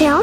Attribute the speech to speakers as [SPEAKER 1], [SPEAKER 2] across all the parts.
[SPEAKER 1] 聊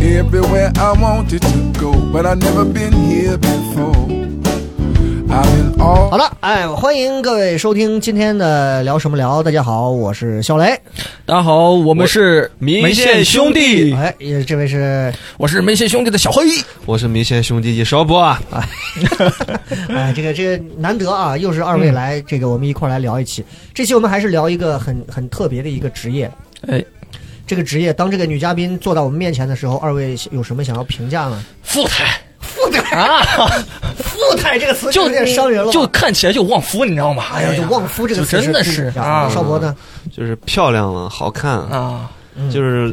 [SPEAKER 2] everywhere I wanted to go, but I've never been here before. I've been
[SPEAKER 3] 好
[SPEAKER 2] all
[SPEAKER 3] 了，哎，欢迎各位收听今天的聊什么聊。大家好，我是肖雷。
[SPEAKER 4] 大家好，我们是民宪兄弟，
[SPEAKER 3] 哎，也这位是
[SPEAKER 4] 我是民宪兄弟的小黑，我是民宪兄弟的少波啊，
[SPEAKER 3] 哎，这个这个难得啊，又是二位来，这个我们一块儿来聊一期。这期我们还是聊一个很很特别的一个职业。
[SPEAKER 4] 哎，
[SPEAKER 3] 这个职业，当这个女嘉宾坐到我们面前的时候，二位有什么想要评价吗？
[SPEAKER 4] 富态
[SPEAKER 3] 富 态，
[SPEAKER 4] 啊，
[SPEAKER 3] 富态这个词就
[SPEAKER 4] 就
[SPEAKER 3] 有点伤人了吧。
[SPEAKER 4] 就看起来就旺夫，你知道吗？
[SPEAKER 3] 哎呀，就旺夫这个词
[SPEAKER 4] 就真的是啊
[SPEAKER 3] 邵博呢？
[SPEAKER 5] 就是漂亮了，好看，
[SPEAKER 4] 啊，
[SPEAKER 3] 嗯
[SPEAKER 5] 就是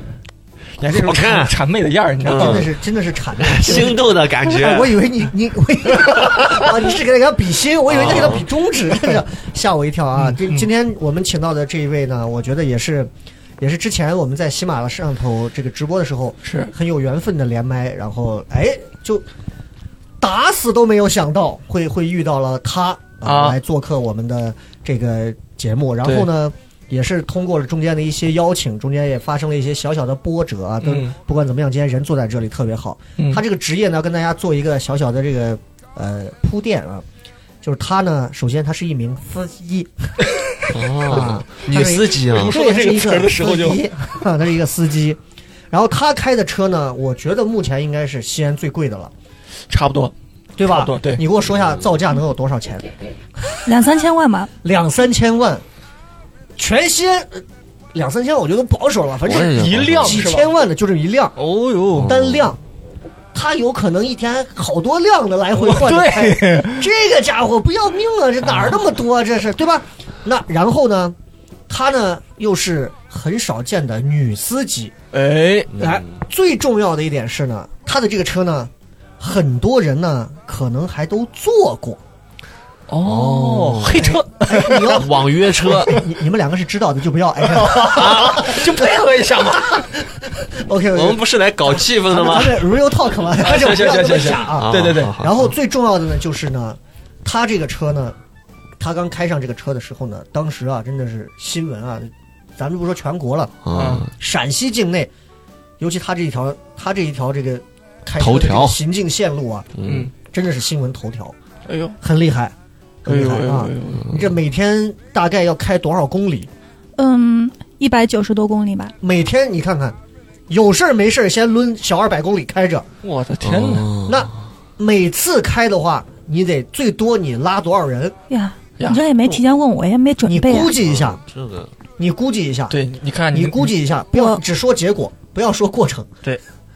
[SPEAKER 4] 你看这种
[SPEAKER 5] 好看
[SPEAKER 4] 谄谄媚的样儿，你知道
[SPEAKER 5] 嗯
[SPEAKER 4] 吗？
[SPEAKER 3] 真的是真的是谄 媚，
[SPEAKER 5] 心动的感觉
[SPEAKER 3] 哎。我以为你你我以为啊，你是给他给他比心，我以为你在给他比中指，真是吓我一跳啊！这今天我们请到的这一位呢，我觉得也是。也是之前我们在喜马拉雅上头这个直播的时候，
[SPEAKER 4] 是
[SPEAKER 3] 很有缘分的连麦，然后哎，就打死都没有想到会会遇到了他
[SPEAKER 4] 啊
[SPEAKER 3] 来做客我们的这个节目，然后呢，也是通过了中间的一些邀请，中间也发生了一些小小的波折啊，都
[SPEAKER 4] 嗯
[SPEAKER 3] 不管怎么样，今天人坐在这里特别好，
[SPEAKER 4] 嗯
[SPEAKER 3] 他这个职业呢，跟大家做一个小小的这个呃铺垫啊，就是他呢，首先他是一名司机
[SPEAKER 5] 哦，
[SPEAKER 3] 啊，
[SPEAKER 5] 女司机啊
[SPEAKER 4] 我，
[SPEAKER 3] 这
[SPEAKER 4] 说到
[SPEAKER 3] 也
[SPEAKER 4] 这
[SPEAKER 3] 是
[SPEAKER 4] 个
[SPEAKER 3] 一
[SPEAKER 4] 词儿
[SPEAKER 3] 个
[SPEAKER 4] 的时候就
[SPEAKER 3] 司机啊，他是一个司机，然后他开的车呢，我觉得目前应该是西安最贵的了，
[SPEAKER 4] 差不多，
[SPEAKER 3] 对
[SPEAKER 4] 差
[SPEAKER 3] 吧
[SPEAKER 4] 不？多对
[SPEAKER 3] 你给我说一下造价能有多少钱？
[SPEAKER 6] 两三千万吧，
[SPEAKER 3] 两三千万，全西安呃两三千，我觉得保守了，反
[SPEAKER 5] 我也
[SPEAKER 3] 正
[SPEAKER 5] 觉得
[SPEAKER 4] 一辆
[SPEAKER 3] 几
[SPEAKER 4] 是吧？
[SPEAKER 3] 千万的就这么一辆
[SPEAKER 4] 哦呦，
[SPEAKER 3] 单辆。他有可能一天好多辆的来回换着开，
[SPEAKER 4] 对，
[SPEAKER 3] 这个家伙不要命啊！这哪儿那么多、啊？这是对吧？那然后呢，她呢又是很少见的女司机。
[SPEAKER 4] 哎，
[SPEAKER 3] 来，最重要的一点是呢，她的这个车呢，很多人呢可能还都坐过。
[SPEAKER 4] 哦，黑车
[SPEAKER 3] 哎，你要
[SPEAKER 5] 网约车，
[SPEAKER 3] 你你们两个是知道的，就不要哎。
[SPEAKER 4] 就配合一下嘛，
[SPEAKER 3] OK，
[SPEAKER 5] 我们不是来搞气氛的
[SPEAKER 3] 咱
[SPEAKER 5] 吗？
[SPEAKER 3] 们 real talk 嘛，
[SPEAKER 4] 啊
[SPEAKER 3] 就
[SPEAKER 4] 行
[SPEAKER 3] 不要
[SPEAKER 4] 行
[SPEAKER 3] 这
[SPEAKER 4] 行
[SPEAKER 3] 么
[SPEAKER 4] 行
[SPEAKER 3] 假啊。
[SPEAKER 5] 啊
[SPEAKER 4] 对对对
[SPEAKER 5] 好好
[SPEAKER 3] 然后最重要的呢，就是呢，他这个车呢，他刚开上这个车的时候呢，当时啊，真的是新闻啊，咱们就不说全国了，
[SPEAKER 4] 嗯
[SPEAKER 5] 啊，
[SPEAKER 3] 陕西境内，尤其他这一条，他这一条这个开车
[SPEAKER 5] 头
[SPEAKER 3] 的这个
[SPEAKER 5] 条
[SPEAKER 3] 行进线路啊，
[SPEAKER 5] 嗯
[SPEAKER 4] 嗯，
[SPEAKER 3] 真的是新闻头条，
[SPEAKER 4] 哎呦，
[SPEAKER 3] 很厉害，
[SPEAKER 4] 哎
[SPEAKER 3] 很厉
[SPEAKER 4] 呦，
[SPEAKER 3] 害
[SPEAKER 4] 哎呦，
[SPEAKER 3] 啊
[SPEAKER 4] 哎！呦，
[SPEAKER 3] 你这每天大概要开多少公里？
[SPEAKER 6] 嗯，一百九十多公里吧。
[SPEAKER 3] 每天你看看，有事儿没事儿先抡小二百公里开着，
[SPEAKER 4] 我的天哪！
[SPEAKER 5] 哦
[SPEAKER 3] 那每次开的话，你得最多你拉多少人？
[SPEAKER 6] 呀，
[SPEAKER 4] 呀
[SPEAKER 6] 你这也没提前问我，也没
[SPEAKER 3] 你
[SPEAKER 6] 准备啊
[SPEAKER 3] 估。计一下，
[SPEAKER 5] 这个
[SPEAKER 3] 你估计一下，
[SPEAKER 4] 对，你看
[SPEAKER 3] 你估计一下，不要
[SPEAKER 6] 我
[SPEAKER 3] 只说结果，不要说过程，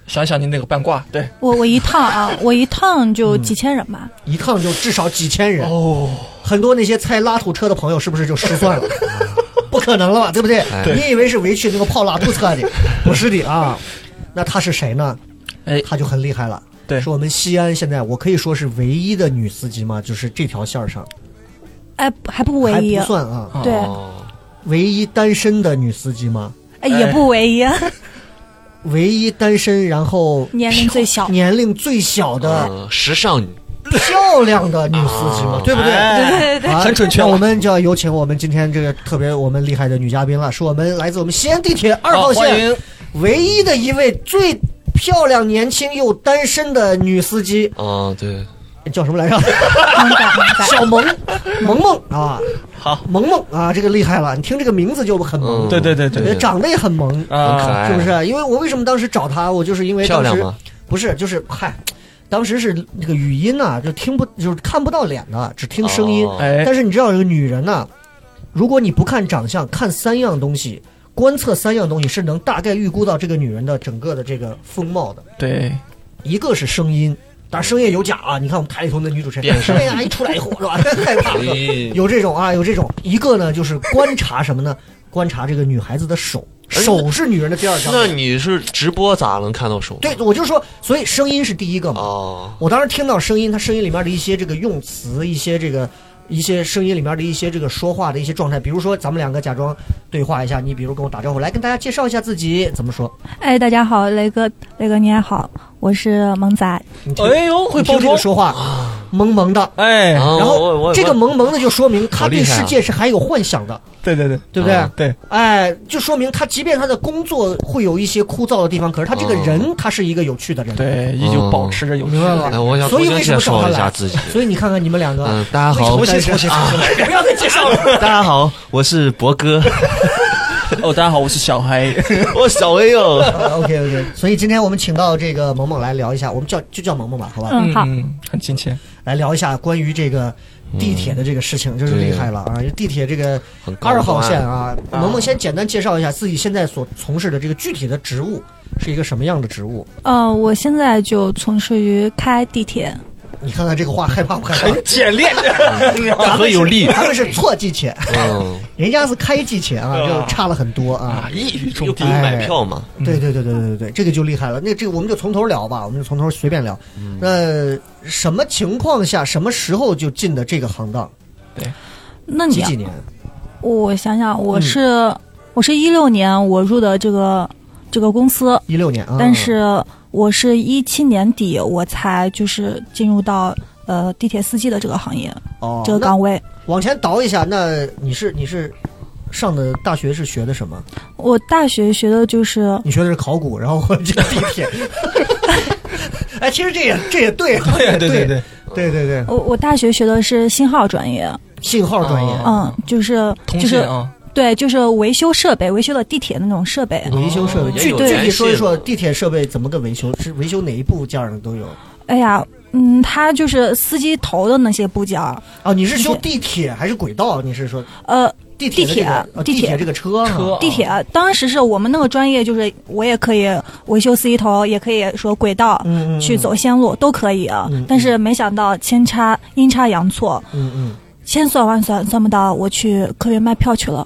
[SPEAKER 4] 想想你那个半挂，对，
[SPEAKER 6] 我我一趟啊， 我一趟就几千人吧。
[SPEAKER 3] 一趟就至少几千人，
[SPEAKER 4] 哦，
[SPEAKER 3] 很多那些猜拉土车的朋友是不是就失算了？ 不可能了吧，对不对？
[SPEAKER 4] 哎
[SPEAKER 5] 对
[SPEAKER 3] 你以为是围去那个泡拉土车的，不是的啊。那他是谁呢？
[SPEAKER 4] 哎
[SPEAKER 3] 他就很厉害了。
[SPEAKER 4] 对
[SPEAKER 3] 是我们西安现在我可以说是唯一的女司机嘛，就是这条线儿上
[SPEAKER 6] 哎，还不唯
[SPEAKER 3] 还
[SPEAKER 6] 一
[SPEAKER 3] 不，算啊，
[SPEAKER 6] 对，
[SPEAKER 5] 哦
[SPEAKER 3] 唯一单身的女司机嘛，
[SPEAKER 6] 哎也不唯 一，
[SPEAKER 3] 唯一单身，然后
[SPEAKER 6] 年龄最小。
[SPEAKER 3] 年龄最小的
[SPEAKER 5] 嗯时尚女，
[SPEAKER 3] 漂亮的女司机嘛，对不对？
[SPEAKER 4] 哎
[SPEAKER 6] 对对对，
[SPEAKER 3] 啊
[SPEAKER 4] 很准确
[SPEAKER 3] 那
[SPEAKER 4] 了
[SPEAKER 3] 我们就要有请我们今天这个特别我们厉害的女嘉宾了，是我们来自我们西安地铁二号
[SPEAKER 4] 好欢
[SPEAKER 3] 线
[SPEAKER 4] 迎
[SPEAKER 3] 唯一的一位最漂亮、年轻又单身的女司机，
[SPEAKER 5] 哦，对，
[SPEAKER 3] 叫什么来着？小萌，萌萌啊，
[SPEAKER 4] 好，
[SPEAKER 3] 萌萌啊，这个厉害了！你听这个名字就很萌
[SPEAKER 5] 嗯，
[SPEAKER 4] 对对对
[SPEAKER 3] 对
[SPEAKER 4] 对，
[SPEAKER 3] 长得也很萌，
[SPEAKER 5] 很可
[SPEAKER 4] 啊，
[SPEAKER 5] 爱，
[SPEAKER 3] 是不？是？因为我为什么当时找她，我就是因为
[SPEAKER 5] 漂
[SPEAKER 3] 当
[SPEAKER 5] 亮
[SPEAKER 3] 时
[SPEAKER 5] 吗？
[SPEAKER 3] 不是，就是嗨，当时是那个语音呐、就听不就是看不到脸的，只听声音。
[SPEAKER 5] 哦
[SPEAKER 4] 哎，
[SPEAKER 3] 但是你知道，这个女人呢、如果你不看长相，看三样东西，观测三样东西，是能大概预估到这个女人的整个的这个风貌的。
[SPEAKER 4] 对，
[SPEAKER 3] 一个是声音，当然声音有假啊，你看我们台里头那女主持人，
[SPEAKER 5] 变 声
[SPEAKER 3] 声音啊一出来以后是吧，害怕
[SPEAKER 4] 哎
[SPEAKER 3] 了。
[SPEAKER 5] 咦
[SPEAKER 3] 有这种啊，有这种。一个呢就是观察什么呢？观察这个女孩子的手，手是女人的第二张
[SPEAKER 5] 哎那
[SPEAKER 3] 脸。
[SPEAKER 5] 你是直播咋能看到手呢？
[SPEAKER 3] 对，我就说，所以声音是第一个嘛。
[SPEAKER 5] 哦，
[SPEAKER 3] 我当时听到声音，他声音里面的一些这个用词，一些这个一些声音里面的一些这个说话的一些状态，比如说咱们两个假装对话一下，你比如跟我打招呼，来跟大家介绍一下自己怎么说。
[SPEAKER 6] 哎，大家好，雷哥，雷哥你还好，我是萌仔，
[SPEAKER 3] 你听
[SPEAKER 5] 哎呦，会
[SPEAKER 3] 你听
[SPEAKER 5] 包
[SPEAKER 3] 这个
[SPEAKER 5] 装。
[SPEAKER 3] 说话，萌萌的。
[SPEAKER 7] 哎，
[SPEAKER 5] 啊
[SPEAKER 3] 然
[SPEAKER 5] 我我
[SPEAKER 3] 后
[SPEAKER 5] 我
[SPEAKER 3] 这个萌萌的就说明他
[SPEAKER 5] 好
[SPEAKER 3] 对
[SPEAKER 5] 厉害啊
[SPEAKER 3] 世界是还有幻想的，
[SPEAKER 7] 对对嗯对
[SPEAKER 3] 对不对
[SPEAKER 5] 啊？
[SPEAKER 7] 对，
[SPEAKER 3] 哎，就说明他即便他的工作会有一些枯燥的地方，可是他这个
[SPEAKER 5] 哦
[SPEAKER 3] 人他是一个有趣的人。，
[SPEAKER 7] 对，依旧保持着有
[SPEAKER 3] 明白
[SPEAKER 7] 趣
[SPEAKER 3] 了
[SPEAKER 5] 哎，我想
[SPEAKER 3] 所
[SPEAKER 5] 重
[SPEAKER 3] 以
[SPEAKER 5] 新
[SPEAKER 3] 为什
[SPEAKER 5] 介
[SPEAKER 3] 么找
[SPEAKER 5] 绍
[SPEAKER 3] 他
[SPEAKER 5] 一下
[SPEAKER 3] 来？
[SPEAKER 5] 自己。
[SPEAKER 3] 所以你看看你们两 个，
[SPEAKER 5] 嗯，大家好，
[SPEAKER 3] 重新
[SPEAKER 5] 我是
[SPEAKER 3] 重新
[SPEAKER 5] 啊
[SPEAKER 3] 不要再介绍了。
[SPEAKER 5] 大家好，我是博 哥，
[SPEAKER 7] 哦，大家好，我是小黑。
[SPEAKER 5] 我小 A 哦。
[SPEAKER 3] OK OK，所以今天我们请到这个萌萌来聊一下，我们叫就叫萌萌吧，好吧？
[SPEAKER 6] 嗯好，
[SPEAKER 7] 嗯，很亲切。
[SPEAKER 3] 来聊一下关于这个地铁的这个事情，真是厉害了啊！地铁这个
[SPEAKER 5] 很高端
[SPEAKER 3] 二号线啊，萌萌先简单介绍一下自己现在所从事的这个具体的职务是一个什么样的职务？
[SPEAKER 6] 呃，我现在就从事于开地铁，
[SPEAKER 3] 你看看这个话害怕不害 怕？
[SPEAKER 7] 简 练，
[SPEAKER 5] 大河有力
[SPEAKER 3] 他们是错季 钱，
[SPEAKER 5] 嗯，
[SPEAKER 3] 人家是开季钱啊，就差了很多啊。嗯
[SPEAKER 7] 一语中
[SPEAKER 5] 又不用买
[SPEAKER 3] 哎
[SPEAKER 5] 票嘛，
[SPEAKER 3] 对对对对对对对，这个就厉害了。那这个我们就从头聊吧，我们就从头随便聊。那什么情况下，什么时候就进的这个行当？
[SPEAKER 6] 那
[SPEAKER 3] 几
[SPEAKER 6] 你啊
[SPEAKER 3] 几年？
[SPEAKER 6] 我想想，
[SPEAKER 3] 嗯
[SPEAKER 6] 我是、我是一六年我入的这个这个公司，
[SPEAKER 3] 一六年啊。
[SPEAKER 6] 但是我是一七年底我才就是进入到呃地铁司机的这个行业、
[SPEAKER 3] 哦，
[SPEAKER 6] 这个
[SPEAKER 3] 那
[SPEAKER 6] 岗位。
[SPEAKER 3] 往前倒一下，那你是你是上的大学是学的什么？
[SPEAKER 6] 我大学学的就是
[SPEAKER 3] 你学的是考古，然后我这个地 铁。哎，其实这也这也对， 啊
[SPEAKER 7] 对
[SPEAKER 3] 对
[SPEAKER 7] 对对，
[SPEAKER 3] 对对对，
[SPEAKER 6] 我我大学学的是信号专业，
[SPEAKER 3] 信号专业，
[SPEAKER 6] 嗯，就是
[SPEAKER 7] 通
[SPEAKER 6] 就
[SPEAKER 7] 信
[SPEAKER 6] 是
[SPEAKER 7] 啊，
[SPEAKER 6] 对，就是维修设备，维修的地铁那种设备。
[SPEAKER 3] 维修设备
[SPEAKER 5] 哦
[SPEAKER 3] 具
[SPEAKER 5] 也有
[SPEAKER 3] 具
[SPEAKER 5] 联
[SPEAKER 3] 体
[SPEAKER 5] 系
[SPEAKER 3] 说一说
[SPEAKER 5] 了
[SPEAKER 3] 地铁设备怎么个维修，是维修哪一部件儿的都有。
[SPEAKER 6] 哎呀，嗯，它就是司机头的那些部件儿，
[SPEAKER 3] 哦，你是修
[SPEAKER 6] 地
[SPEAKER 3] 地铁还是轨道？你是说
[SPEAKER 6] 呃，
[SPEAKER 3] 地铁的这个、哦地
[SPEAKER 6] 地铁地
[SPEAKER 3] 铁
[SPEAKER 6] 铁
[SPEAKER 3] 这个车啊？
[SPEAKER 7] 车
[SPEAKER 6] 嗯地铁当时是我们那个专业，就是我也可以维修司机头，也可以说轨道
[SPEAKER 3] 嗯嗯嗯
[SPEAKER 6] 去走线路都可以啊
[SPEAKER 3] 嗯嗯。
[SPEAKER 6] 但是没想到千差阴差阳错，
[SPEAKER 3] 嗯嗯。
[SPEAKER 6] 千算万算算不到我去客运卖票去了。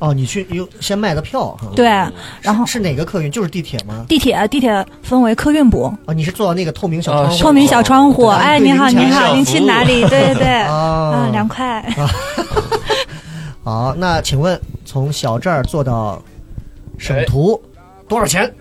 [SPEAKER 3] 哦，你去又先卖个票哈。
[SPEAKER 6] 对，
[SPEAKER 5] 嗯
[SPEAKER 6] 然后
[SPEAKER 3] 是哪个客运？就是地铁吗？
[SPEAKER 6] 地铁地铁分为客运部，
[SPEAKER 3] 哦，你是坐到那个透明小
[SPEAKER 7] 啊
[SPEAKER 3] 窗户？
[SPEAKER 7] 是
[SPEAKER 6] 透明小窗户，
[SPEAKER 3] 对
[SPEAKER 6] 哎，
[SPEAKER 3] 对
[SPEAKER 6] 您好
[SPEAKER 3] 您
[SPEAKER 6] 您
[SPEAKER 3] 想
[SPEAKER 6] 好，您去哪里？对对对，
[SPEAKER 3] 啊
[SPEAKER 6] 啊，凉快。
[SPEAKER 3] 好，那请问从小寨儿坐到省图、
[SPEAKER 6] 哎
[SPEAKER 3] 多 少钱？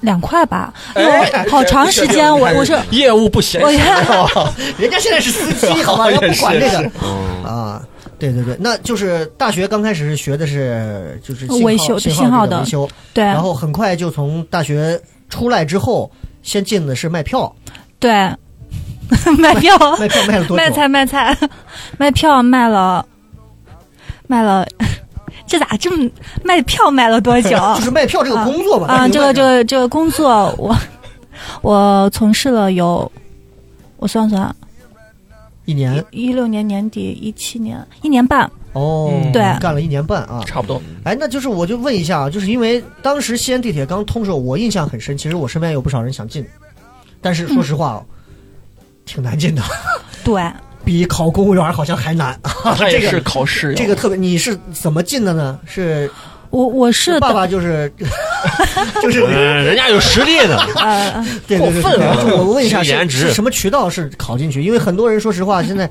[SPEAKER 6] 两块吧，
[SPEAKER 3] 哎
[SPEAKER 7] 哎
[SPEAKER 6] 因为我好长时间，我我是
[SPEAKER 7] 业务不闲
[SPEAKER 6] 我
[SPEAKER 7] 闲，
[SPEAKER 3] 哦人家现在是司机，好 吧，人家不管这
[SPEAKER 7] 也
[SPEAKER 3] 个
[SPEAKER 5] 嗯，
[SPEAKER 3] 啊。对对对，那就是大学刚开始是学的是就是信号
[SPEAKER 6] 维修
[SPEAKER 3] 信
[SPEAKER 6] 信
[SPEAKER 3] 号
[SPEAKER 6] 号
[SPEAKER 3] 这个
[SPEAKER 6] 的哎
[SPEAKER 3] 维修，
[SPEAKER 6] 对
[SPEAKER 3] 然后很快就从大学出来之后，先进的是卖票，
[SPEAKER 6] 对， 卖票
[SPEAKER 3] 卖票卖了多久？
[SPEAKER 6] 啊卖菜卖菜，卖票卖了卖了， 这咋这么卖票卖了 多久？
[SPEAKER 3] 就是卖票这个工作吧。那
[SPEAKER 6] 啊，
[SPEAKER 3] 就
[SPEAKER 6] 这
[SPEAKER 3] 卖
[SPEAKER 6] 个这
[SPEAKER 3] 票
[SPEAKER 6] 个这个工作我我从事了有，我算算，
[SPEAKER 3] 一年
[SPEAKER 6] 一六年年底，一七年一年半，
[SPEAKER 3] 哦，
[SPEAKER 7] 嗯
[SPEAKER 6] 对
[SPEAKER 3] 干了一年半啊。
[SPEAKER 7] 差不多。
[SPEAKER 3] 哎，那就是我就问一下啊，就是因为当时西安地铁刚通的时候，我印象很深。其实我身边有不少人想进，但是说实话哦，挺难进的，
[SPEAKER 6] 对，
[SPEAKER 3] 比考公务员好像还难。
[SPEAKER 7] 他也
[SPEAKER 3] 这个
[SPEAKER 7] 是啊考试，
[SPEAKER 3] 这个特别，你是怎么进的呢？是
[SPEAKER 6] 我我是
[SPEAKER 3] 爸爸就是 就是
[SPEAKER 5] 嗯人家有实力的，
[SPEAKER 6] 呃
[SPEAKER 3] 对对对
[SPEAKER 7] 过
[SPEAKER 3] 对
[SPEAKER 7] 分了
[SPEAKER 3] 对，就是我问一下
[SPEAKER 5] 是个
[SPEAKER 3] 是
[SPEAKER 5] 颜值
[SPEAKER 3] 是什么渠道是考进去？因为很多人说实话，现在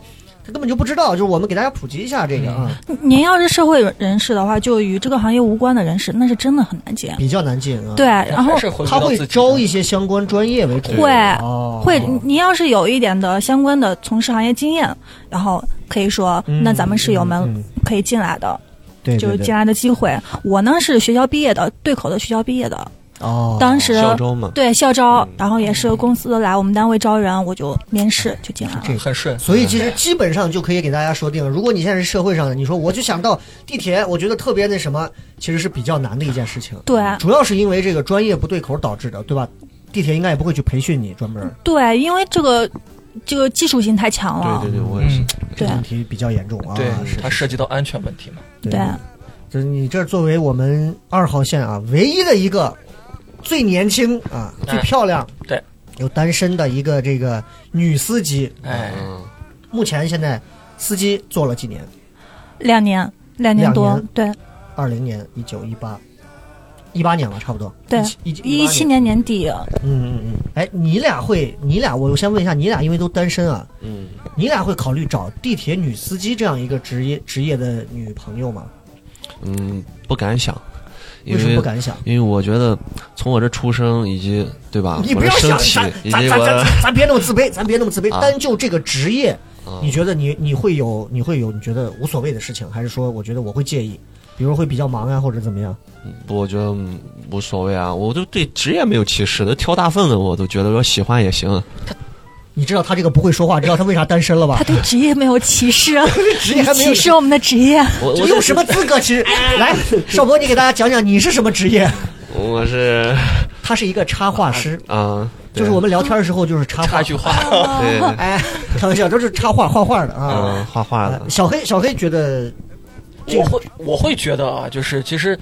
[SPEAKER 3] 他根本就不知道。就是我们给大家普及一下这个啊，
[SPEAKER 6] 您要是社会人士的话，就与这个行业无关的人士，那是真的很难接。
[SPEAKER 3] 比较难进啊。
[SPEAKER 6] 嗯对，，然后
[SPEAKER 7] 还是回归
[SPEAKER 3] 他
[SPEAKER 7] 到
[SPEAKER 3] 会
[SPEAKER 7] 自己
[SPEAKER 3] 招一些相关专业为主。
[SPEAKER 6] 会
[SPEAKER 3] 哦
[SPEAKER 6] 会，您要是有一点的相关的从事行业经验，然后可以说，
[SPEAKER 3] 嗯
[SPEAKER 6] 那咱们是有
[SPEAKER 3] 嗯
[SPEAKER 6] 门
[SPEAKER 3] 嗯
[SPEAKER 6] 可以进来的，
[SPEAKER 3] 对，
[SPEAKER 6] 就是
[SPEAKER 3] 对对
[SPEAKER 6] 进来的机会。我呢是学校毕业的，对口的学校毕业的，
[SPEAKER 3] 哦，
[SPEAKER 6] 当时
[SPEAKER 5] 校招嘛，
[SPEAKER 6] 对校招，然后也是公司来我们单位招人，我就面试就进来了。
[SPEAKER 7] 嗯很顺，
[SPEAKER 3] 所以其实基本上就可以给大家说定了。如果你现在是社会上的，你说我就想到地铁，我觉得特别那什么，其实是比较难的一件事情。
[SPEAKER 6] 对
[SPEAKER 3] 主要是因为这个专业不对口导致的，对吧？地铁应该也不会去培训你，专门儿
[SPEAKER 6] 对，因为这个这个技术性太强
[SPEAKER 5] 对
[SPEAKER 6] 了
[SPEAKER 5] 对，对，我也是
[SPEAKER 7] 嗯，，
[SPEAKER 3] 这
[SPEAKER 6] 对
[SPEAKER 3] 个问题比较严重啊。
[SPEAKER 7] 对，
[SPEAKER 3] 是
[SPEAKER 7] 它涉及到安全问题嘛。
[SPEAKER 3] 对
[SPEAKER 6] 对啊
[SPEAKER 3] 就是你这作为我们二号线啊，唯一的一个最年轻啊、
[SPEAKER 7] 哎
[SPEAKER 3] 最漂亮、
[SPEAKER 7] 对
[SPEAKER 3] 有单身的一个这个女司机，
[SPEAKER 7] 哎，
[SPEAKER 5] 嗯，
[SPEAKER 3] 目前现在司机做了几年？
[SPEAKER 6] 两年两
[SPEAKER 3] 两
[SPEAKER 6] 年多
[SPEAKER 3] 年，
[SPEAKER 6] 对
[SPEAKER 3] 二零年、一九、一八、一八年吧，差不多。
[SPEAKER 6] 对
[SPEAKER 3] 一，
[SPEAKER 6] 一七
[SPEAKER 3] 七。
[SPEAKER 6] 年年底，
[SPEAKER 3] 嗯嗯嗯。哎，你俩会，你俩，我先问一下，你俩因为都单身啊，
[SPEAKER 5] 嗯，
[SPEAKER 3] 你俩会考虑找地铁女司机这样一个职业职业的女朋友吗？
[SPEAKER 5] 嗯，不敢想，因
[SPEAKER 3] 为什么不
[SPEAKER 5] 为
[SPEAKER 3] 敢想？
[SPEAKER 5] 因为我觉得从我这出生以及对吧，
[SPEAKER 3] 你
[SPEAKER 5] 啊
[SPEAKER 3] 不
[SPEAKER 5] 我这
[SPEAKER 3] 要
[SPEAKER 5] 身
[SPEAKER 3] 想，
[SPEAKER 5] 体
[SPEAKER 3] 咱咱
[SPEAKER 5] 以及
[SPEAKER 3] 咱
[SPEAKER 5] 我
[SPEAKER 3] 咱
[SPEAKER 5] 的，
[SPEAKER 3] 咱别那么自卑，咱别那么自卑。
[SPEAKER 5] 啊
[SPEAKER 3] 单就这个职业，
[SPEAKER 5] 啊
[SPEAKER 3] 你觉得你你会有你会有你觉得无所谓的事情，还是说我觉得我会介意，比如会比较忙啊或者怎么样？
[SPEAKER 5] 我觉得嗯无所谓啊，我就对职业没有歧视的，挑大粪的我都觉得我喜欢也行。啊
[SPEAKER 3] 你知道他这个不会说话，知道他为啥单身了吧
[SPEAKER 6] 他？对职业没有歧 视，
[SPEAKER 3] 职业还没有
[SPEAKER 6] 歧视我们的职业。
[SPEAKER 5] 我
[SPEAKER 3] 这
[SPEAKER 5] 我
[SPEAKER 3] 有什么资格？其 实，来，邵博，你给大家讲讲你是什么职业？
[SPEAKER 5] 我是
[SPEAKER 3] 他是一个插画师，
[SPEAKER 5] 啊，对
[SPEAKER 3] 就是我们聊天的时候就是插画
[SPEAKER 7] 插一。句话，
[SPEAKER 5] 对
[SPEAKER 3] 哎，开玩笑，都是插画画画的
[SPEAKER 5] 嗯
[SPEAKER 3] 啊。
[SPEAKER 5] 画画的
[SPEAKER 3] 啊，小黑，小黑觉得这
[SPEAKER 7] 我会我会觉得啊，就是其实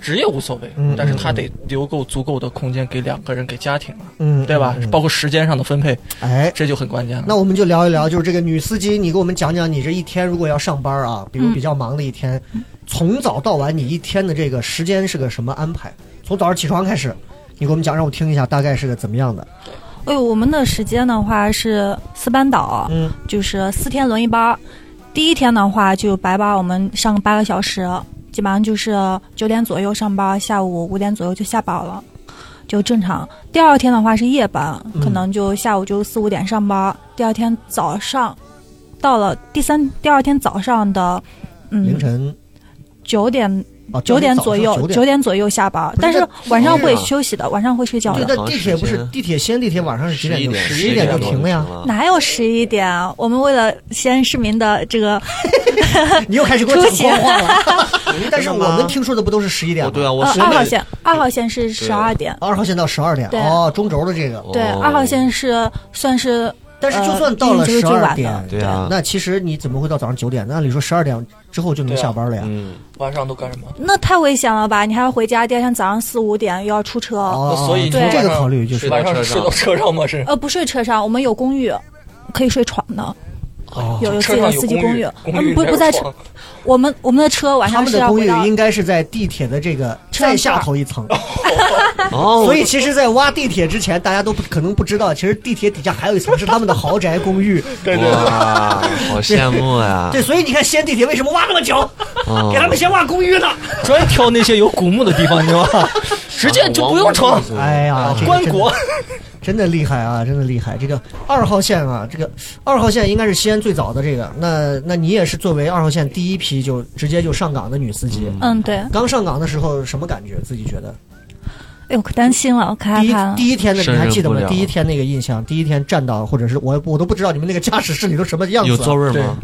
[SPEAKER 7] 职业无所谓，
[SPEAKER 3] 嗯
[SPEAKER 7] 但是他得留够足够的空间给两个人，给家庭啊，
[SPEAKER 3] 嗯，
[SPEAKER 7] 对吧？
[SPEAKER 3] 嗯
[SPEAKER 7] 包括时间上的分配，
[SPEAKER 3] 哎，
[SPEAKER 7] 这就很关键了。
[SPEAKER 3] 那我们就聊一聊，就是这个女司机，你给我们讲讲你这一天如果要上班啊，比如
[SPEAKER 6] 嗯
[SPEAKER 3] 比较忙的一天，从早到晚你一天的这个时间是个什么安排？从早上起床开始，你给我们讲，让我听一下大概是个怎么样的？
[SPEAKER 6] 哎呦，我们的时间的话是四班倒，
[SPEAKER 3] 嗯
[SPEAKER 6] 就是四天轮一班儿。第一天的话就白班儿，我们上个八个小时，基本上就是九点左右上班儿，下午五点左右就下班儿了，就正常。第二天的话是夜班，
[SPEAKER 3] 嗯
[SPEAKER 6] 可能就下午就四五点上班儿，第二天早上到了第三第二天早上的嗯
[SPEAKER 3] 凌晨
[SPEAKER 6] 九点
[SPEAKER 3] 哦，
[SPEAKER 6] 九点
[SPEAKER 3] 早上
[SPEAKER 6] 左右
[SPEAKER 3] 九点
[SPEAKER 6] 九点左右下班儿
[SPEAKER 3] 不，是
[SPEAKER 6] 但是
[SPEAKER 3] 那
[SPEAKER 6] 晚上
[SPEAKER 3] 是
[SPEAKER 6] 会
[SPEAKER 5] 啊
[SPEAKER 6] 休息的，晚上会睡觉
[SPEAKER 3] 对，
[SPEAKER 6] 的。
[SPEAKER 3] 那地铁不
[SPEAKER 5] 时
[SPEAKER 3] 是
[SPEAKER 5] 间
[SPEAKER 3] 地铁先地铁晚上是几点
[SPEAKER 5] 一
[SPEAKER 3] 钟？
[SPEAKER 5] 点
[SPEAKER 3] 十一
[SPEAKER 5] 点
[SPEAKER 3] 就停了呀。
[SPEAKER 5] 了。
[SPEAKER 6] 哪有十一点啊？我们为了西安市民的这个，
[SPEAKER 3] 哦你又开始给我讲
[SPEAKER 6] 出行
[SPEAKER 3] 谎话了。 但是
[SPEAKER 5] 真
[SPEAKER 3] 我
[SPEAKER 5] 的吗
[SPEAKER 3] 们听说的不都是十一点
[SPEAKER 5] 我
[SPEAKER 3] 吗？
[SPEAKER 5] 对啊，我
[SPEAKER 6] 呃，
[SPEAKER 5] 是
[SPEAKER 6] 二号线，二号线是十二点，
[SPEAKER 3] 二号线到十二点
[SPEAKER 6] 对
[SPEAKER 3] 哦，中轴的这个。
[SPEAKER 6] 对，
[SPEAKER 5] 哦
[SPEAKER 6] 二号线是算是，
[SPEAKER 3] 但是就算到了
[SPEAKER 6] 呃就是
[SPEAKER 3] 十
[SPEAKER 6] 最晚
[SPEAKER 3] 二
[SPEAKER 6] 的
[SPEAKER 3] 点，
[SPEAKER 5] 对啊
[SPEAKER 3] 那其实你怎么会到早上九点？那按理说十二点之后就能
[SPEAKER 7] 对啊
[SPEAKER 3] 下班了呀。
[SPEAKER 5] 嗯，
[SPEAKER 7] 晚上都干什么？
[SPEAKER 6] 那太危险了吧？你还要回家，第二天早上四五点又要出车，
[SPEAKER 3] 哦，
[SPEAKER 7] 那所以
[SPEAKER 3] 从
[SPEAKER 6] 对
[SPEAKER 3] 这个考虑就是
[SPEAKER 7] 晚上是睡到车上吗？是
[SPEAKER 6] 呃，不睡车上，我们有公寓。可以睡床的，
[SPEAKER 3] 哦
[SPEAKER 6] 有有自
[SPEAKER 7] 车
[SPEAKER 6] 己的
[SPEAKER 7] 上有
[SPEAKER 6] 司机
[SPEAKER 7] 公
[SPEAKER 6] 寓，
[SPEAKER 7] 公
[SPEAKER 6] 嗯，
[SPEAKER 7] 寓
[SPEAKER 6] 不
[SPEAKER 7] 还有
[SPEAKER 6] 不在车
[SPEAKER 7] 床，
[SPEAKER 6] 我们我们的车晚
[SPEAKER 3] 他
[SPEAKER 6] 上
[SPEAKER 3] 们
[SPEAKER 6] 是
[SPEAKER 3] 的
[SPEAKER 6] 要
[SPEAKER 3] 公
[SPEAKER 6] 回
[SPEAKER 3] 寓
[SPEAKER 6] 到，
[SPEAKER 3] 应该是在地铁的这个再下头一层，
[SPEAKER 5] 哦，
[SPEAKER 3] 所以其实，在挖地铁之前，大家都不可能不知道，其实地铁底下还有一层是他们的豪宅公 寓。
[SPEAKER 5] 哇，好羡慕呀！
[SPEAKER 3] 对，所以你看，西安地铁为什么挖那么久，
[SPEAKER 5] 哦
[SPEAKER 3] 给他们先挖公寓呢？
[SPEAKER 7] 专挑那些有古墓的地方，你知道 吗？直接就不用床，
[SPEAKER 5] 嗯
[SPEAKER 3] 哎
[SPEAKER 5] 啊
[SPEAKER 3] 呀，这个
[SPEAKER 7] 棺
[SPEAKER 3] 真的
[SPEAKER 7] 椁。
[SPEAKER 3] 真的厉害啊，真的厉害！这个二号线啊，这个二号线应该是西安最早的这个。那那你也是作为二号线第一批就直接就上岗的女司机。
[SPEAKER 6] 嗯，对，哎
[SPEAKER 3] 刚上岗的时候什么感觉？自己觉得
[SPEAKER 6] 呦，可担心了，可害
[SPEAKER 3] 第一
[SPEAKER 6] 怕了。
[SPEAKER 3] 第一天的你
[SPEAKER 5] 胜任
[SPEAKER 3] 还记得吗
[SPEAKER 5] 不？了
[SPEAKER 3] 第一天那个印象，第一天站到或者是我我都不知道你们那个驾驶室里都什么样子啊、
[SPEAKER 5] 有座位吗？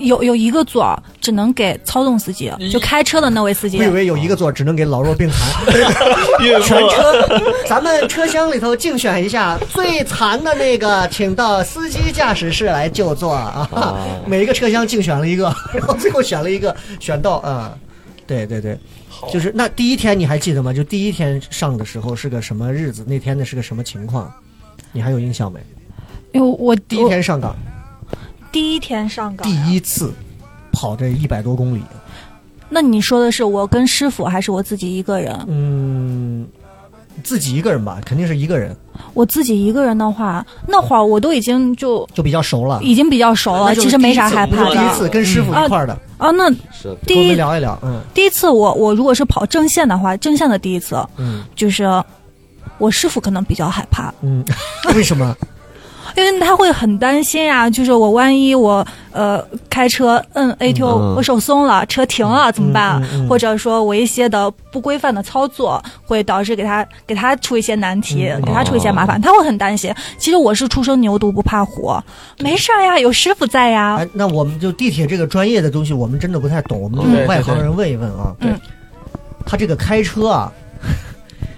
[SPEAKER 6] 有有一个座儿只能给操纵司机，就开车的那位司机
[SPEAKER 3] 我以。为有一个座只能给老弱病残，全车。 咱们车厢里头竞选一下最残的那个，请到司机驾驶室来就座啊
[SPEAKER 5] 哦。
[SPEAKER 3] 每一个车厢竞选了一个， 然后最后选了一个，选到啊，对对对，就是那第一天你还记得吗？就第一天上的时候是个什么日子？那天的是个什么情况？你还有印象没？
[SPEAKER 6] 因为哎我
[SPEAKER 3] 第一天上岗，
[SPEAKER 6] 我第一天上岗，
[SPEAKER 3] 第一次跑这一百多公里，
[SPEAKER 6] 那你说的是我跟师傅还是我自己一个人？
[SPEAKER 3] 嗯，自己一个人吧，肯定是一个人，
[SPEAKER 6] 我自己一个人的话，那会儿我都已经就
[SPEAKER 3] 就比较熟了。
[SPEAKER 6] 已经比较熟
[SPEAKER 5] 那
[SPEAKER 6] 了，
[SPEAKER 5] 就是
[SPEAKER 6] 其实没啥害
[SPEAKER 5] 第一次
[SPEAKER 6] 怕
[SPEAKER 5] 我
[SPEAKER 3] 第一
[SPEAKER 6] 的。
[SPEAKER 3] 次跟师傅一块儿的，
[SPEAKER 6] 啊，那
[SPEAKER 5] 是
[SPEAKER 3] 给我
[SPEAKER 6] 第
[SPEAKER 3] 们
[SPEAKER 6] 一
[SPEAKER 3] 聊一聊，嗯
[SPEAKER 6] 第一次我我如果是跑正线的话，正线的第一次
[SPEAKER 3] 嗯
[SPEAKER 6] 就是我师傅可能比较害怕，
[SPEAKER 3] 嗯， 为什么？
[SPEAKER 6] 因为他会很担心呀、就是我万一我呃开车摁 A T O，
[SPEAKER 5] 嗯
[SPEAKER 6] 我手松了，车停了怎么办啊？
[SPEAKER 3] 嗯嗯嗯
[SPEAKER 6] 或者说我一些的不规范的操作会导致给他给他出一些难题，
[SPEAKER 3] 嗯
[SPEAKER 6] 给他出一些麻烦，他会很担心。其实我是初生牛犊不怕虎，没事儿呀，有师傅在呀。
[SPEAKER 3] 哎，那我们就地铁这个专业的东西，我们真的不太懂，我们就
[SPEAKER 7] 嗯
[SPEAKER 3] 外行人问一问啊。
[SPEAKER 6] 对对
[SPEAKER 3] 他这个开车啊，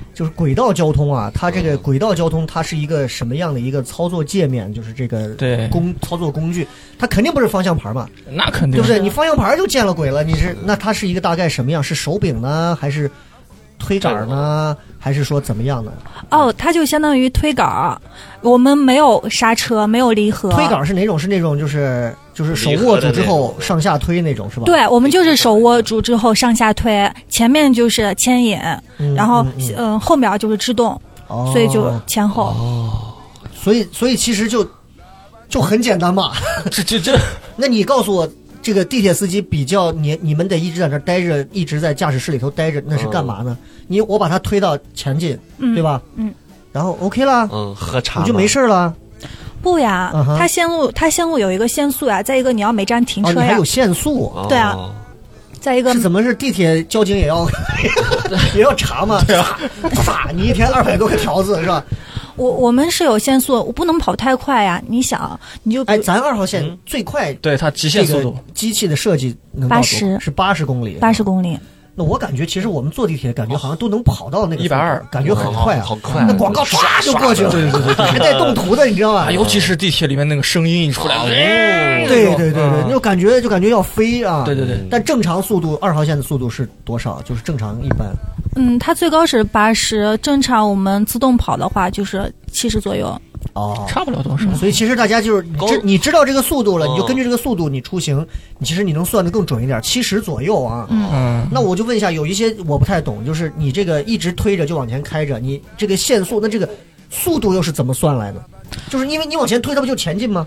[SPEAKER 3] 就是轨道交通啊，他这个轨道交通它是一个什么样的一个操作界面？就是这个
[SPEAKER 7] 对
[SPEAKER 3] 工操作工具，它肯定不是方向盘嘛，
[SPEAKER 7] 那肯
[SPEAKER 3] 对
[SPEAKER 7] 定
[SPEAKER 3] 不对？你方向盘就见了鬼了，你是那它是一个大概什么样？是手柄呢，还是推杆儿呢，还是说怎么样呢？
[SPEAKER 6] 哦，它就相当于推杆儿，我们没有刹车，没有离合。
[SPEAKER 3] 推杆儿是哪种？是那种就是就是手握住之后上下推那种是吧？
[SPEAKER 6] 对，我们就是手握住之后向下推，前面就是牵引，
[SPEAKER 3] 嗯，
[SPEAKER 6] 然后
[SPEAKER 3] 嗯嗯
[SPEAKER 6] 嗯、后面就是制动，
[SPEAKER 3] 哦
[SPEAKER 6] 所以就前后。
[SPEAKER 3] 所以所以其实就就很简单嘛。
[SPEAKER 7] 这这这，
[SPEAKER 3] 那你告诉我，这个地铁司机比较你你们得一直在那儿待着，一直在驾驶室里头待着，那是干嘛呢？你我把它推到前进，
[SPEAKER 6] 哦嗯，
[SPEAKER 3] 对？吧？
[SPEAKER 6] 嗯，
[SPEAKER 3] 然后 OK
[SPEAKER 7] 哦
[SPEAKER 3] 啦，
[SPEAKER 5] 嗯，喝
[SPEAKER 3] 你
[SPEAKER 5] 茶嘛
[SPEAKER 3] 就没事儿了。
[SPEAKER 6] 不呀
[SPEAKER 3] 嗯，哼
[SPEAKER 6] 它线路它线路有一个限速呀，再一个你要每站停
[SPEAKER 3] 哦，你
[SPEAKER 6] 车
[SPEAKER 3] 还
[SPEAKER 6] 呀
[SPEAKER 3] 有，限速，
[SPEAKER 5] 哦
[SPEAKER 6] 对啊再一个
[SPEAKER 3] 是怎么是地铁交警也 要也要查吗？对啊，咋你一天二百多个条子是吧？
[SPEAKER 6] 我我们是有限速，我不能跑太快呀。你想，你就比
[SPEAKER 3] 哎，
[SPEAKER 6] 如
[SPEAKER 3] 咱二号线最快
[SPEAKER 7] 嗯对它极限
[SPEAKER 3] 这
[SPEAKER 7] 速
[SPEAKER 3] 个
[SPEAKER 7] 度，
[SPEAKER 3] 机器的设计能到多
[SPEAKER 6] 80
[SPEAKER 3] 是八十公里，
[SPEAKER 6] 八十。公里，
[SPEAKER 3] 那我感觉其实我们坐地铁，感觉好像都能跑到那个
[SPEAKER 7] 120
[SPEAKER 3] 速度感觉很快啊，
[SPEAKER 5] 好快啊
[SPEAKER 3] 那广告唰就过去了，
[SPEAKER 7] 对对对对
[SPEAKER 3] 还带动图的，你知道吗
[SPEAKER 7] 啊，？尤其是地铁里面那个声音一出来，
[SPEAKER 3] 对
[SPEAKER 7] 哎对
[SPEAKER 3] 对对对，那种感觉就感觉要飞啊。
[SPEAKER 7] 对对对。
[SPEAKER 3] 但正常速度，二号线的速度是多少？就是正常一般。
[SPEAKER 6] 嗯，它最高是八十，正常我们自动跑的话就是七十左右。
[SPEAKER 3] 哦，
[SPEAKER 7] 差不了多少。
[SPEAKER 3] 所以其实大家就是你知你知道这个速度了，你就根据这个速度你出行，你其实你能算得更准一点，七十左右啊。
[SPEAKER 7] 嗯，
[SPEAKER 3] 那我就问一下，有一些我不太懂，就是你这个一直推着就往前开着，你这个限速，那这个速度又是怎么算来的？就是因为你往前推，它不就前进吗？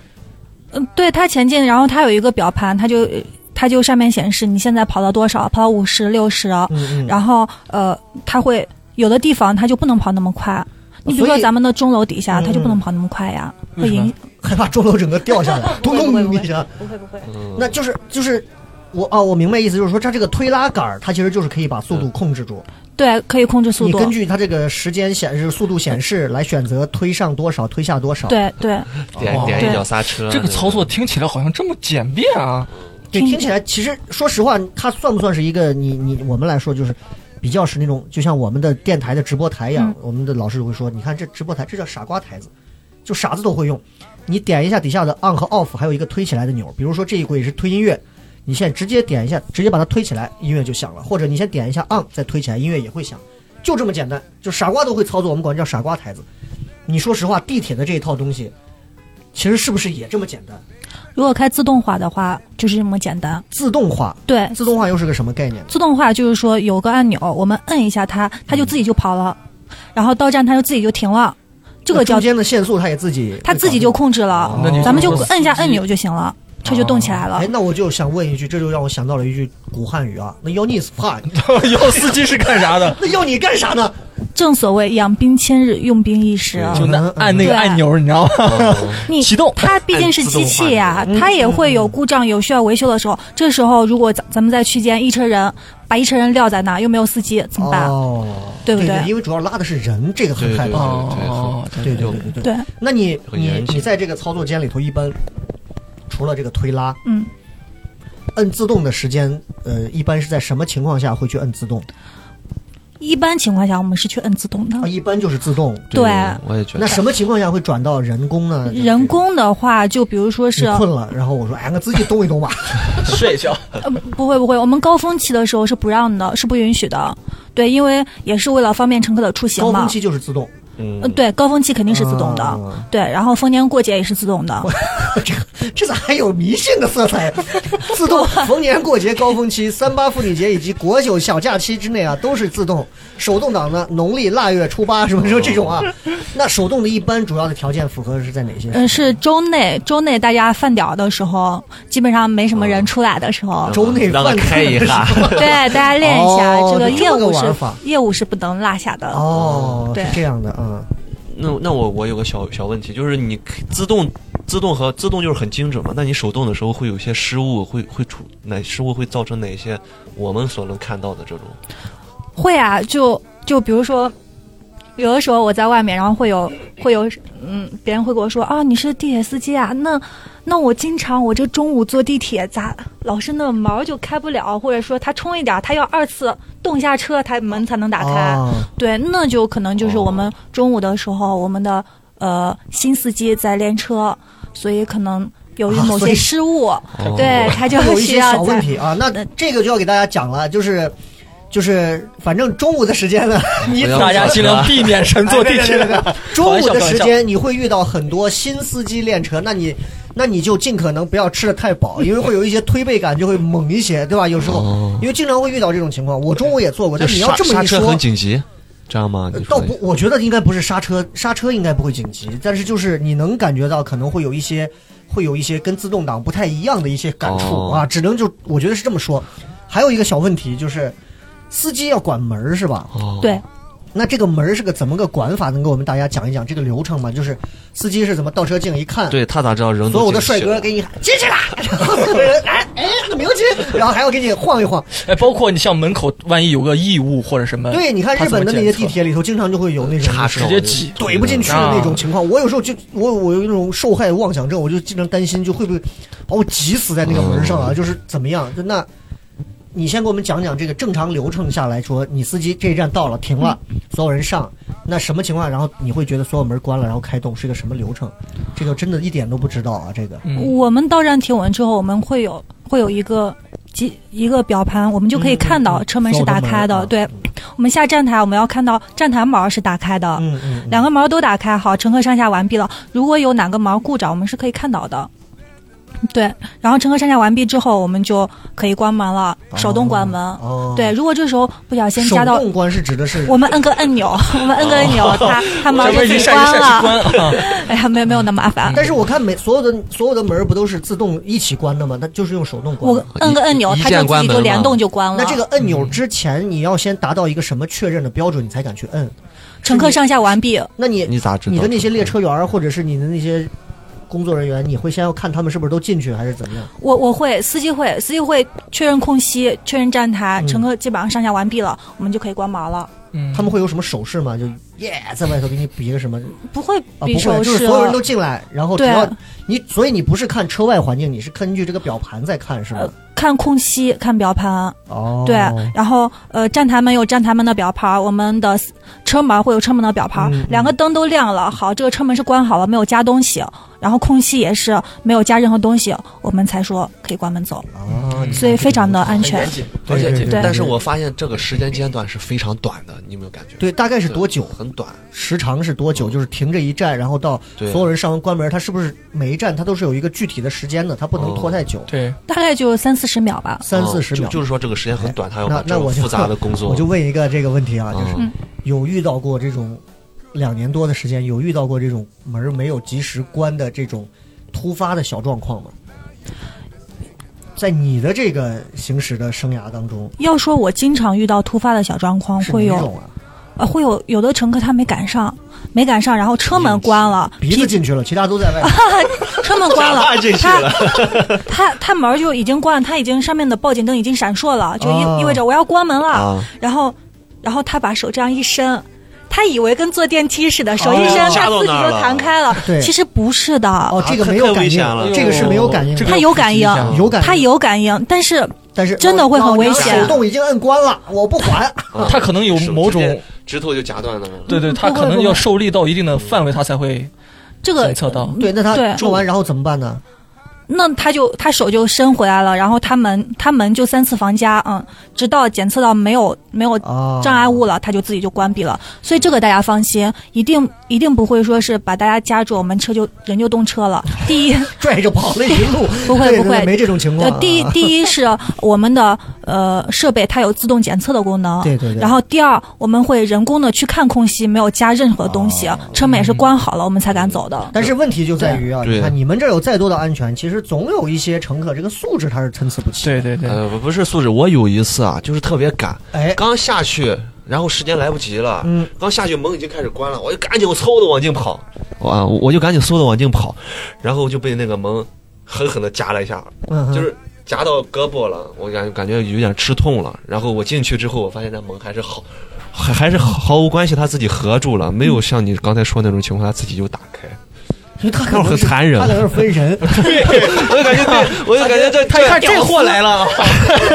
[SPEAKER 6] 嗯，对，它前进，然后它有一个表盘，它就它就上面显示你现在跑到多少，跑到五十、六十，
[SPEAKER 3] 嗯嗯。
[SPEAKER 6] 然后呃，它会有的地方它就不能跑那么快。你比如
[SPEAKER 3] 所
[SPEAKER 6] 说
[SPEAKER 3] 以
[SPEAKER 6] 咱们的钟楼底下，它就不
[SPEAKER 3] 嗯
[SPEAKER 6] 能跑那么快呀，
[SPEAKER 7] 为
[SPEAKER 6] 会
[SPEAKER 7] 什么
[SPEAKER 6] 影
[SPEAKER 3] 害怕钟楼整个掉下 来，咚
[SPEAKER 6] 不会
[SPEAKER 3] 咚
[SPEAKER 6] 不会
[SPEAKER 3] 一下。
[SPEAKER 6] 不会不会。
[SPEAKER 5] 嗯
[SPEAKER 3] 那就是就是我哦，我明白意思，就是说它这个推拉杆儿，它其实就是可以把速度控制住，
[SPEAKER 6] 对，可以控制速
[SPEAKER 3] 你
[SPEAKER 6] 度。
[SPEAKER 3] 根据它这个时间显示、速度显示来选择推上多少、推下多少。
[SPEAKER 6] 对对，
[SPEAKER 3] 哦
[SPEAKER 5] 点点一脚刹车，
[SPEAKER 7] 这个操作听起来好像这么简便 啊。
[SPEAKER 3] 对，听起来其实说实话，它算不算是一个你你我们来说就是。比较是那种，就像我们的电台的直播台一样，
[SPEAKER 6] 嗯
[SPEAKER 3] 我们的老师会说：“你看这直播台，这叫傻瓜台子，就傻子都会用。你点一下底下的 on 和 off，还有一个推起来的钮儿。比如说这一轨是推音乐，你现在直接点一下，直接把它推起来，音乐就响了；或者你先点一下 on，再推起来，音乐也会响。就这么简单，就傻瓜都会操作，我们管这叫傻瓜台子。你说实话，地铁的这一套东西，其实是不是也这么简单？
[SPEAKER 6] 如果开自动化的话，就是这么简单。
[SPEAKER 3] 自动化，
[SPEAKER 6] 对，
[SPEAKER 3] 自动化又是个什么概念？
[SPEAKER 6] 自动化就是说有个按钮，我们摁一下它，它就自己就跑了，然后到站它就自己就停了，这个
[SPEAKER 3] 那
[SPEAKER 6] 叫
[SPEAKER 3] 中间的限速它也自己，
[SPEAKER 6] 它自己就。控制了
[SPEAKER 7] 那你，
[SPEAKER 6] 咱们就
[SPEAKER 7] 说
[SPEAKER 6] 摁一下
[SPEAKER 7] 司机
[SPEAKER 6] 按钮就行了，车就动起来了
[SPEAKER 3] 哎，。那我就想问一句，这就让我想到了一句古汉语啊，那要你死怕，
[SPEAKER 7] 要司机是干啥的？
[SPEAKER 3] 那要你干啥呢？
[SPEAKER 6] 正所谓养兵千日，用兵一时啊。
[SPEAKER 7] 就那按那个
[SPEAKER 6] 对
[SPEAKER 7] 按钮，你知道吗？
[SPEAKER 6] 你
[SPEAKER 7] 启动
[SPEAKER 6] 它毕竟是机器呀、它也会有故障、有需要维修的时候。这时候如果咱咱们在区间一车人把一车人撂在那，又没有司机，怎么办？
[SPEAKER 3] 哦，
[SPEAKER 6] 嗯对不
[SPEAKER 3] 对
[SPEAKER 6] 对
[SPEAKER 3] 因为主要拉的是人，这个很
[SPEAKER 5] 对
[SPEAKER 3] 害
[SPEAKER 5] 对
[SPEAKER 3] 怕。
[SPEAKER 7] 哦
[SPEAKER 5] 对
[SPEAKER 3] 对
[SPEAKER 5] 对
[SPEAKER 3] 对
[SPEAKER 5] 对
[SPEAKER 3] 对对对。
[SPEAKER 6] 对，
[SPEAKER 3] 那你
[SPEAKER 5] 很
[SPEAKER 3] 你
[SPEAKER 5] 严谨
[SPEAKER 3] 你在这个操作间里头，一般除了这个推拉，
[SPEAKER 6] 嗯，
[SPEAKER 3] 摁自动的时间，呃，一般是在什么情况下会去摁自动？
[SPEAKER 6] 一般情况下我们是去摁自动的。
[SPEAKER 3] 啊，一般就是自动。
[SPEAKER 6] 对
[SPEAKER 5] 嗯我也觉
[SPEAKER 3] 那
[SPEAKER 5] 得
[SPEAKER 3] 什么情况下会转到人工呢？就是
[SPEAKER 6] 人工啊的话，就比如说
[SPEAKER 3] 你
[SPEAKER 6] 是
[SPEAKER 3] 困了，然后我说，哎，我自己动一动吧。
[SPEAKER 7] 睡一觉。
[SPEAKER 6] 呃，不会不会，我们高峰期的时候是不让的，是不允许的。对，因为也是为了方便乘客的出 行
[SPEAKER 3] 高
[SPEAKER 6] 嘛
[SPEAKER 3] 峰。期就是自动，
[SPEAKER 6] 嗯、对，高峰期肯定是自动的。
[SPEAKER 3] 啊
[SPEAKER 6] 对，然后逢年过节也是自动的。
[SPEAKER 3] 这个这咋还有迷信的色彩？自 动逢年过节、高峰期、三八妇女节以及国九小假期之内啊，都是自动手动挡的。农历腊月初八什么时候这种啊？那手动的一般主要的条件符合是在哪些？
[SPEAKER 6] 嗯，是周内，周内大家饭点儿的时候，基本上没什么人出来的时候，
[SPEAKER 3] 哦周内
[SPEAKER 5] 让他
[SPEAKER 3] 饭
[SPEAKER 5] 开一下，
[SPEAKER 6] 对，大家练一下、
[SPEAKER 3] 哦
[SPEAKER 6] 这个
[SPEAKER 3] 这
[SPEAKER 6] 业
[SPEAKER 3] 么个
[SPEAKER 6] 务
[SPEAKER 3] 玩
[SPEAKER 6] 是
[SPEAKER 3] 法
[SPEAKER 6] 业务是不能落下的。
[SPEAKER 3] 哦，是
[SPEAKER 6] 对
[SPEAKER 3] 这样的啊。
[SPEAKER 5] 那那我我有个小小问题，就是你自动自动和自动就是很精准嘛，那你手动的时候会有一些失误，会会出哪失误会造成哪些我们所能看到的这种
[SPEAKER 6] 会啊，就就比如说，有的时候我在外面，然后会有会有，嗯，别人会跟我说啊，你是地铁司机啊，那那我经常我这中午坐地铁咋老是那毛就开不了，或者说它冲一点，它要二次动一下车，它门才能打开。
[SPEAKER 3] 哦
[SPEAKER 6] 对，那就可能就是我们中午的时候，我们的呃新司机在练车，所以可能由于
[SPEAKER 3] 啊
[SPEAKER 6] 某
[SPEAKER 3] 所
[SPEAKER 6] 些
[SPEAKER 3] 以
[SPEAKER 6] 失误，对他就
[SPEAKER 3] 有一
[SPEAKER 6] 需
[SPEAKER 3] 些
[SPEAKER 6] 要
[SPEAKER 3] 小
[SPEAKER 6] 在
[SPEAKER 3] 问题啊，那这个就要给大家讲了，就是就是反正中午的时间呢，你
[SPEAKER 5] 不要
[SPEAKER 7] 大家尽量避免乘坐地铁。
[SPEAKER 3] 中午的时间你会遇到很多新司机练车，那你那你就尽可能不要吃的太饱，因为会有一些推背感就会猛一些，对吧？有时候、因为经常会遇到这种情况，我中午也做过，
[SPEAKER 5] 哦就
[SPEAKER 3] 但你要
[SPEAKER 5] 刹
[SPEAKER 3] 这么
[SPEAKER 5] 刹
[SPEAKER 3] 一
[SPEAKER 5] 车
[SPEAKER 3] 说
[SPEAKER 5] 很。紧急，这样吗？你
[SPEAKER 3] 倒
[SPEAKER 5] 说的
[SPEAKER 3] 不，我觉得应该不是刹车，刹车应该不会紧急，但是就是你能感觉到可能会有一些，会有一些跟自动挡不太一样的一些感触、
[SPEAKER 5] 哦
[SPEAKER 3] 啊，只能就我觉得是这么说。还有一个小问题就是，司机要管门儿是吧？
[SPEAKER 5] 哦，
[SPEAKER 6] 对，
[SPEAKER 3] 那这个门儿是个怎么个管法？能给我们大家讲一讲这个流程吗？就是司机是怎么倒车镜一看，
[SPEAKER 5] 对他咋知道人都
[SPEAKER 3] 所有的
[SPEAKER 5] 进去
[SPEAKER 3] 帅哥
[SPEAKER 5] 了
[SPEAKER 3] 给你喊进去啦，然后所有人哎哎明星，然后还要给你晃一晃。
[SPEAKER 7] 哎，包括你像门口，万一有个异物或者什么，
[SPEAKER 3] 对，你看
[SPEAKER 7] 嗯他
[SPEAKER 3] 日
[SPEAKER 7] 怎么
[SPEAKER 3] 本的那些
[SPEAKER 7] 检测
[SPEAKER 3] 地铁里头，经常就会有那种
[SPEAKER 5] 插手
[SPEAKER 7] 直接挤
[SPEAKER 3] 怼不进去的
[SPEAKER 7] 啊
[SPEAKER 3] 那种情况。我有时候就我我有那种受害妄想症，我就经常担心，就会不会把我挤死在那个门上
[SPEAKER 7] 嗯
[SPEAKER 3] 啊？就是怎么样？就那，你先给我们讲讲这个正常流程下来说，你司机这一站到了停了，所有人上，那什么情况？然后你会觉得所有门关了，然后开动是一个什么流程？这个真的一点都不知道啊！这个
[SPEAKER 7] 嗯，
[SPEAKER 6] 我们到站停稳之后，我们会有会有一个机一个表盘，我们就可以看到车门是打开的。对，我们下站台，我们要看到站台毛是打开的，
[SPEAKER 3] 嗯嗯，
[SPEAKER 6] 两个毛都打开，好，乘客上下完毕了。如果有哪个毛故障，我们是可以看到的。对，然后乘客上下完毕之后，我们就可以关门了，手动关门。
[SPEAKER 3] 哦，
[SPEAKER 6] 对，，如果这时候不小心
[SPEAKER 3] 手
[SPEAKER 6] 加到
[SPEAKER 3] 动关是指的是
[SPEAKER 6] 我们摁个按钮， 我们摁个按钮，它它毛
[SPEAKER 7] 稍
[SPEAKER 6] 就
[SPEAKER 7] 微
[SPEAKER 6] 自
[SPEAKER 7] 一
[SPEAKER 6] 己
[SPEAKER 7] 扇一扇去
[SPEAKER 6] 关了。
[SPEAKER 7] 关啊，
[SPEAKER 6] 哎呀，没有没有那么麻烦。
[SPEAKER 3] 但是我看每所有的所有的门儿不都是自动一起关的吗？那就是用手动关。
[SPEAKER 6] 我摁个按钮，
[SPEAKER 5] 一一
[SPEAKER 6] 它
[SPEAKER 5] 键
[SPEAKER 6] 就自
[SPEAKER 5] 关
[SPEAKER 6] 己
[SPEAKER 5] 门
[SPEAKER 6] 就
[SPEAKER 5] 嘛
[SPEAKER 6] 联动就关了。
[SPEAKER 3] 那这个按钮之前，你要先达到一个什么确认的标准，你才敢去摁？
[SPEAKER 6] 乘客上下完毕，
[SPEAKER 3] 那你
[SPEAKER 5] 你咋知道？
[SPEAKER 3] 你的那些列车员儿或者是你的那些工作人员，你会先要看他们是不是都进去，还是怎么样？
[SPEAKER 6] 我我会司机会司机会确认空隙，确认站台，
[SPEAKER 3] 嗯
[SPEAKER 6] 乘客基本上上下完毕了，我们就可以关门了。
[SPEAKER 7] 嗯
[SPEAKER 3] 他们会有什么手势吗？就耶，在外头给你比个什么？
[SPEAKER 6] 不会
[SPEAKER 3] 啊，
[SPEAKER 6] 比
[SPEAKER 3] 不会，
[SPEAKER 6] 手
[SPEAKER 3] 就是
[SPEAKER 6] 势
[SPEAKER 3] 所有人
[SPEAKER 6] 了
[SPEAKER 3] 都。进来，然后只
[SPEAKER 6] 对啊
[SPEAKER 3] 要你，所以你不是看车外环境，你是根据这个表盘在看，是吗
[SPEAKER 6] 呃？看空隙，看表盘，
[SPEAKER 3] 哦，
[SPEAKER 6] 对，然后呃，站台门有站台门的表盘，我们的车门会有车门的表盘，
[SPEAKER 3] 嗯嗯
[SPEAKER 6] 两个灯都亮了，好，这个车门是关好了，没有加东西，然后空隙也是没有加任何东西，我们才说可以关门走，
[SPEAKER 3] 哦，你
[SPEAKER 6] 所以非常的安全。
[SPEAKER 7] 谨，
[SPEAKER 5] 而且
[SPEAKER 3] 对对
[SPEAKER 6] 对
[SPEAKER 5] 但是我发现这个时间间段是非常短的，你有没有感觉？，
[SPEAKER 3] 对，大概是多久？
[SPEAKER 5] 很短，
[SPEAKER 3] 时长是多久？就是停这一站，然后到
[SPEAKER 5] 嗯对
[SPEAKER 3] 所有人上完关门，它是不是每一站它都是有一个具体的时间的？它不能拖太久，
[SPEAKER 7] 对，
[SPEAKER 6] 大概就三四十秒吧。
[SPEAKER 3] 三
[SPEAKER 5] 哦
[SPEAKER 3] 四十
[SPEAKER 5] 就
[SPEAKER 3] 秒。
[SPEAKER 5] 就是说这个时间很短，他要
[SPEAKER 3] 那
[SPEAKER 5] 把
[SPEAKER 3] 那
[SPEAKER 5] 这
[SPEAKER 3] 我
[SPEAKER 5] 么
[SPEAKER 3] 就
[SPEAKER 5] 复杂的工作，
[SPEAKER 3] 我就问一个这个问题啊，就是
[SPEAKER 5] 嗯
[SPEAKER 3] 有遇到过这种两年多的时间，有遇到过这种门儿没有及时关的这种突发的小状况吗？在你的这个行驶的生涯当中，
[SPEAKER 6] 要说我经常遇到突发的小状况，
[SPEAKER 3] 是
[SPEAKER 6] 会
[SPEAKER 3] 哪
[SPEAKER 6] 有
[SPEAKER 3] 种啊？
[SPEAKER 6] 呃会有有的乘客他没赶上，没赶上，然后车门关了，
[SPEAKER 3] 鼻子进去了，其他都在外面。
[SPEAKER 6] 车门关了
[SPEAKER 5] 假发进，去
[SPEAKER 6] 他他他门儿就已经关了，他已经上面的报警灯已经闪烁了，就意、
[SPEAKER 3] 哦
[SPEAKER 6] 意味着我要关门了。
[SPEAKER 5] 啊
[SPEAKER 6] 然后然后他把手这样一伸，他以为跟坐电梯似的，手一伸、
[SPEAKER 5] 吓
[SPEAKER 6] 他
[SPEAKER 5] 到
[SPEAKER 6] 自己
[SPEAKER 5] 那儿
[SPEAKER 6] 就
[SPEAKER 5] 了
[SPEAKER 6] 弹开了
[SPEAKER 3] 对，
[SPEAKER 6] 其实不是的，
[SPEAKER 3] 哦，这个
[SPEAKER 5] 太
[SPEAKER 3] 没有
[SPEAKER 5] 太危
[SPEAKER 3] 感
[SPEAKER 5] 险
[SPEAKER 3] 应
[SPEAKER 5] 了，
[SPEAKER 3] 这个是没有感应
[SPEAKER 7] 这
[SPEAKER 3] 的，
[SPEAKER 7] 个
[SPEAKER 6] 他哎有感应
[SPEAKER 7] 这个
[SPEAKER 3] 有感应，
[SPEAKER 6] 他有感应，但是
[SPEAKER 3] 但是
[SPEAKER 6] 真的会很危
[SPEAKER 3] 老娘
[SPEAKER 5] 险
[SPEAKER 3] 手动已经摁关了，我不 还。
[SPEAKER 5] 啊
[SPEAKER 7] 他可能有
[SPEAKER 5] 手
[SPEAKER 7] 某
[SPEAKER 5] 直接
[SPEAKER 7] 种
[SPEAKER 5] 指头就夹断那儿了。
[SPEAKER 7] 对对，他
[SPEAKER 6] 不会
[SPEAKER 7] 可能
[SPEAKER 6] 不
[SPEAKER 7] 要
[SPEAKER 6] 会
[SPEAKER 7] 受力到一定的范围，他才会
[SPEAKER 6] 这个
[SPEAKER 7] 检测到。
[SPEAKER 3] 对，那他
[SPEAKER 6] 对
[SPEAKER 3] 做完然后怎么办呢？
[SPEAKER 6] 那他就他手就伸回来了，然后他门他门就三次防夹，嗯，直到检测到没有没有
[SPEAKER 3] 啊，
[SPEAKER 6] 障碍物了，他就自己就关闭了。所以这个大家放心，一定一定不会说是把大家夹住，我们车就人就动车 了。第一，
[SPEAKER 3] 拽着跑了一路，
[SPEAKER 6] 不会
[SPEAKER 3] 对
[SPEAKER 6] 不
[SPEAKER 3] 对对
[SPEAKER 6] 会
[SPEAKER 3] 没这种情况
[SPEAKER 6] 呃
[SPEAKER 3] 啊。，
[SPEAKER 6] 第一第一是我们的呃设备它有自动检测的功能。
[SPEAKER 3] 对对对，
[SPEAKER 6] 然后第二，我们会人工的去看空隙，没有加任何东
[SPEAKER 3] 哦
[SPEAKER 6] 西，
[SPEAKER 3] 嗯
[SPEAKER 6] 车门也是关好了，我们才敢走的。
[SPEAKER 3] 但是问题就在于啊，
[SPEAKER 5] 对
[SPEAKER 3] 你看你们这儿有再多的安全，其实总有一些乘客这个素质他是参差不齐。，
[SPEAKER 7] 对对对，
[SPEAKER 5] 呃，不不是素质，我有一次啊，就是特别赶，
[SPEAKER 3] 哎，
[SPEAKER 5] 刚下去，然后时间来不及了，
[SPEAKER 3] 嗯，
[SPEAKER 5] 刚下去门已经开始关了，我就赶紧我嗖的往进跑，啊，我我就赶紧嗖的往进跑，然后就被那个门狠狠的夹了一下，
[SPEAKER 3] 嗯哼
[SPEAKER 5] 就是夹到胳膊了，我感感觉有点吃痛了。然后我进去之后，我发现那门还是好，还还是毫无关系，它自己合住了，没有像你刚才说那种情况，它自己就打开。
[SPEAKER 3] 因为他可能
[SPEAKER 5] 很
[SPEAKER 3] 是
[SPEAKER 5] 残忍
[SPEAKER 3] 他可能是分 人。
[SPEAKER 5] 我就感觉对，我就感觉这
[SPEAKER 3] 他一看这货来
[SPEAKER 5] 了。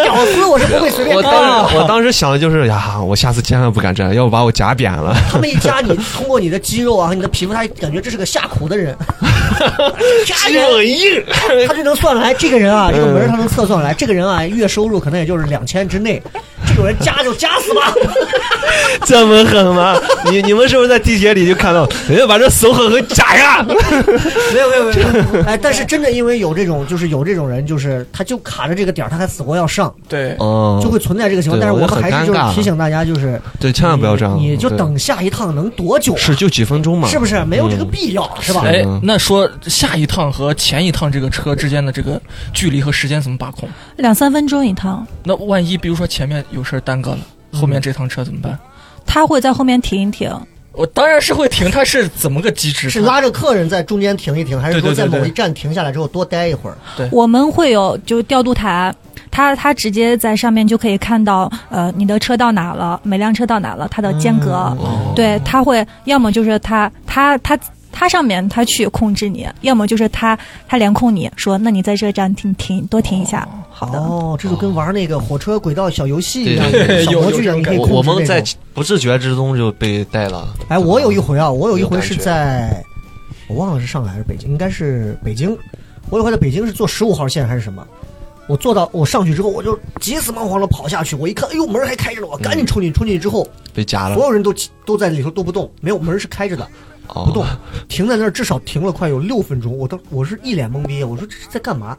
[SPEAKER 3] 屌丝，我是不会随便
[SPEAKER 5] 我
[SPEAKER 3] 干
[SPEAKER 5] 当
[SPEAKER 3] 的。
[SPEAKER 7] 啊
[SPEAKER 5] 时我当时想的就是呀，我下次千万不敢这样，要不把我夹扁了。
[SPEAKER 3] 他们一夹你，通过你的肌肉啊，你的皮肤，他感觉这是个下苦的 人，
[SPEAKER 5] 肌肉很硬， 嗯
[SPEAKER 3] 他就能算出来这个人啊，这个门儿他能测算出来，这个人啊，月收入可能也就是两千之内，这种人夹就夹死吧。
[SPEAKER 5] 这么狠吗？你你们是不是在地铁里就看到人家把这手狠狠夹呀？
[SPEAKER 3] 没有没有没有，哎，但是真的因为有这种，就是有这种人，就是他就卡着这个点儿，他还死活要上，
[SPEAKER 7] 对，
[SPEAKER 5] 哦
[SPEAKER 3] 就会存在这个情况。
[SPEAKER 5] 对
[SPEAKER 3] 但是
[SPEAKER 5] 我
[SPEAKER 3] 我
[SPEAKER 5] 觉
[SPEAKER 3] 们
[SPEAKER 5] 得很
[SPEAKER 3] 还是就
[SPEAKER 5] 尴尬
[SPEAKER 3] 是
[SPEAKER 5] 了
[SPEAKER 3] 提醒大家，就是
[SPEAKER 5] 对，千万不要这样，
[SPEAKER 3] 你你就
[SPEAKER 5] 对
[SPEAKER 3] 等下一趟能多久啊、
[SPEAKER 5] 是就几分钟嘛，
[SPEAKER 3] 是不是没有这个
[SPEAKER 5] 嗯
[SPEAKER 3] 必要，是吧？
[SPEAKER 5] 对
[SPEAKER 7] 哎
[SPEAKER 5] 嗯，
[SPEAKER 7] 那说下一趟和前一趟这个车之间的这个距离和时间怎么把控？
[SPEAKER 6] 两三分钟一趟，
[SPEAKER 7] 那万一比如说前面有事儿耽搁了，后面这趟车怎么办？
[SPEAKER 6] 他会在后面停一停，
[SPEAKER 7] 我当然是会停，它是怎么个机制？
[SPEAKER 3] 是
[SPEAKER 7] 它
[SPEAKER 3] 拉着客人在中间停一停，还是
[SPEAKER 7] 对
[SPEAKER 3] 说
[SPEAKER 7] 对
[SPEAKER 3] 在
[SPEAKER 7] 对对
[SPEAKER 3] 某一站停下来之后多待一会儿？
[SPEAKER 6] 我们会有就调度台，它它直接在上面就可以看到，呃，你的车到哪了，每辆车到哪了，它的呃间隔，啊
[SPEAKER 3] 嗯
[SPEAKER 5] 哦
[SPEAKER 6] 对，它会要么就是它它它它上面它去控制你，要么就是它它联控你说，那你在这站停停多停一下，好的，
[SPEAKER 3] 哦，这就跟玩那个火车轨道小游戏一样，
[SPEAKER 5] 对对
[SPEAKER 7] 对
[SPEAKER 3] 小模
[SPEAKER 7] 有有
[SPEAKER 3] 具
[SPEAKER 7] 这
[SPEAKER 3] 啊，
[SPEAKER 7] 种
[SPEAKER 3] 你可以
[SPEAKER 5] 我
[SPEAKER 3] 控制
[SPEAKER 5] 我们
[SPEAKER 3] 这
[SPEAKER 5] 在
[SPEAKER 3] 种
[SPEAKER 5] 不自觉之中就被带了。
[SPEAKER 3] 哎，我有一回啊，我有一回是
[SPEAKER 5] 有感觉
[SPEAKER 3] 在，我忘了是上海还是北京，应该是北京。我有一回在北京是坐十五号线还是什么？我坐到我上去之后，我就急死忙慌的跑下去，我一看，哎呦，门还开着呢，我赶紧冲进去。冲进去之后，
[SPEAKER 5] 嗯被夹
[SPEAKER 3] 所
[SPEAKER 5] 嗯了，
[SPEAKER 3] 有人都起都在里头都不动，没有门是开着的，
[SPEAKER 5] 不
[SPEAKER 3] 不动， 停在那儿至少停了快有六分钟。我当我是一脸懵逼，我说这是在干嘛？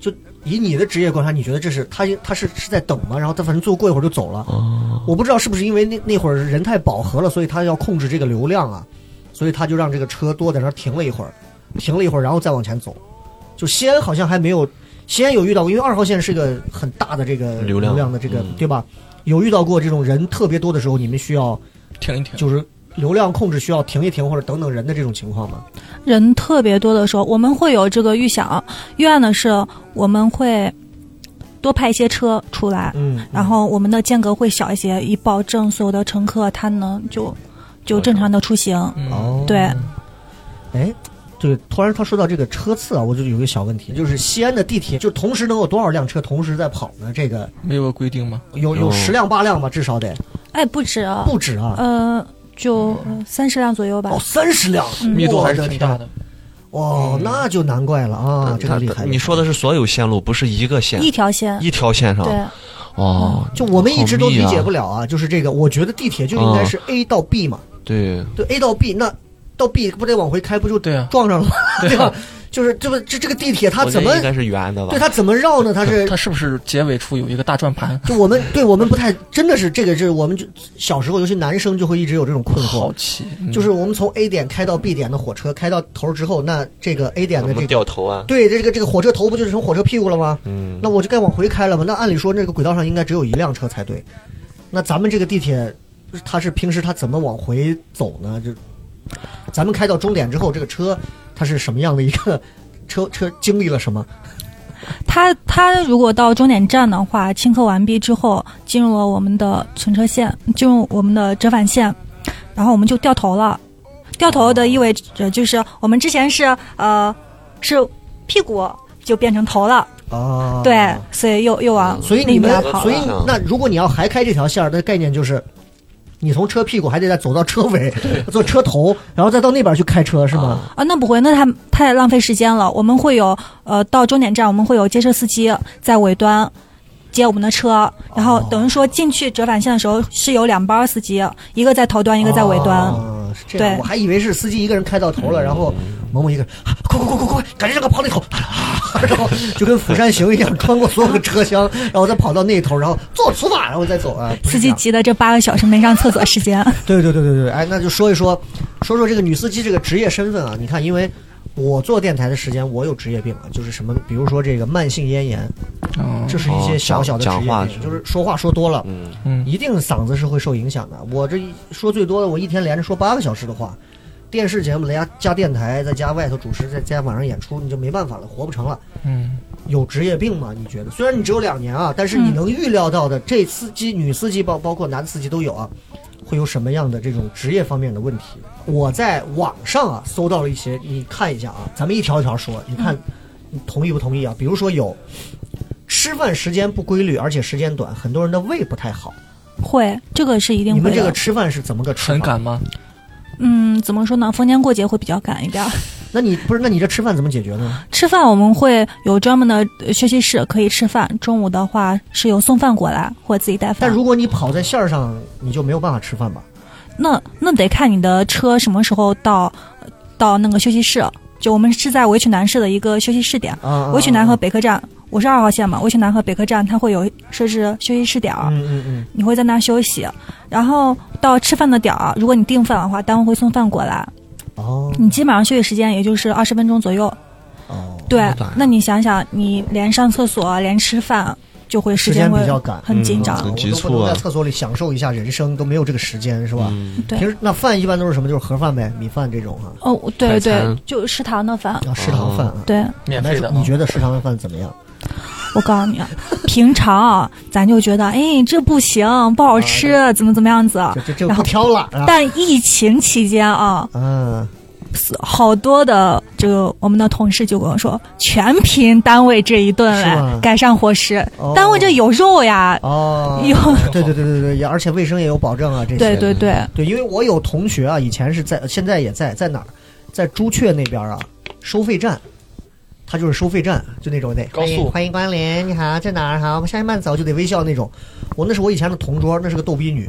[SPEAKER 3] 就以你的职业观察，你觉得这是他他是是在等吗？然后他反正最后过一会儿就走了。
[SPEAKER 5] 哦
[SPEAKER 3] 我不知道是不是因为那那会儿人太饱和了，所以他要控制这个流量啊，所以他就让这个车多在那儿停了一会儿，停了一会儿，然后再往前走。就西安好像还没有，西安有遇到过，因为二号线是个很大的这个
[SPEAKER 5] 流量
[SPEAKER 3] 的这个、
[SPEAKER 5] 嗯
[SPEAKER 3] 对吧？有遇到过这种人特别多的时候，你们需要
[SPEAKER 7] 停一停。
[SPEAKER 3] 就是流量控制需要停一停或者等等人的这种情况吗？
[SPEAKER 6] 人特别多的时候，我们会有这个预想，预案的是我们会多派一些车出来，
[SPEAKER 3] 嗯，
[SPEAKER 6] 然后我们的间隔会小一些，以保证所有的乘客他能就就正常的出行。
[SPEAKER 7] 嗯，
[SPEAKER 3] 哦，
[SPEAKER 6] 对，
[SPEAKER 3] 哎，对，突然他说到这个车次啊，我就有一个小问题，就是西安的地铁就同时能有多少辆车同时在跑呢？这个
[SPEAKER 7] 没有个规定吗？
[SPEAKER 3] 有有
[SPEAKER 5] 有
[SPEAKER 3] 十辆八辆吧，至少得
[SPEAKER 6] 哎，不止啊，
[SPEAKER 3] 不止啊。
[SPEAKER 6] 呃，就三十辆左右吧
[SPEAKER 3] 哦，。三十辆，
[SPEAKER 7] 嗯密度还是
[SPEAKER 3] 我的
[SPEAKER 7] 挺
[SPEAKER 3] 天
[SPEAKER 7] 大的。
[SPEAKER 3] 哦，那就难怪了啊，这个厉害。
[SPEAKER 5] 你说的是所有线路，不是一个线，
[SPEAKER 6] 一条线，
[SPEAKER 5] 一条线上。
[SPEAKER 6] 对，
[SPEAKER 5] 哦，
[SPEAKER 3] 嗯就我们一直都理解不
[SPEAKER 5] 了。
[SPEAKER 3] 了啊，就是这个，我觉得地铁就应该是 A 到 B 嘛，
[SPEAKER 5] 对，
[SPEAKER 3] 对 A 到 B，那到 B 不得往回开，不就
[SPEAKER 7] 对啊
[SPEAKER 3] 撞上了吗？ 对吧？就是这不这这个地铁它
[SPEAKER 5] 我觉
[SPEAKER 3] 怎
[SPEAKER 5] 得
[SPEAKER 3] 么
[SPEAKER 5] 应该是圆的吧
[SPEAKER 3] 对？它怎么绕呢？它 是
[SPEAKER 7] 它是不是结尾处有一个大转盘？
[SPEAKER 3] 就我们对我们不太真的是这个是我们就小时候，尤其男生就会一直有这种困惑
[SPEAKER 7] 好，奇，嗯
[SPEAKER 3] 就是我们从 A 点开到 B 点的火车开到头之后，那这个 A 点
[SPEAKER 5] 怎
[SPEAKER 3] 的这
[SPEAKER 5] 么
[SPEAKER 3] 个。
[SPEAKER 5] 掉头啊？
[SPEAKER 3] 对，这个这个火车头不就是成火车屁股了吗？
[SPEAKER 5] 嗯，
[SPEAKER 3] 那我就该往回开了嘛。那按理说，那个轨道上应该只有一辆车才对。那咱们这个地铁，它是平时它怎么往回走呢？就咱们开到终点之后，这个车它是什么样的一个 车车经历了什么？
[SPEAKER 6] 它它如果到终点站的话，清客完毕之后，进入了我们的存车线，进入我们的折返线，然后我们就掉头了。掉头的意味着就是我们之前是呃是屁股就变成头了，
[SPEAKER 3] 哦，
[SPEAKER 6] 对，所以又又往
[SPEAKER 3] 所以
[SPEAKER 6] 啊那
[SPEAKER 3] 你们
[SPEAKER 6] 边跑，了。
[SPEAKER 3] 所以
[SPEAKER 5] 嗯
[SPEAKER 3] 那如果你要还开这条线儿，那概念就是，你从车屁股还得再走到车尾，坐车头，然后再到那边去开车是吗？
[SPEAKER 6] 啊，那不会，那太太浪费时间了。我们会有呃，到终点站我们会有接车司机在尾端接我们的车，然
[SPEAKER 3] 哦
[SPEAKER 6] 后等于说进去折返线的时候是有两班司机，一个在头端，一个在尾端。
[SPEAKER 3] 啊，是这样，
[SPEAKER 6] 对
[SPEAKER 3] 我还以为是司机一个人开到头了，然后萌萌一个人，啊快快快快快，赶紧让他跑那头，啊然后就跟《釜山行》一样，穿过所有的车厢，然后再跑到那头，然后坐出发，然后再走啊。不是
[SPEAKER 6] 司
[SPEAKER 3] 这
[SPEAKER 6] 机
[SPEAKER 3] 样
[SPEAKER 6] 急的这八个小时没上厕所时 间，
[SPEAKER 3] 对对对对对，哎，那就说一说，说说这个女司机这个职业身份啊。你看，因为我做电台的时间，我有职业病啊，就是什么，比如说这个慢性咽炎，
[SPEAKER 7] 嗯
[SPEAKER 3] 这是一些小小的职业
[SPEAKER 5] 哦讲话
[SPEAKER 3] 病，就是说话说多了，
[SPEAKER 5] 嗯，
[SPEAKER 7] 嗯，
[SPEAKER 3] 一定嗓子是会受影响的。我这一说最多的，我一天连着说八个小时的话，电视节目再加加电台，再加外头主持，再加晚上演出，你就没办法了，活不成了。
[SPEAKER 7] 嗯，
[SPEAKER 3] 有职业病吗？你觉得？虽然你只有两年啊，但是你
[SPEAKER 6] 嗯
[SPEAKER 3] 能预料到的，这司机、女司机包包括男司机都有啊，会有什么样的这种职业方面的问题？我在网上啊搜到了一些，你看一下啊，咱们一条一条说，你
[SPEAKER 6] 嗯
[SPEAKER 3] 看你同意不同意啊？比如说有吃饭时间不规律，而且时间短，很多人的胃不太好。
[SPEAKER 6] 会这个是一定
[SPEAKER 3] 你
[SPEAKER 6] 会的。嗯
[SPEAKER 3] 们这个吃饭是怎么个吃
[SPEAKER 7] 很
[SPEAKER 3] 法？
[SPEAKER 7] 赶吗？
[SPEAKER 6] 嗯，怎么说呢？逢年过节会比较赶一点儿，
[SPEAKER 3] 那你不是？那你这吃饭怎么解决呢？
[SPEAKER 6] 吃饭我们会有专门的呃休息室可以吃饭，中午的话是有送饭过来或者自己带
[SPEAKER 3] 但
[SPEAKER 6] 饭。
[SPEAKER 3] 如果你跑在线儿上，你就没有办法吃饭吧？
[SPEAKER 6] 那那得看你的车什么时候到到那个休息室。就我们是在围曲南市的一个休息室点，
[SPEAKER 3] 啊，
[SPEAKER 6] 围曲南和
[SPEAKER 3] 和
[SPEAKER 6] 北科站，我是二号线嘛，围曲南和北科站它会有设置休息室点儿，
[SPEAKER 3] 嗯嗯嗯，
[SPEAKER 6] 你会在那儿休息。然后到吃饭的点儿，如果你订饭的话，单位会送饭过来，
[SPEAKER 3] 哦
[SPEAKER 6] 你基本上休息时间也就是二十分钟左右。
[SPEAKER 3] 哦，
[SPEAKER 6] 对
[SPEAKER 5] 短，
[SPEAKER 6] 那你想想，你连上厕所连吃饭，就会时
[SPEAKER 3] 时间
[SPEAKER 6] 会
[SPEAKER 3] 比较赶
[SPEAKER 6] 很紧张。
[SPEAKER 3] 啊
[SPEAKER 5] 很急
[SPEAKER 3] 我都
[SPEAKER 5] 促
[SPEAKER 3] 不能
[SPEAKER 5] 啊嗯
[SPEAKER 3] 在厕所里享受一下人生，都没有这个时间是吧？
[SPEAKER 6] 对
[SPEAKER 3] 平时那饭一般都是什么？就是盒饭呗，米饭这种啊，
[SPEAKER 6] 哦，对
[SPEAKER 5] 快
[SPEAKER 6] 对
[SPEAKER 5] 餐，
[SPEAKER 6] 就食堂的饭。
[SPEAKER 3] 啊，食堂饭啊。
[SPEAKER 6] 对，
[SPEAKER 7] 免费的啊，
[SPEAKER 3] 你觉得食堂的饭怎么样？
[SPEAKER 6] 我告诉你，啊，平常啊，咱就觉得，哎，这不行，不好
[SPEAKER 3] 啊
[SPEAKER 6] 吃，怎么怎么样子。
[SPEAKER 3] 这这这
[SPEAKER 6] 然
[SPEAKER 3] 不
[SPEAKER 6] 后
[SPEAKER 3] 挑了啊。
[SPEAKER 6] 但疫情期间啊，
[SPEAKER 3] 嗯，
[SPEAKER 6] 是好多的这个我们的同事就跟我说，全凭单位这一顿
[SPEAKER 3] 是
[SPEAKER 6] 来
[SPEAKER 3] 吗
[SPEAKER 6] 改善伙食
[SPEAKER 3] 哦。
[SPEAKER 6] 单位这有肉呀，
[SPEAKER 3] 哦，
[SPEAKER 6] 有，
[SPEAKER 3] 对对对对对，也而且卫生也有保证 啊，这些。
[SPEAKER 6] 对对对，
[SPEAKER 3] 对，因为我有同学啊，以前是在，现在也在，在哪儿？在朱雀那边啊，收费站，他就是收费站，就那种得
[SPEAKER 7] 高速
[SPEAKER 3] 哎欢迎光临，你好，在哪儿？好，我们下一慢走，就得微笑那种。我那是我以前的同桌，那是个逗逼女，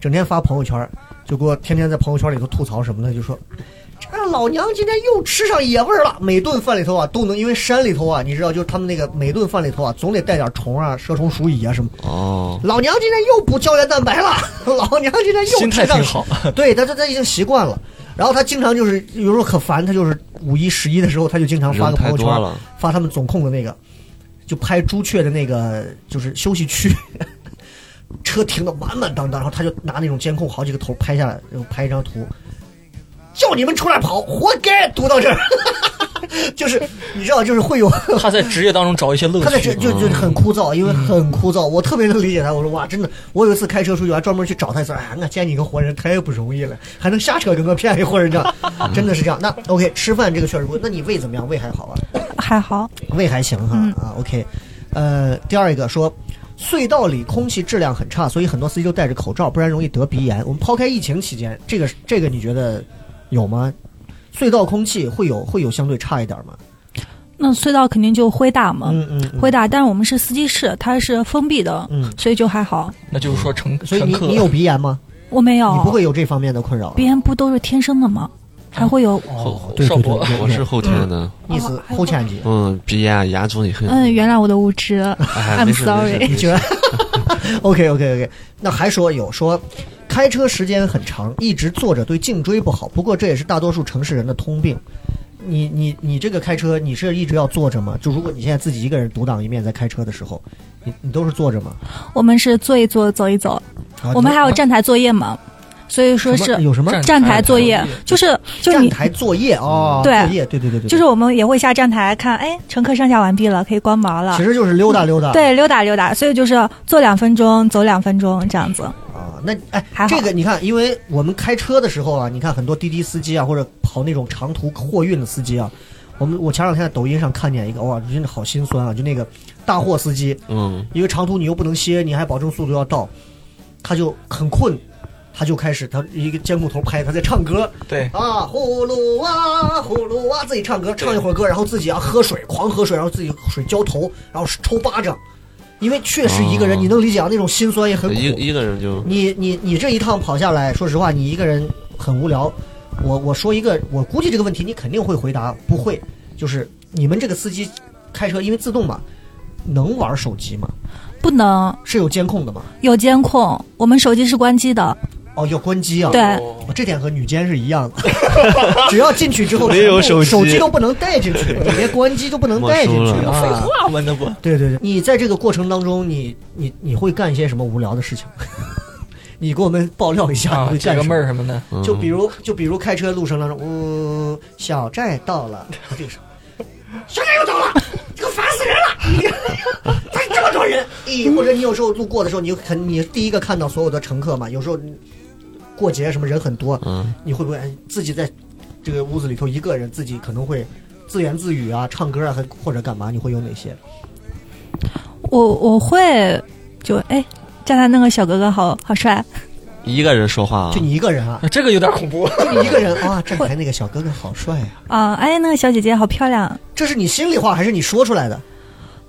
[SPEAKER 3] 整天发朋友圈，就给我天天在朋友圈里头吐槽什么的，就说。这老娘今天又吃上野味儿了！每顿饭里头啊，都能因为山里头啊，你知道，就是他们那个每顿饭里头啊，总得带点虫啊、蛇虫鼠蚁啊什么。
[SPEAKER 5] 哦，
[SPEAKER 3] 老娘今天又补胶原蛋白了， 老娘今天又
[SPEAKER 7] 心态
[SPEAKER 3] 吃上
[SPEAKER 7] 挺好，
[SPEAKER 3] 对，他他他已经习惯了。然后他经常就是有时候可烦，他就是五一、十一的时候，他就经常发
[SPEAKER 5] 人
[SPEAKER 3] 个朋
[SPEAKER 5] 太
[SPEAKER 3] 友
[SPEAKER 5] 多
[SPEAKER 3] 圈，
[SPEAKER 5] 了，
[SPEAKER 3] 发他们总控的那个，就拍朱雀的那个就是休息区， 车停的满满当当，然后他就拿那种监控好几个头拍下来，然后拍一张图，叫你们出来跑，活该，读到这儿， 就是你知道，就是会有
[SPEAKER 7] 他在职业当中找一些乐
[SPEAKER 3] 他在这
[SPEAKER 7] 趣。
[SPEAKER 3] 就就很枯燥，因为很枯燥，我特别能理解他。我说哇，真的，我有一次开车出去，我还专门去找他一次，哎，我见你个活人太不容易了，还能瞎扯跟个骗一活人这样，真的是这样。那 OK，吃饭这个确实不，那你胃怎么样？胃还好啊，
[SPEAKER 6] 还好。
[SPEAKER 3] 胃还行哈
[SPEAKER 6] 嗯
[SPEAKER 3] 啊 OK，呃，第二一个说。隧道里空气质量很差，所以很多司机都戴着口罩，不然容易得鼻炎。我们抛开疫情期间，这个这个你觉得有吗？隧道空气会有会有相对差一点吗？
[SPEAKER 6] 那隧道肯定就灰大嘛，
[SPEAKER 3] 嗯嗯，嗯
[SPEAKER 6] 灰大。但是我们是司机室，它是封闭的，
[SPEAKER 3] 嗯
[SPEAKER 6] 所以就还好。
[SPEAKER 7] 那就是说乘
[SPEAKER 3] 所以
[SPEAKER 7] 乘
[SPEAKER 3] 你
[SPEAKER 7] 客
[SPEAKER 3] 你有鼻炎吗？
[SPEAKER 6] 我没有，
[SPEAKER 3] 你不会有这方面的困扰了。
[SPEAKER 6] 鼻炎不都是天生的吗？还会有，
[SPEAKER 3] 哦，
[SPEAKER 7] 对对对对
[SPEAKER 5] 我是后天的，
[SPEAKER 3] 意
[SPEAKER 6] 哦
[SPEAKER 3] 思后欠级。
[SPEAKER 5] 嗯，鼻炎、牙周也很，
[SPEAKER 6] 嗯，原谅我的无知。
[SPEAKER 5] 哎
[SPEAKER 6] I'm
[SPEAKER 5] 没事
[SPEAKER 6] sorry
[SPEAKER 5] 没事没
[SPEAKER 3] 觉
[SPEAKER 5] 事
[SPEAKER 3] 得 OK OK OK，那还说有说，开车时间很长，一直坐着对颈椎不好。不过这也是大多数城市人的通病。你你你这个开车，你是一直要坐着吗？就如果你现在自己一个人独当一面在开车的时候，你你都是坐着吗？
[SPEAKER 6] 我们是坐一坐，走一走。
[SPEAKER 3] 啊
[SPEAKER 6] 我们还有
[SPEAKER 3] 你
[SPEAKER 6] 站台作业嘛，所以说
[SPEAKER 3] 什么
[SPEAKER 6] 是
[SPEAKER 3] 有什么
[SPEAKER 7] 站
[SPEAKER 6] 站台作业
[SPEAKER 7] 站台作业，
[SPEAKER 6] 就是就是
[SPEAKER 3] 站
[SPEAKER 6] 你。
[SPEAKER 3] 台作业哦，
[SPEAKER 6] 对
[SPEAKER 3] 作业对对对对，
[SPEAKER 6] 就是我们也会下站台看，哎，乘客上下完毕了，可以关门了
[SPEAKER 3] 其。实啊就是溜达溜达。
[SPEAKER 6] 嗯对，溜达溜达，所以就是坐两分钟，走两分钟这样子。
[SPEAKER 3] 啊，那哎
[SPEAKER 6] 还，好
[SPEAKER 3] 这个你看，因为我们开车的时候啊，你看很多滴滴司机啊，或者跑那种长途货运的司机啊，我们我前两天在抖音上看见一个，哇，真的好心酸啊！就那个大货司机，
[SPEAKER 5] 嗯，
[SPEAKER 3] 因为长途你又不能歇，你还保证速度要到，他就很困，他就开始他一个监控头拍他在唱歌
[SPEAKER 7] 对，
[SPEAKER 3] 啊，呼噜哇、呼噜哇、自己唱歌，唱一会儿歌，然后自己啊喝水，狂喝水，然后自己水浇头，然后抽巴掌，因为确实一个人，
[SPEAKER 5] 哦
[SPEAKER 3] 你能理解啊，那种心酸也很苦。
[SPEAKER 5] 一一个人就
[SPEAKER 3] 你你你这一趟跑下来，说实话，你一个人很无聊。我我说一个，我估计这个问题你肯定会回答不会，就是你们这个司机开车，因为自动嘛，能玩手机吗？
[SPEAKER 6] 不能
[SPEAKER 3] 是有监控的吗？
[SPEAKER 6] 有监控，我们手机是关机的。
[SPEAKER 3] 哦，要关机啊。
[SPEAKER 6] 对，
[SPEAKER 3] 哦，这点和女监是一样 的，只要进去之后
[SPEAKER 5] 没有
[SPEAKER 3] 手
[SPEAKER 5] 手机
[SPEAKER 3] 机都不能带进去，你连关机都不能带进
[SPEAKER 5] 没
[SPEAKER 3] 去
[SPEAKER 5] 收了
[SPEAKER 3] 啊。
[SPEAKER 7] 话嘛，那 不
[SPEAKER 3] 对对对，你在这个过程当中，你你你会干一些什么无聊的事情？ 你给我们爆料一下，你
[SPEAKER 7] 啊
[SPEAKER 3] 会，
[SPEAKER 7] 解
[SPEAKER 3] 干
[SPEAKER 7] 个
[SPEAKER 3] 什
[SPEAKER 7] 闷
[SPEAKER 3] 么？
[SPEAKER 7] 儿什么的，
[SPEAKER 5] 嗯
[SPEAKER 3] 就比如就比如开车路上当中，嗯，小寨到 了，这个时候，小寨又到了，这个烦死人了， 咋这么多人？咦，或者你有时候路过的时候，你肯你第一个看到所有的乘客嘛，有时候过节什么人很多，
[SPEAKER 5] 嗯，
[SPEAKER 3] 你会不会哎自己在这个屋子里头一个人，自己可能会自言自语啊、唱歌啊，还或者干嘛？你会有哪些？
[SPEAKER 6] 我我会就哎，站在那个小哥哥好好帅，
[SPEAKER 5] 一个人说话啊
[SPEAKER 3] 就，你一个 人啊，
[SPEAKER 7] 这个有点恐怖。
[SPEAKER 3] 就你一个人哇，站台那个小哥哥好帅 呀、
[SPEAKER 6] 啊、哎，那个小姐姐好漂亮。
[SPEAKER 3] 这是你心里话还是你说出来的？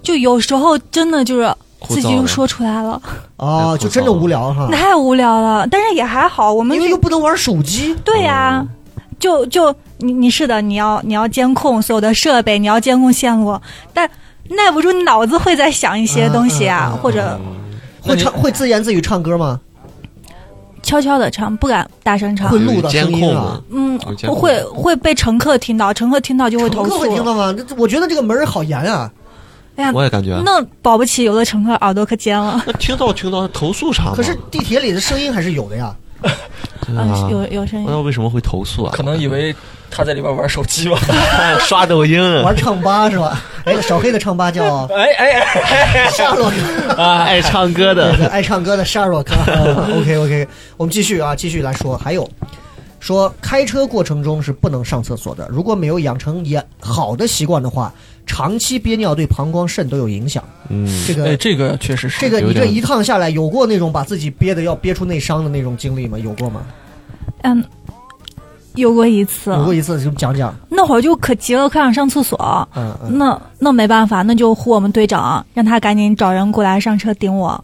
[SPEAKER 6] 就有时候真的就是
[SPEAKER 5] 枯燥
[SPEAKER 6] 自己
[SPEAKER 5] 了
[SPEAKER 6] 就说出来了，
[SPEAKER 3] 哦，
[SPEAKER 5] 哎
[SPEAKER 3] 就真的无聊哈，
[SPEAKER 6] 太无聊了。但是也还好，我们
[SPEAKER 3] 因为
[SPEAKER 6] 这
[SPEAKER 3] 又不能玩手机，
[SPEAKER 6] 对呀、就就你你是的，你要你要监控所有的设备，你要监控线路，但耐不住脑子会在想一些东西啊，
[SPEAKER 3] 嗯嗯嗯
[SPEAKER 6] 或者
[SPEAKER 3] 会唱会自言自语唱歌吗？
[SPEAKER 6] 悄悄的唱，不敢大声唱
[SPEAKER 3] 会。录的
[SPEAKER 5] 有监
[SPEAKER 3] 声
[SPEAKER 5] 控
[SPEAKER 3] 音
[SPEAKER 5] 吗
[SPEAKER 3] 啊？。
[SPEAKER 6] 嗯
[SPEAKER 5] 有，监控
[SPEAKER 6] 会会被乘客听到，乘客听到就会
[SPEAKER 3] 乘
[SPEAKER 6] 投
[SPEAKER 3] 客会听
[SPEAKER 6] 诉。
[SPEAKER 3] 到吗？这我觉得这个门儿好严啊！
[SPEAKER 6] 哎呀，
[SPEAKER 5] 我也感觉，
[SPEAKER 6] 那保不齐有的乘客耳朵可尖了。
[SPEAKER 5] 那听到听到投诉啥吗？
[SPEAKER 3] 可是地铁里的声音还是有的呀。
[SPEAKER 5] 对啊
[SPEAKER 6] 嗯，有有声音。
[SPEAKER 5] 那为什么会投诉啊？
[SPEAKER 7] 可能以为他在里边玩手机吧。
[SPEAKER 5] 刷抖音啊，
[SPEAKER 3] 玩唱吧是吧？哎，小黑的唱吧 叫
[SPEAKER 7] 哎哎哎，
[SPEAKER 3] 夏洛克，
[SPEAKER 5] 啊 爱唱歌的。
[SPEAKER 3] 爱唱歌的夏洛克。OK OK，我们继续啊，继续来说，还有。说开车过程中是不能上厕所的，如果没有养成也好的习惯的话，长期憋尿对膀胱、肾都有影响。
[SPEAKER 5] 嗯，
[SPEAKER 3] 这个、
[SPEAKER 7] 哎，这个确实是
[SPEAKER 3] 这个
[SPEAKER 5] 有
[SPEAKER 3] 你这
[SPEAKER 5] 点
[SPEAKER 3] 一趟下来，有过那种把自己憋的要憋出内伤的那种经历吗？有过吗？
[SPEAKER 6] 嗯，有过一次，
[SPEAKER 3] 有过一次，就讲讲。
[SPEAKER 6] 那会儿就可急了，可想上厕所。
[SPEAKER 3] 嗯嗯，
[SPEAKER 6] 那那没办法，那就呼我们队长，让他赶紧找人过来上车顶我，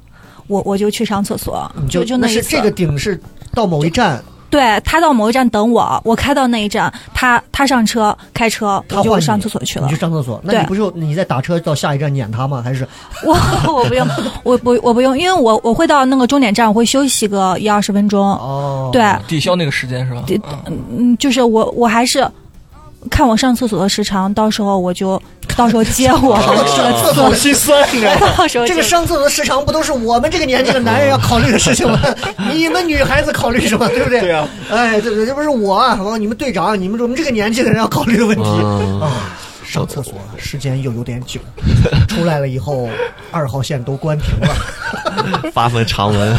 [SPEAKER 6] 我我就去上厕所，
[SPEAKER 3] 你
[SPEAKER 6] 嗯就
[SPEAKER 3] 就
[SPEAKER 6] 那一
[SPEAKER 3] 嗯是
[SPEAKER 6] 次。
[SPEAKER 3] 这个顶是到某一站，
[SPEAKER 6] 对他到某一站等我，我开到那一站，他他上车开车，
[SPEAKER 3] 他
[SPEAKER 6] 我就
[SPEAKER 3] 换你
[SPEAKER 6] 上厕所去
[SPEAKER 3] 你
[SPEAKER 6] 了
[SPEAKER 3] 去。上厕所，那你
[SPEAKER 6] 对
[SPEAKER 3] 不是你在打车到下一站撵他吗？还是
[SPEAKER 6] 我我不用，我不我不用，因为我我会到那个终点站，我会休息个一二十分钟。
[SPEAKER 3] 哦，
[SPEAKER 6] 对，
[SPEAKER 7] 抵消那个时间是吧？
[SPEAKER 6] 对嗯，就是我我还是。看我上厕所的时长，到时候我就到时候接我上厕 所，
[SPEAKER 7] 心酸啊！
[SPEAKER 6] 到时候
[SPEAKER 3] 哦这个
[SPEAKER 6] 接
[SPEAKER 3] 上厕所的时长不都是我们这个年纪的男人要考虑的事 情吗？你们女孩子考虑什么？对不对？
[SPEAKER 7] 对啊，
[SPEAKER 3] 哎，对不对？这不是我啊，我你们队长，你们我们这个年纪的人要考虑的问题
[SPEAKER 5] 嗯
[SPEAKER 3] 啊。上厕所时间又有点久，出来了以后，二号线都关停了。
[SPEAKER 5] 发份长文，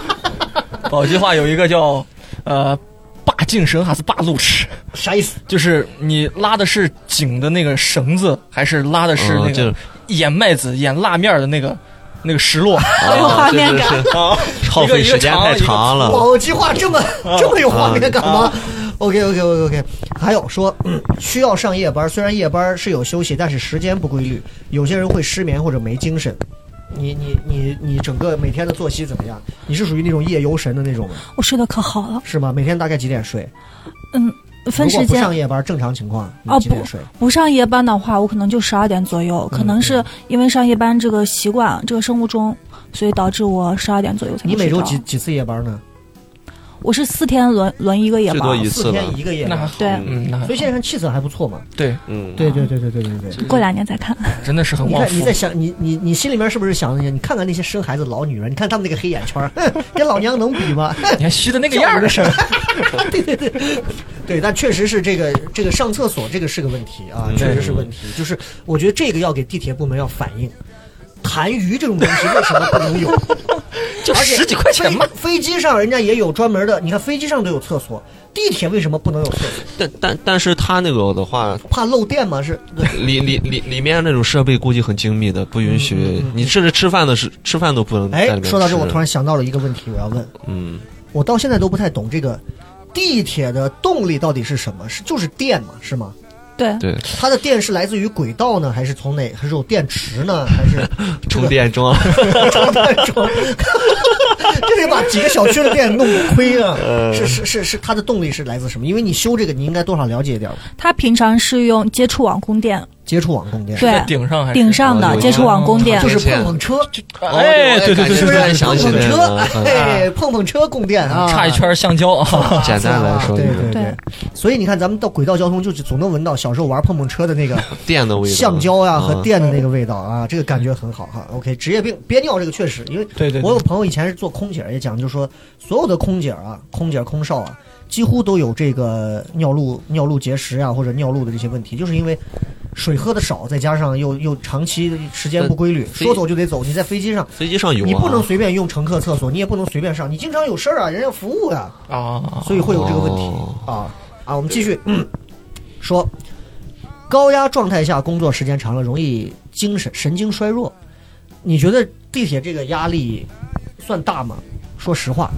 [SPEAKER 7] 宝鸡话有一个叫呃“霸进绳”还是“霸路尺
[SPEAKER 3] 啥意思？”，
[SPEAKER 7] 就是你拉的是紧的那个绳子，还是拉的是
[SPEAKER 5] 嗯
[SPEAKER 7] 那
[SPEAKER 5] 就
[SPEAKER 7] 个
[SPEAKER 5] 是
[SPEAKER 7] 演麦子、演辣面的那个那个石 落？
[SPEAKER 3] 哎
[SPEAKER 5] 很
[SPEAKER 6] 有画面感，
[SPEAKER 5] 耗费时间太长了。
[SPEAKER 3] 宝鸡话这么
[SPEAKER 5] 啊
[SPEAKER 3] 这么有画面感吗？OK OK OK OK，还有说、嗯需要上夜班，虽然夜班是有休息，但是时间不规律，有些人会失眠或者没精神。你你你你整个每天的作息怎么样？你是属于那种夜游神的那种吗？
[SPEAKER 6] 我睡得可好了，
[SPEAKER 3] 是吗？每天大概几点睡？
[SPEAKER 6] 嗯，分时
[SPEAKER 3] 如果不
[SPEAKER 6] 间
[SPEAKER 3] 上夜班，正常情况你
[SPEAKER 6] 哦
[SPEAKER 3] 几点睡？
[SPEAKER 6] 不上夜班的话，我可能就十二点左右，可能是因为上夜班这个习惯，这个生物钟，所以导致我十二点左右才能
[SPEAKER 3] 你每周
[SPEAKER 6] 睡着
[SPEAKER 3] 几？几次夜班呢？
[SPEAKER 6] 我是四天轮轮一个夜
[SPEAKER 5] 最多
[SPEAKER 6] 班，
[SPEAKER 5] 一
[SPEAKER 3] 四
[SPEAKER 5] 次吧
[SPEAKER 3] 天一个夜
[SPEAKER 7] 那还
[SPEAKER 3] 班
[SPEAKER 7] 好，
[SPEAKER 6] 对，
[SPEAKER 7] 嗯，那还好
[SPEAKER 3] 所以现在看气色还不错嘛。
[SPEAKER 7] 对，
[SPEAKER 5] 嗯，
[SPEAKER 3] 对对对对对对对。
[SPEAKER 6] 过两年再看。
[SPEAKER 7] 真的是很
[SPEAKER 3] 你
[SPEAKER 7] 旺
[SPEAKER 3] 看你
[SPEAKER 7] 夫
[SPEAKER 3] 在。想你你你心里面是不是想那些？你看看那些生孩子老女人，你看她们那个黑眼圈儿，哼跟老娘能比吗？
[SPEAKER 7] 你还虚的那个样儿，
[SPEAKER 3] 对对对，对，但确实是这个这个上厕所这个是个问题啊，确实是问题。就是我觉得这个要给地铁部门要反映，痰盂这种东西为什么不能有？
[SPEAKER 7] 就
[SPEAKER 3] 而且
[SPEAKER 7] 十几块钱嘛。
[SPEAKER 3] 飞飞机上人家也有专门的，你看飞机上都有厕所，地铁为什么不能有厕所？
[SPEAKER 5] 但但但是他那个的话，
[SPEAKER 3] 怕漏电吗？是，对
[SPEAKER 5] 里里里里面那种设备估计很精密的，不允
[SPEAKER 3] 嗯
[SPEAKER 5] 许你甚至吃饭的是吃饭都不能在里
[SPEAKER 3] 哎，
[SPEAKER 5] 面吃。
[SPEAKER 3] 说到这，我突然想到了一个问题，我要问。
[SPEAKER 5] 嗯，
[SPEAKER 3] 我到现在都不太懂这个地铁的动力到底是什么？是就是电嘛，是吗？
[SPEAKER 6] 对，
[SPEAKER 5] 对，
[SPEAKER 3] 它的电是来自于轨道呢，还是从哪？还是有电池 呢？还是
[SPEAKER 5] 充电桩，
[SPEAKER 3] 充电桩？这得把几个小区的电弄亏 啊！
[SPEAKER 5] 呃
[SPEAKER 3] 是是是是，它的动力是来自什么？因为你修这个，你应该多少了解一点吧？
[SPEAKER 6] 它平常是用接触网供电，
[SPEAKER 3] 接触网供电，
[SPEAKER 6] 对
[SPEAKER 7] 在，顶上还是
[SPEAKER 6] 顶上
[SPEAKER 5] 哦
[SPEAKER 6] 的
[SPEAKER 5] 有
[SPEAKER 6] 接触网供电
[SPEAKER 3] 就，是
[SPEAKER 5] 电
[SPEAKER 3] 碰碰车，
[SPEAKER 7] 哎，对对对
[SPEAKER 3] 是不是
[SPEAKER 7] 对
[SPEAKER 5] 突然
[SPEAKER 7] 对，
[SPEAKER 5] 想
[SPEAKER 3] 碰
[SPEAKER 5] 起
[SPEAKER 3] 碰
[SPEAKER 5] 来
[SPEAKER 3] 车
[SPEAKER 5] 了，嗯
[SPEAKER 3] 哎，碰碰车供电啊，
[SPEAKER 7] 差一圈橡胶啊，
[SPEAKER 5] 简单来说
[SPEAKER 3] 对
[SPEAKER 5] 就是
[SPEAKER 3] 对对
[SPEAKER 6] 对。
[SPEAKER 3] 所以你看，咱们到轨道交通，就总能闻到小时候玩碰碰车的那个。
[SPEAKER 5] 电的味道，
[SPEAKER 3] 橡胶呀、和
[SPEAKER 5] 嗯
[SPEAKER 3] 电的那个味道啊，这个感觉很好哈。OK，职业病憋尿这个确实，因为
[SPEAKER 7] 对对对
[SPEAKER 3] 我有朋友以前是做空姐儿，也讲，就是说所有的空姐儿啊，空姐儿空少啊，几乎都有这个尿路尿路结石啊，或者尿路的这些问题，就是因为水喝的少，再加上又又长期时间不规律，
[SPEAKER 5] 飞
[SPEAKER 3] 说走就得走。你在飞机上，
[SPEAKER 5] 飞机上有啊，
[SPEAKER 3] 你不能随便用乘客厕所，你也不能随便上，你经常有事儿啊，人家服务呀、
[SPEAKER 7] 啊，
[SPEAKER 3] 所以会有这个问题
[SPEAKER 5] 哦
[SPEAKER 3] 啊啊！我们继续、 嗯说，高压状态下工作时间长了，容易精神神经衰弱。你觉得地铁这个压力算大吗？说实话，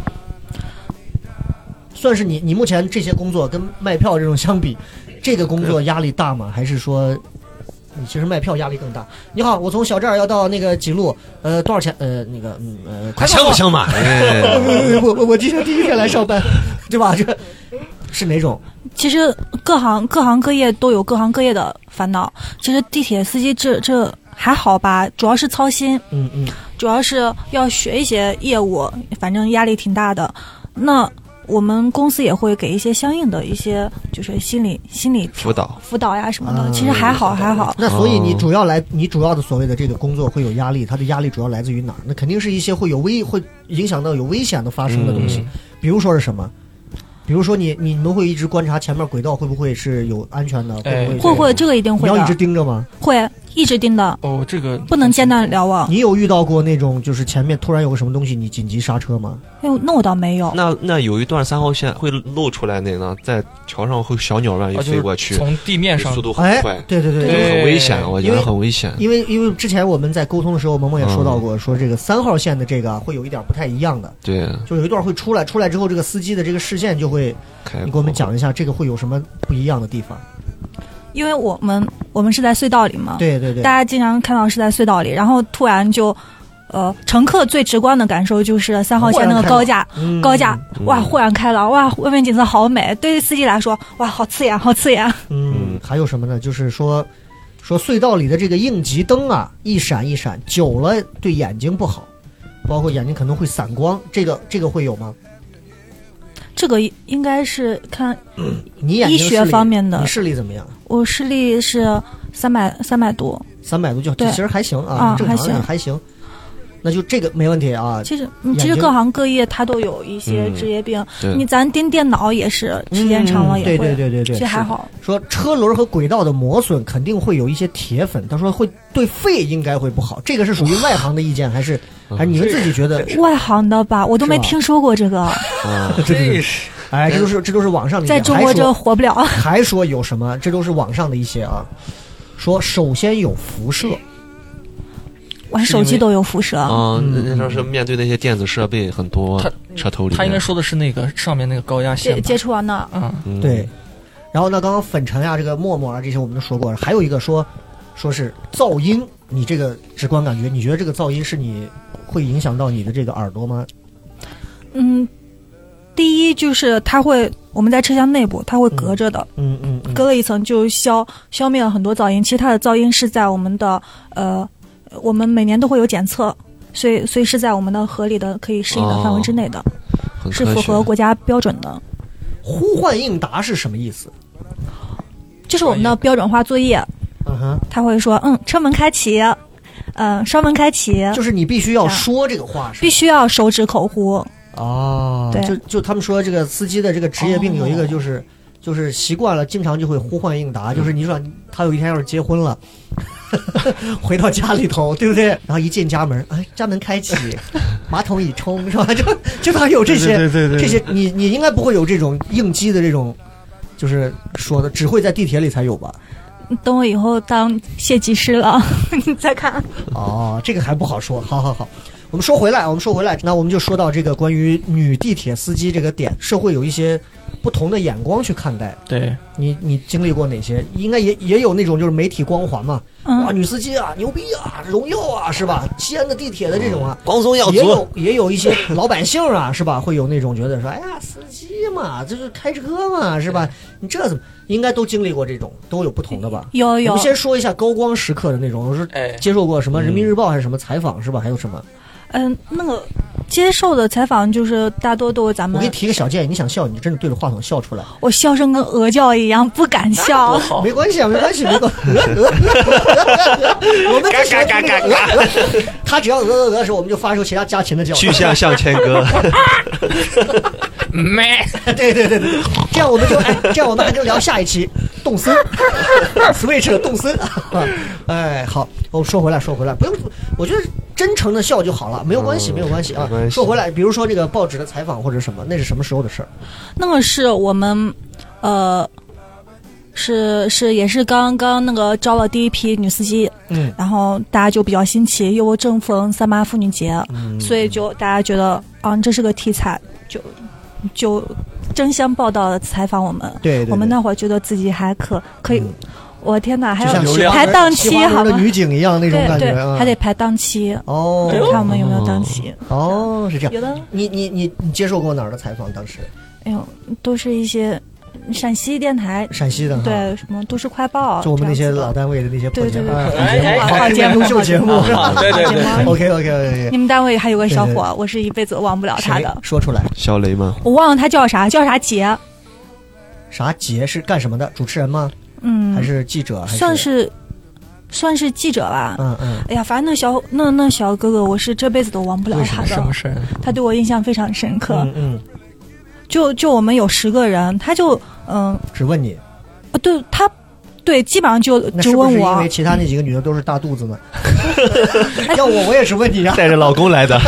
[SPEAKER 3] 算是你你目前这些工作跟卖票这种相比，这个工作压力大吗？还是说你其实卖票压力更大？你好，我从小寨儿要到那个几路，呃，多少钱？呃，那个，嗯，呃，快
[SPEAKER 5] 香不香嘛？哎
[SPEAKER 3] 呃 我我我今天第一天来上班， 对吧？这是哪种？
[SPEAKER 6] 其实各行各行各业都有各行各业的烦恼。其实地铁司机这这还好吧，主要是操心，
[SPEAKER 3] 嗯嗯，
[SPEAKER 6] 主要是要学一些业务，反正压力挺大的。那我们公司也会给一些相应的一些就是心理心理
[SPEAKER 5] 辅导，
[SPEAKER 6] 辅导呀什么
[SPEAKER 3] 啊
[SPEAKER 6] 的，其实还好还好。
[SPEAKER 3] 那所以你主要来，你主要的所谓的这个工作会有压力，它的压力主要来自于哪儿？那肯定是一些会有危，会影响到有危险的发生
[SPEAKER 7] 嗯
[SPEAKER 3] 的东西，比如说是什么？比如说你你们会一直观察前面轨道会不会是有安全的，
[SPEAKER 7] 哎
[SPEAKER 3] 会不
[SPEAKER 6] 会
[SPEAKER 3] 会
[SPEAKER 6] 会这个一定
[SPEAKER 3] 你
[SPEAKER 6] 会
[SPEAKER 3] 要一直
[SPEAKER 6] 的，
[SPEAKER 3] 盯着吗？
[SPEAKER 6] 会一直盯的，
[SPEAKER 7] 哦，这个
[SPEAKER 6] 不能间断。了哦网。
[SPEAKER 3] 你有遇到过那种就是前面突然有个什么东西，你紧急刹车吗？
[SPEAKER 6] 哎呦，那我倒没有。
[SPEAKER 5] 那那有一段三号线会露出来那个，在桥上会小鸟万
[SPEAKER 7] 啊
[SPEAKER 5] 一
[SPEAKER 7] 就是
[SPEAKER 5] 飞过去，
[SPEAKER 7] 从地面上
[SPEAKER 5] 速度很
[SPEAKER 3] 哎
[SPEAKER 5] 快，，
[SPEAKER 3] 对对对
[SPEAKER 5] 就
[SPEAKER 7] 对
[SPEAKER 5] 很危险，我觉
[SPEAKER 3] 因
[SPEAKER 5] 得
[SPEAKER 3] 为
[SPEAKER 5] 很危险。
[SPEAKER 3] 因为因为之前我们在沟通的时候，萌萌也说到过，说这个三号线的这个啊会有一点不太一样的，
[SPEAKER 5] 对，
[SPEAKER 3] 就有一段会出来，出来之后这个司机的这个视线就会，
[SPEAKER 5] 开
[SPEAKER 3] 你给我们讲一下这个会有什么不一样的地
[SPEAKER 6] 啊
[SPEAKER 3] 方？
[SPEAKER 6] 因为我们我们是在隧道里嘛，
[SPEAKER 3] 对对对
[SPEAKER 6] 大，家经常看到是在隧道里，然后突然就，呃，乘客最直观的感受就是三号线那个高架，
[SPEAKER 3] 嗯
[SPEAKER 6] 高架，
[SPEAKER 5] 嗯
[SPEAKER 6] 哇，豁然开朗，哇，外面景色好美，对司机来说，哇，好刺眼，好刺眼。
[SPEAKER 3] 嗯，还有什么呢？就是说说隧道里的这个应急灯啊，一闪一闪，久了对眼睛不好，包括眼睛可能会散光，这个这个会有吗？
[SPEAKER 6] 这个应该是看
[SPEAKER 3] 你眼睛
[SPEAKER 6] 医学
[SPEAKER 3] 视力
[SPEAKER 6] 方面的
[SPEAKER 3] 你视力怎么样？
[SPEAKER 6] 我视力是三百三百多，
[SPEAKER 3] 三百度就
[SPEAKER 6] 对
[SPEAKER 3] 其实还行
[SPEAKER 6] 啊
[SPEAKER 3] 啊，正常
[SPEAKER 6] 还行
[SPEAKER 3] 还行，那就这个没问题啊。
[SPEAKER 6] 其实嗯
[SPEAKER 3] 眼
[SPEAKER 6] 其实
[SPEAKER 3] 睛
[SPEAKER 6] 各行各业它都有一些
[SPEAKER 5] 嗯
[SPEAKER 6] 职业病，
[SPEAKER 5] 对
[SPEAKER 6] 你咱盯电脑也是时间长了
[SPEAKER 3] 嗯
[SPEAKER 6] 也会，
[SPEAKER 3] 对对对对对，
[SPEAKER 6] 其实还
[SPEAKER 3] 是的。
[SPEAKER 6] 好。
[SPEAKER 3] 说车轮和轨道的磨损肯定会有一些铁粉，他说会对肺应该会不好，这个是属于外行的意见还是还是你们自己觉得？
[SPEAKER 6] 外行的吧，我都没
[SPEAKER 3] 是吧
[SPEAKER 6] 听说过这个，
[SPEAKER 7] 这是
[SPEAKER 3] 哎，这都是这都是网上的意见，
[SPEAKER 6] 在中国
[SPEAKER 3] 还说
[SPEAKER 6] 这活不了。
[SPEAKER 3] 还说有什么？这都是网上的一些啊。说首先有辐射，
[SPEAKER 6] 玩手机都有辐射，
[SPEAKER 5] 啊，那那时候是面对那些电子设备很多
[SPEAKER 7] 他，
[SPEAKER 5] 车头里面
[SPEAKER 7] 他应该说的是那个上面那个高压
[SPEAKER 6] 接
[SPEAKER 7] 线吧
[SPEAKER 6] 接触到那儿
[SPEAKER 7] 啊，
[SPEAKER 5] 嗯
[SPEAKER 3] 对。然后呢，刚刚粉尘呀、这个沫沫啊这些我们都说过了，还有一个说说是噪音，你这个直观感觉，你觉得这个噪音是你会影响到你的这个耳朵吗？
[SPEAKER 6] 嗯，第一就是它会，我们在车厢内部，它会隔着的，
[SPEAKER 3] 嗯嗯嗯。
[SPEAKER 6] 隔了一层就消消灭了很多噪音。其实它的噪音是在我们的呃，我们每年都会有检测，所以所以是在我们的合理的可以适应的范围之内的，
[SPEAKER 5] 很
[SPEAKER 6] 是
[SPEAKER 5] 科
[SPEAKER 6] 符
[SPEAKER 5] 学
[SPEAKER 6] 合国家标准的。
[SPEAKER 3] 呼唤应答是什么意思？
[SPEAKER 6] 就是我们的标准化作业，
[SPEAKER 3] 嗯哼，
[SPEAKER 6] 他会说，嗯，车门开启，嗯、双门开启，
[SPEAKER 3] 就是你必须要说这个话，是
[SPEAKER 6] 必
[SPEAKER 3] 吧
[SPEAKER 6] 须要手指口呼，
[SPEAKER 3] 哦
[SPEAKER 6] 对
[SPEAKER 3] 就就他们说这个司机的这个职业病有一个就是。就是习惯了，经常就会呼唤应
[SPEAKER 7] 嗯
[SPEAKER 3] 答。就是你说他有一天要是结婚了， 回到家里头，对不对？然后一进家门，哎，家门 开启，马桶已冲，是吧？就就他有这些
[SPEAKER 7] 对对对对对
[SPEAKER 3] 这些，你你应该不会有这种应激的这种，就是说的，只会在地铁里才有吧？
[SPEAKER 6] 等我以后当谢技师了， 你再看。
[SPEAKER 3] 哦，这个还不好说。好好好，我们说回来，我们说回来，那我们就说到这个关于女地铁司机这个点，社会有一些不同的眼光去看待。
[SPEAKER 7] 对，
[SPEAKER 3] 你你经历过哪些？应该也也有那种就是媒体光环嘛，哇，
[SPEAKER 6] 嗯，
[SPEAKER 3] 女司机啊，牛逼啊，荣耀啊，是吧？西安的地铁的这种啊，
[SPEAKER 5] 光宗耀
[SPEAKER 3] 也
[SPEAKER 5] 祖
[SPEAKER 3] 有， 也有一些老百姓啊，是吧？会有那种觉得说，哎呀，司机嘛，这是开车嘛，是吧？你这怎么应该都经历过这种，都有不同的吧？
[SPEAKER 6] 有
[SPEAKER 3] 我
[SPEAKER 6] 有
[SPEAKER 3] 们，先说一下高光时刻的那种，我说
[SPEAKER 7] 哎
[SPEAKER 3] 接受过什么《人民日报》还是什么采访是吧？还有什么？
[SPEAKER 6] 嗯、那个接受的采访就是大多都是咱
[SPEAKER 3] 我
[SPEAKER 6] 们
[SPEAKER 3] 给你，提个小建议，你想笑你就真的对着话筒笑出来，
[SPEAKER 6] 我笑声跟鹅叫一样，不敢笑。
[SPEAKER 7] 好
[SPEAKER 3] 没关系啊，没关系，没关系。我们嘎嘎嘎嘎， 他只要鹅鹅鹅的时候，我们就发出其他家禽的叫声。
[SPEAKER 5] 去向向前哥，
[SPEAKER 7] 没
[SPEAKER 3] 对对对对，这样我们就哎，这样我们还能聊下一期动森 Switch 的动森。 哎，好，我说回来说回来，不用，我觉得真诚的笑就好了，没有关系，
[SPEAKER 5] 嗯
[SPEAKER 3] 没有关系啊
[SPEAKER 5] 没关。系
[SPEAKER 3] 说回来，比如说这个报纸的采访或者什么，那是什么时候的事儿？
[SPEAKER 6] 那个是我们，呃，是是也是刚刚那个招了第一批女司机，
[SPEAKER 3] 嗯，
[SPEAKER 6] 然后大家就比较新奇，又正逢三八妇
[SPEAKER 3] 嗯
[SPEAKER 6] 女节，所以就大家觉得，啊，这是个题材，就就争相报道的采访我们。
[SPEAKER 3] 对对对
[SPEAKER 6] 我们那会儿觉得自己还可可以，我天哪，还
[SPEAKER 3] 就像
[SPEAKER 6] 要
[SPEAKER 7] 流量
[SPEAKER 6] 排档
[SPEAKER 3] 西
[SPEAKER 6] 期
[SPEAKER 3] 花
[SPEAKER 6] 好
[SPEAKER 3] 楼的
[SPEAKER 6] 吗？
[SPEAKER 3] 女警一样那种
[SPEAKER 6] 对
[SPEAKER 3] 感觉啊
[SPEAKER 6] 对，，还得排档期，
[SPEAKER 3] 哦
[SPEAKER 6] 就看我们有没有档期。
[SPEAKER 3] 哦，是这样。
[SPEAKER 6] 有的，
[SPEAKER 3] 你你你你接受过哪儿的采访？当时
[SPEAKER 6] 哎呦，都是一些陕西电台，
[SPEAKER 3] 陕西的哈，
[SPEAKER 6] 对什么都市快报，
[SPEAKER 3] 嗯就我们那些
[SPEAKER 6] 这样子的
[SPEAKER 3] 老单位的那些破
[SPEAKER 6] 对
[SPEAKER 3] 节
[SPEAKER 6] 对
[SPEAKER 3] 目
[SPEAKER 6] 对，
[SPEAKER 3] 啊
[SPEAKER 7] 哎哎
[SPEAKER 6] 好好节目，
[SPEAKER 3] 优秀节目
[SPEAKER 6] 好节好
[SPEAKER 7] 啊对对对
[SPEAKER 6] 节目
[SPEAKER 3] ，OK OK OK，
[SPEAKER 6] 你们单位还有个小伙，我是一辈子忘不了他的，
[SPEAKER 3] 说出来，
[SPEAKER 5] 小雷吗？
[SPEAKER 6] 我忘了他叫啥，叫啥杰，
[SPEAKER 3] 啥节是干什么的？主持人吗？还
[SPEAKER 6] 嗯，
[SPEAKER 3] 是记者？还
[SPEAKER 6] 算
[SPEAKER 3] 是
[SPEAKER 6] 是算是记者吧。
[SPEAKER 3] 嗯嗯，
[SPEAKER 6] 哎呀，反正那小那那小哥哥，我是这辈子都忘不了他的，
[SPEAKER 7] 事？
[SPEAKER 6] 他对我印象非常深刻。
[SPEAKER 3] 嗯嗯，
[SPEAKER 6] 就就我们有十个人，他就嗯，呃
[SPEAKER 3] 只问你，
[SPEAKER 6] 对他。对，基本上就
[SPEAKER 3] 那
[SPEAKER 6] 就是
[SPEAKER 3] 不
[SPEAKER 6] 问
[SPEAKER 3] 是因
[SPEAKER 6] 我
[SPEAKER 3] 为，其他那几个女的都是大肚子呢？要我我也是问你啊，
[SPEAKER 5] 带着老公来的，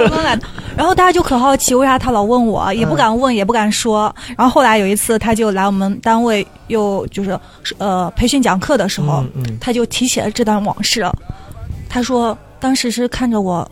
[SPEAKER 6] 然后大家就可好奇，为啥他老问我，
[SPEAKER 3] 嗯
[SPEAKER 6] 也不敢问，也不敢说。然后后来有一次，他就来我们单位，又就是呃培训讲课的时候，
[SPEAKER 3] 嗯嗯，
[SPEAKER 6] 他就提起了这段往事。他说当时是看着我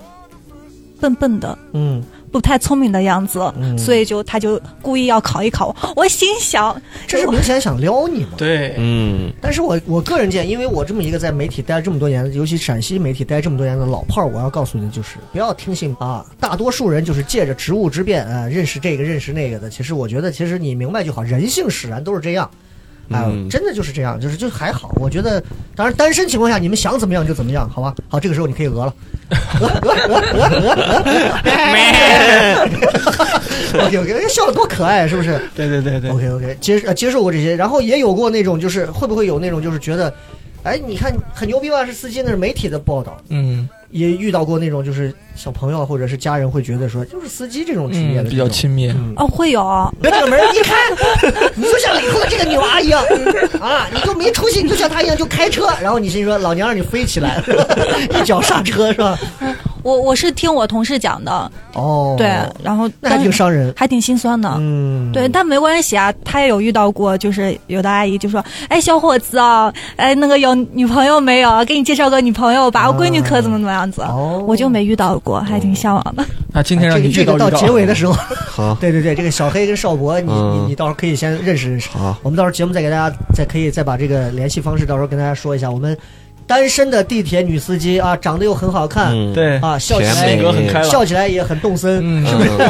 [SPEAKER 6] 笨笨的，
[SPEAKER 3] 嗯，
[SPEAKER 6] 不太聪明的样子，
[SPEAKER 3] 嗯
[SPEAKER 6] 所以就他就故意要考一考我。我心想，
[SPEAKER 3] 这是
[SPEAKER 6] 我
[SPEAKER 3] 明显想撩你嘛？
[SPEAKER 7] 对，
[SPEAKER 5] 嗯，
[SPEAKER 3] 但是我我个人见，因为我这么一个在媒体待这么多年的，尤其陕西媒体待这么多年的老炮儿，我要告诉你的就是，不要听信啊，大多数人就是借着职务之便啊、认识这个认识那个的。其实我觉得，其实你明白就好，人性使然都是这样。啊、
[SPEAKER 5] 嗯
[SPEAKER 3] 真的就是这样，就是就还好。我觉得，当然单身情况下，你们想怎么样就怎么样，好吧？好，这个时候你可以讹了。OK OK，笑得多可爱，是不是？
[SPEAKER 7] 对对对对，
[SPEAKER 3] OK OK，接呃接受过这些，然后也有过那种，就是会不会有那种，就是觉得，哎，你看很牛逼吧，是司机，那是媒体的报道，
[SPEAKER 7] 嗯，
[SPEAKER 3] 也遇到过那种，就是小朋友或者是家人会觉得说，就是司机这
[SPEAKER 7] 嗯
[SPEAKER 3] 种职业的、
[SPEAKER 7] 比较。 亲密，
[SPEAKER 3] 嗯，
[SPEAKER 6] 哦会有，
[SPEAKER 3] 这个门儿一开，你就像里头的这个女娃一样啊，你就没出息，你就像她一样就开车，然后你心说老娘让你飞起来，一脚刹车是吧？
[SPEAKER 6] 我我是听我同事讲的，
[SPEAKER 3] 哦，
[SPEAKER 6] 对，然后
[SPEAKER 3] 那还挺伤人。
[SPEAKER 6] 还挺心酸的，
[SPEAKER 3] 嗯，
[SPEAKER 6] 对，但没关系啊，他也有遇到过，就是有的阿姨就说：“哎，小伙子啊，哎，那个有女朋友没有？给你介绍个女朋友吧，我闺女可怎么怎么样子。
[SPEAKER 3] 啊哦哎
[SPEAKER 6] 我就没遇到过，还挺向往的。
[SPEAKER 7] 那今天让你
[SPEAKER 3] 这
[SPEAKER 7] 遇
[SPEAKER 3] 个
[SPEAKER 7] 到
[SPEAKER 3] 这个
[SPEAKER 7] 遇
[SPEAKER 3] 到结尾的时候，
[SPEAKER 5] 好，
[SPEAKER 3] 对对对，这个小黑跟邵博，你你
[SPEAKER 5] 嗯
[SPEAKER 3] 你到时候可以先认识认识。
[SPEAKER 5] 好，
[SPEAKER 3] 我们到时候节目再给大家再可以再把这个联系方式到时候跟大家说一下。我们单身的地铁女司机啊，长得又很好看，
[SPEAKER 5] 嗯，
[SPEAKER 7] 对，
[SPEAKER 3] 啊，笑起
[SPEAKER 5] 甜
[SPEAKER 3] 来
[SPEAKER 5] 美
[SPEAKER 7] 格很开朗，
[SPEAKER 3] 笑起来也很动森，
[SPEAKER 7] 嗯，
[SPEAKER 5] 嗯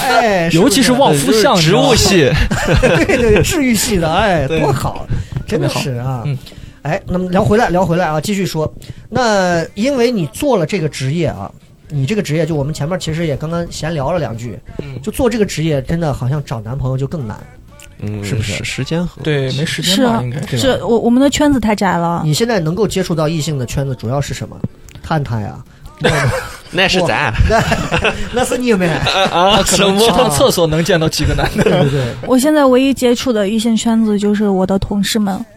[SPEAKER 3] 哎，
[SPEAKER 7] 尤其是
[SPEAKER 3] 望
[SPEAKER 7] 旺夫相，
[SPEAKER 5] 植物
[SPEAKER 7] 系，
[SPEAKER 5] 系，
[SPEAKER 3] 对对对，治愈系的，哎，
[SPEAKER 7] 对
[SPEAKER 3] 多好，真的
[SPEAKER 7] 特别好
[SPEAKER 3] 是啊
[SPEAKER 7] 嗯。
[SPEAKER 3] 哎，那么聊回来，聊回来啊，继续说。那因为你做了这个职业啊，你这个职业就我们前面其实也刚刚闲聊了两句，
[SPEAKER 7] 嗯
[SPEAKER 3] 就做这个职业真的好像找男朋友就更难。
[SPEAKER 5] 嗯，
[SPEAKER 3] 是不是
[SPEAKER 5] 时时间和
[SPEAKER 7] 对，没时间
[SPEAKER 6] 是
[SPEAKER 7] 吧，
[SPEAKER 6] 啊
[SPEAKER 7] 应该
[SPEAKER 3] 对吧嗯
[SPEAKER 6] 是我我们的圈子太窄了，
[SPEAKER 3] 你现在能够接触到异性的圈子主要是什么？探探呀、
[SPEAKER 5] 那是咱
[SPEAKER 3] 那是你们。
[SPEAKER 7] 啊，可能去趟厕所能见到几个男的，
[SPEAKER 3] 对对对，
[SPEAKER 6] 我现在唯一接触的异性圈子就是我的同事们。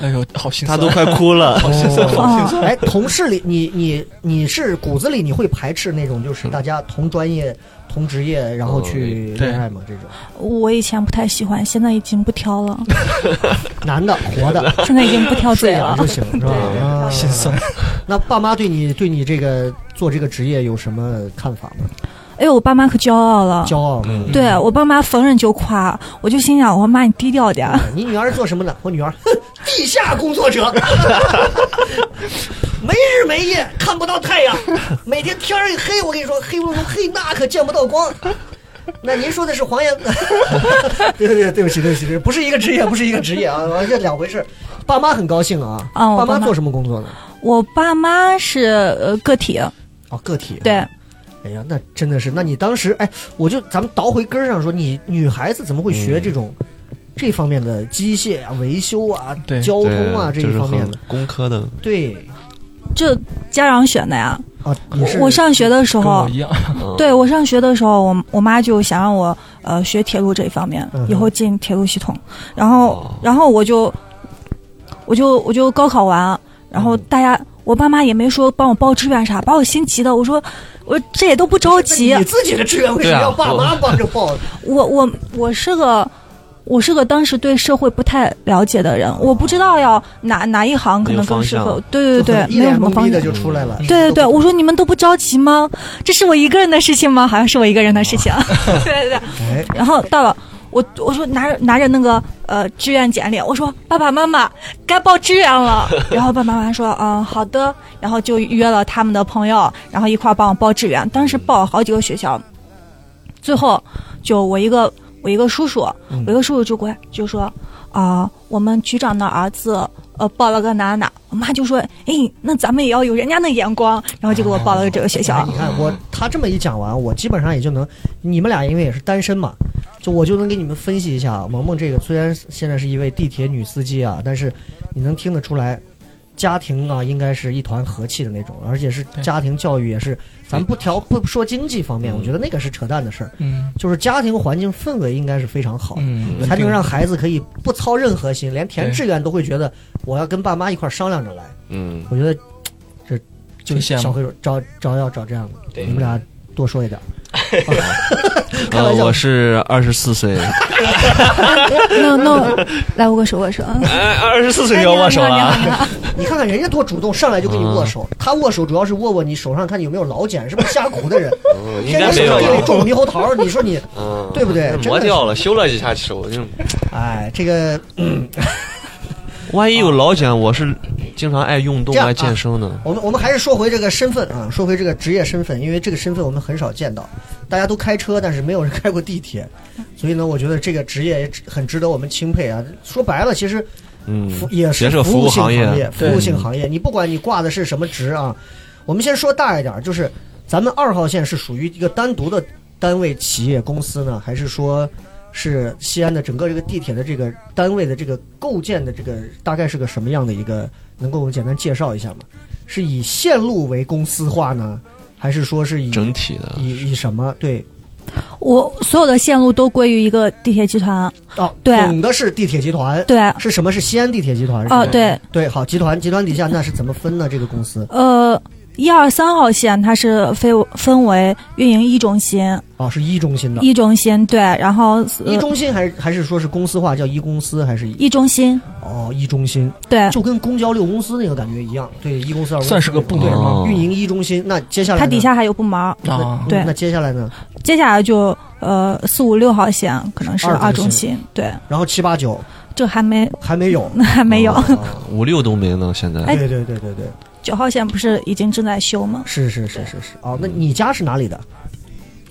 [SPEAKER 7] 哎呦，好心
[SPEAKER 5] 他
[SPEAKER 7] 酸，
[SPEAKER 5] 都快哭了，
[SPEAKER 6] 哦，
[SPEAKER 3] 哎，同事里，你你你是骨子里你会排斥那种就是大家同专业、同职业，然后去恋爱吗？这种
[SPEAKER 6] 我以前不太喜欢，现在已经不挑了，
[SPEAKER 3] 男 的活的
[SPEAKER 6] 现在已经不挑
[SPEAKER 3] 睡
[SPEAKER 6] 嘴
[SPEAKER 3] 了
[SPEAKER 6] 了
[SPEAKER 3] 就。行，是吧？啊
[SPEAKER 7] 心酸，
[SPEAKER 3] 那爸妈对你对你这个做这个职业有什么看法吗？
[SPEAKER 6] 哎呦，我爸妈可骄傲了。
[SPEAKER 3] 骄傲吗？
[SPEAKER 6] 对我爸妈逢人就夸，我就心想，我妈你低调点儿。
[SPEAKER 3] 你女儿是做什么的？我女儿，地下工作者， 没日没夜看不到太阳，每天天儿一黑，我跟你说，黑咕隆黑，那可见不到光。那您说的是黄岩？ 对对对，对不起对不起，对不起不是一个职业，不是一个职业啊，这两回事。爸妈很高兴啊，
[SPEAKER 6] 啊我
[SPEAKER 3] 爸
[SPEAKER 6] 爸
[SPEAKER 3] 妈
[SPEAKER 6] 妈
[SPEAKER 3] 做什么工作呢？
[SPEAKER 6] 我爸妈是呃个体，
[SPEAKER 3] 哦，个体。
[SPEAKER 6] 对，
[SPEAKER 3] 哎呀，那真的是，那你当时，哎，我就咱们倒回根儿上说，你女孩子怎么会学这种、这方面的机械啊、维修啊、
[SPEAKER 7] 对
[SPEAKER 3] 交
[SPEAKER 5] 嗯对
[SPEAKER 3] 通啊这
[SPEAKER 5] 就
[SPEAKER 3] 一
[SPEAKER 5] 是
[SPEAKER 3] 方面
[SPEAKER 5] 很
[SPEAKER 3] 的？
[SPEAKER 5] 工 科的，
[SPEAKER 3] 对
[SPEAKER 6] 这家长选的呀。
[SPEAKER 3] 啊，你是
[SPEAKER 6] 我上学的时
[SPEAKER 7] 跟
[SPEAKER 6] 候
[SPEAKER 7] 我一，样，
[SPEAKER 5] 嗯
[SPEAKER 6] 对我上学的时候，我我妈就想让我呃学铁路这一方面
[SPEAKER 3] 嗯，哼
[SPEAKER 6] 以后进铁路系统。然后
[SPEAKER 5] 哦，
[SPEAKER 6] 然后我就，我就我就高考完，然后大家我爸妈也没说帮我报志愿啥，把我心急的。我说我这也都不着急
[SPEAKER 3] 那你，自己的志愿为什么
[SPEAKER 5] 啊
[SPEAKER 3] 要爸妈帮着报？
[SPEAKER 6] 我我我是个。我是个当时对社会不太了解的人，我不知道要哪哪一行可能更适
[SPEAKER 5] 没有
[SPEAKER 6] 合
[SPEAKER 5] 方向。
[SPEAKER 6] 对对 对，
[SPEAKER 3] 一
[SPEAKER 6] 没有
[SPEAKER 3] 脸
[SPEAKER 6] 什么
[SPEAKER 3] 懵
[SPEAKER 6] 方
[SPEAKER 3] 逼
[SPEAKER 6] 向
[SPEAKER 3] 的。就出来了。
[SPEAKER 6] 对对对，我说你们都不着急 吗？这是我一个人的事情吗？好像是我一个人的事情。对对对。
[SPEAKER 3] 哎，
[SPEAKER 6] 然后到了我我说拿着拿着那个呃志愿简历，我说爸爸妈妈该报志愿 了。然后爸爸妈妈说嗯好的，然后就约了他们的朋友，然后一块儿帮我报志愿。当时报了好几个学校，最后就我一个我一个叔叔，
[SPEAKER 5] 嗯
[SPEAKER 6] 我一个叔叔就过来就说啊、我们局长的儿子。呃，报了个哪哪，我妈就说：“哎，那咱们也要有人家的眼光。”然后就给我报了个这个学校。
[SPEAKER 3] 哎你看我他这么一讲完，我基本上也就能，你们俩因为也是单身嘛，就我就能给你们分析一下啊。萌萌这个虽然现在是一位地铁女司机啊，但是你能听得出来，家庭啊应该是一团和气的那种，而且是家庭教育也是，咱不调不说经济方面，我觉得那个是扯淡的事儿，
[SPEAKER 7] 嗯
[SPEAKER 3] 就是家庭环境氛围应该是非常好的。
[SPEAKER 7] 嗯，
[SPEAKER 3] 才能让孩子可以不操任何心，连填志愿都会觉得我要跟爸妈一块儿商量着来。
[SPEAKER 4] 嗯，
[SPEAKER 3] 我觉得这就
[SPEAKER 7] 真羡慕
[SPEAKER 3] 小黑说找找要找这样的，
[SPEAKER 4] 对
[SPEAKER 3] 你们俩多说一点。 开
[SPEAKER 5] 呃，
[SPEAKER 3] 玩笑
[SPEAKER 5] 我是二十 四岁，
[SPEAKER 6] 那那 来握个手，握 手。哎
[SPEAKER 5] 哎，二十四岁就要握手了。
[SPEAKER 4] 啊
[SPEAKER 3] 你看看人家多主动，上来就跟你握手。
[SPEAKER 4] 嗯
[SPEAKER 3] 他握手主要是握握你手上，看你有没有老茧，是不是下苦的人？
[SPEAKER 4] 嗯 应
[SPEAKER 3] 天
[SPEAKER 4] 该
[SPEAKER 3] 天
[SPEAKER 4] 没有
[SPEAKER 3] 手上地里
[SPEAKER 4] 了，
[SPEAKER 3] 种猕猴桃，你说你
[SPEAKER 4] 嗯，
[SPEAKER 3] 对不对真的是
[SPEAKER 4] 磨掉了，修了一下手，就
[SPEAKER 3] 哎，这个
[SPEAKER 5] 万一有老茧，我是经常爱运动、
[SPEAKER 3] 这样啊
[SPEAKER 5] 爱健身的。
[SPEAKER 3] 我们我们还是说回这个身份啊，说回这个职业身份，因为这个身份我们很少见到，大家都开车，但是没有人开过地铁，所以呢，我觉得这个职业也很值得我们钦佩啊。说白了，其实
[SPEAKER 5] 嗯，
[SPEAKER 3] 服也
[SPEAKER 5] 也
[SPEAKER 3] 是
[SPEAKER 5] 是
[SPEAKER 3] 服务性
[SPEAKER 5] 服务行业
[SPEAKER 3] 业，服务性行业。你不管你挂的是什么职啊，我们先说大一点儿，就是咱们二号线是属于一个单独的单位、企业、公司呢，还是说是西安的整个这个地铁的这个单位的这个构建的这个大概是个什么样的一个？能够简单介绍一下吗？是以线路为公司化呢，还是说是以
[SPEAKER 5] 整体的
[SPEAKER 3] 以以什么？对，
[SPEAKER 6] 我所有的线路都归于一个地铁集团。
[SPEAKER 3] 哦，
[SPEAKER 6] 对
[SPEAKER 3] 总的是地铁集团，
[SPEAKER 6] 对，啊
[SPEAKER 3] 是什么？是西安地铁集团？是吗
[SPEAKER 6] 哦，对，
[SPEAKER 3] 对，好，集团集团底下那是怎么分呢？这个公司
[SPEAKER 6] 呃，一二三号线它是分分为运营一中心，
[SPEAKER 3] 哦，是一中心的，
[SPEAKER 6] 一中心对，然后
[SPEAKER 3] 一
[SPEAKER 6] 呃
[SPEAKER 3] 中心还是还是说是公司化叫一公司还是一
[SPEAKER 6] 一哎中心
[SPEAKER 3] 哦一中心，
[SPEAKER 6] 对，
[SPEAKER 3] 就跟公交六公司那个感觉一样，对，一公司二公司
[SPEAKER 7] 算是个部门
[SPEAKER 3] 对
[SPEAKER 5] 吗
[SPEAKER 3] 运营一中心，那接下来
[SPEAKER 6] 它
[SPEAKER 3] 呢
[SPEAKER 6] 底下还有部门儿。
[SPEAKER 3] 那
[SPEAKER 7] 啊
[SPEAKER 3] 嗯，
[SPEAKER 6] 对
[SPEAKER 3] 那接下来呢？
[SPEAKER 6] 接下来就呃四五六号线可能是
[SPEAKER 3] 二中
[SPEAKER 6] 二中
[SPEAKER 3] 心
[SPEAKER 6] 心，对，
[SPEAKER 3] 然后七八九
[SPEAKER 6] 这还没
[SPEAKER 3] 还没有，
[SPEAKER 6] 还没有。
[SPEAKER 3] 哦
[SPEAKER 5] 五六都没呢，现在。
[SPEAKER 6] 哎
[SPEAKER 3] 对对对对对，
[SPEAKER 6] 九号线不是已经正在修吗？
[SPEAKER 3] 是是是是是，哦，那你家是哪里的？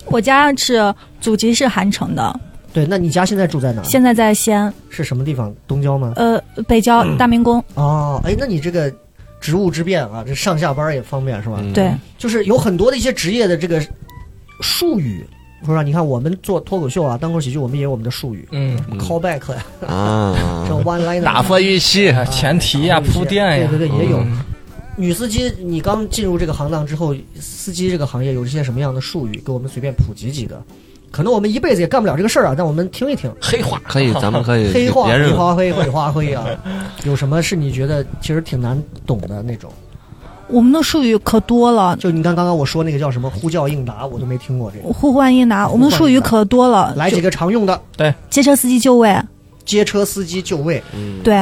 [SPEAKER 6] 我家是祖籍是韩城的，
[SPEAKER 3] 对，那你家现在住在哪？
[SPEAKER 6] 现在在西安，
[SPEAKER 3] 是什么地方？东郊吗？
[SPEAKER 6] 呃，北郊
[SPEAKER 3] 嗯
[SPEAKER 6] 大明宫，
[SPEAKER 3] 哦，哎，那你这个职务之便啊，这上下班也方便是吧？
[SPEAKER 5] 嗯
[SPEAKER 6] 对，
[SPEAKER 3] 就是有很多的一些职业的这个术语，说让你看我们做脱口秀啊，单口喜剧，我们也有我们的术语、
[SPEAKER 7] 嗯，
[SPEAKER 5] 嗯
[SPEAKER 3] c a l l b a c k 呀、
[SPEAKER 5] 啊
[SPEAKER 3] 这，one liner
[SPEAKER 4] 打破预
[SPEAKER 3] 啊
[SPEAKER 4] 期，
[SPEAKER 7] 哎前提呀，铺垫呀，
[SPEAKER 3] 对对对，也有。
[SPEAKER 7] 嗯
[SPEAKER 3] 女司机，你刚进入这个行当之后，司机这个行业有一些什么样的术语，给我们随便普及几个？可能我们一辈子也干不了这个事儿啊，但我们听一听。
[SPEAKER 7] 黑化
[SPEAKER 5] 可以，咱们可 以
[SPEAKER 3] 黑化
[SPEAKER 5] 别
[SPEAKER 3] 黑
[SPEAKER 5] 人
[SPEAKER 3] 花灰会花灰啊，有什么是你觉得其实挺难懂的那种？
[SPEAKER 6] 我们的术语可多了，
[SPEAKER 3] 就你看刚刚我说那个叫什么呼叫应答，我都没听过这个。
[SPEAKER 6] 互换应答，我们的术语可多了，
[SPEAKER 3] 来几个常用的，
[SPEAKER 6] 接车司机就位，
[SPEAKER 3] 接车司机就位，
[SPEAKER 6] 对，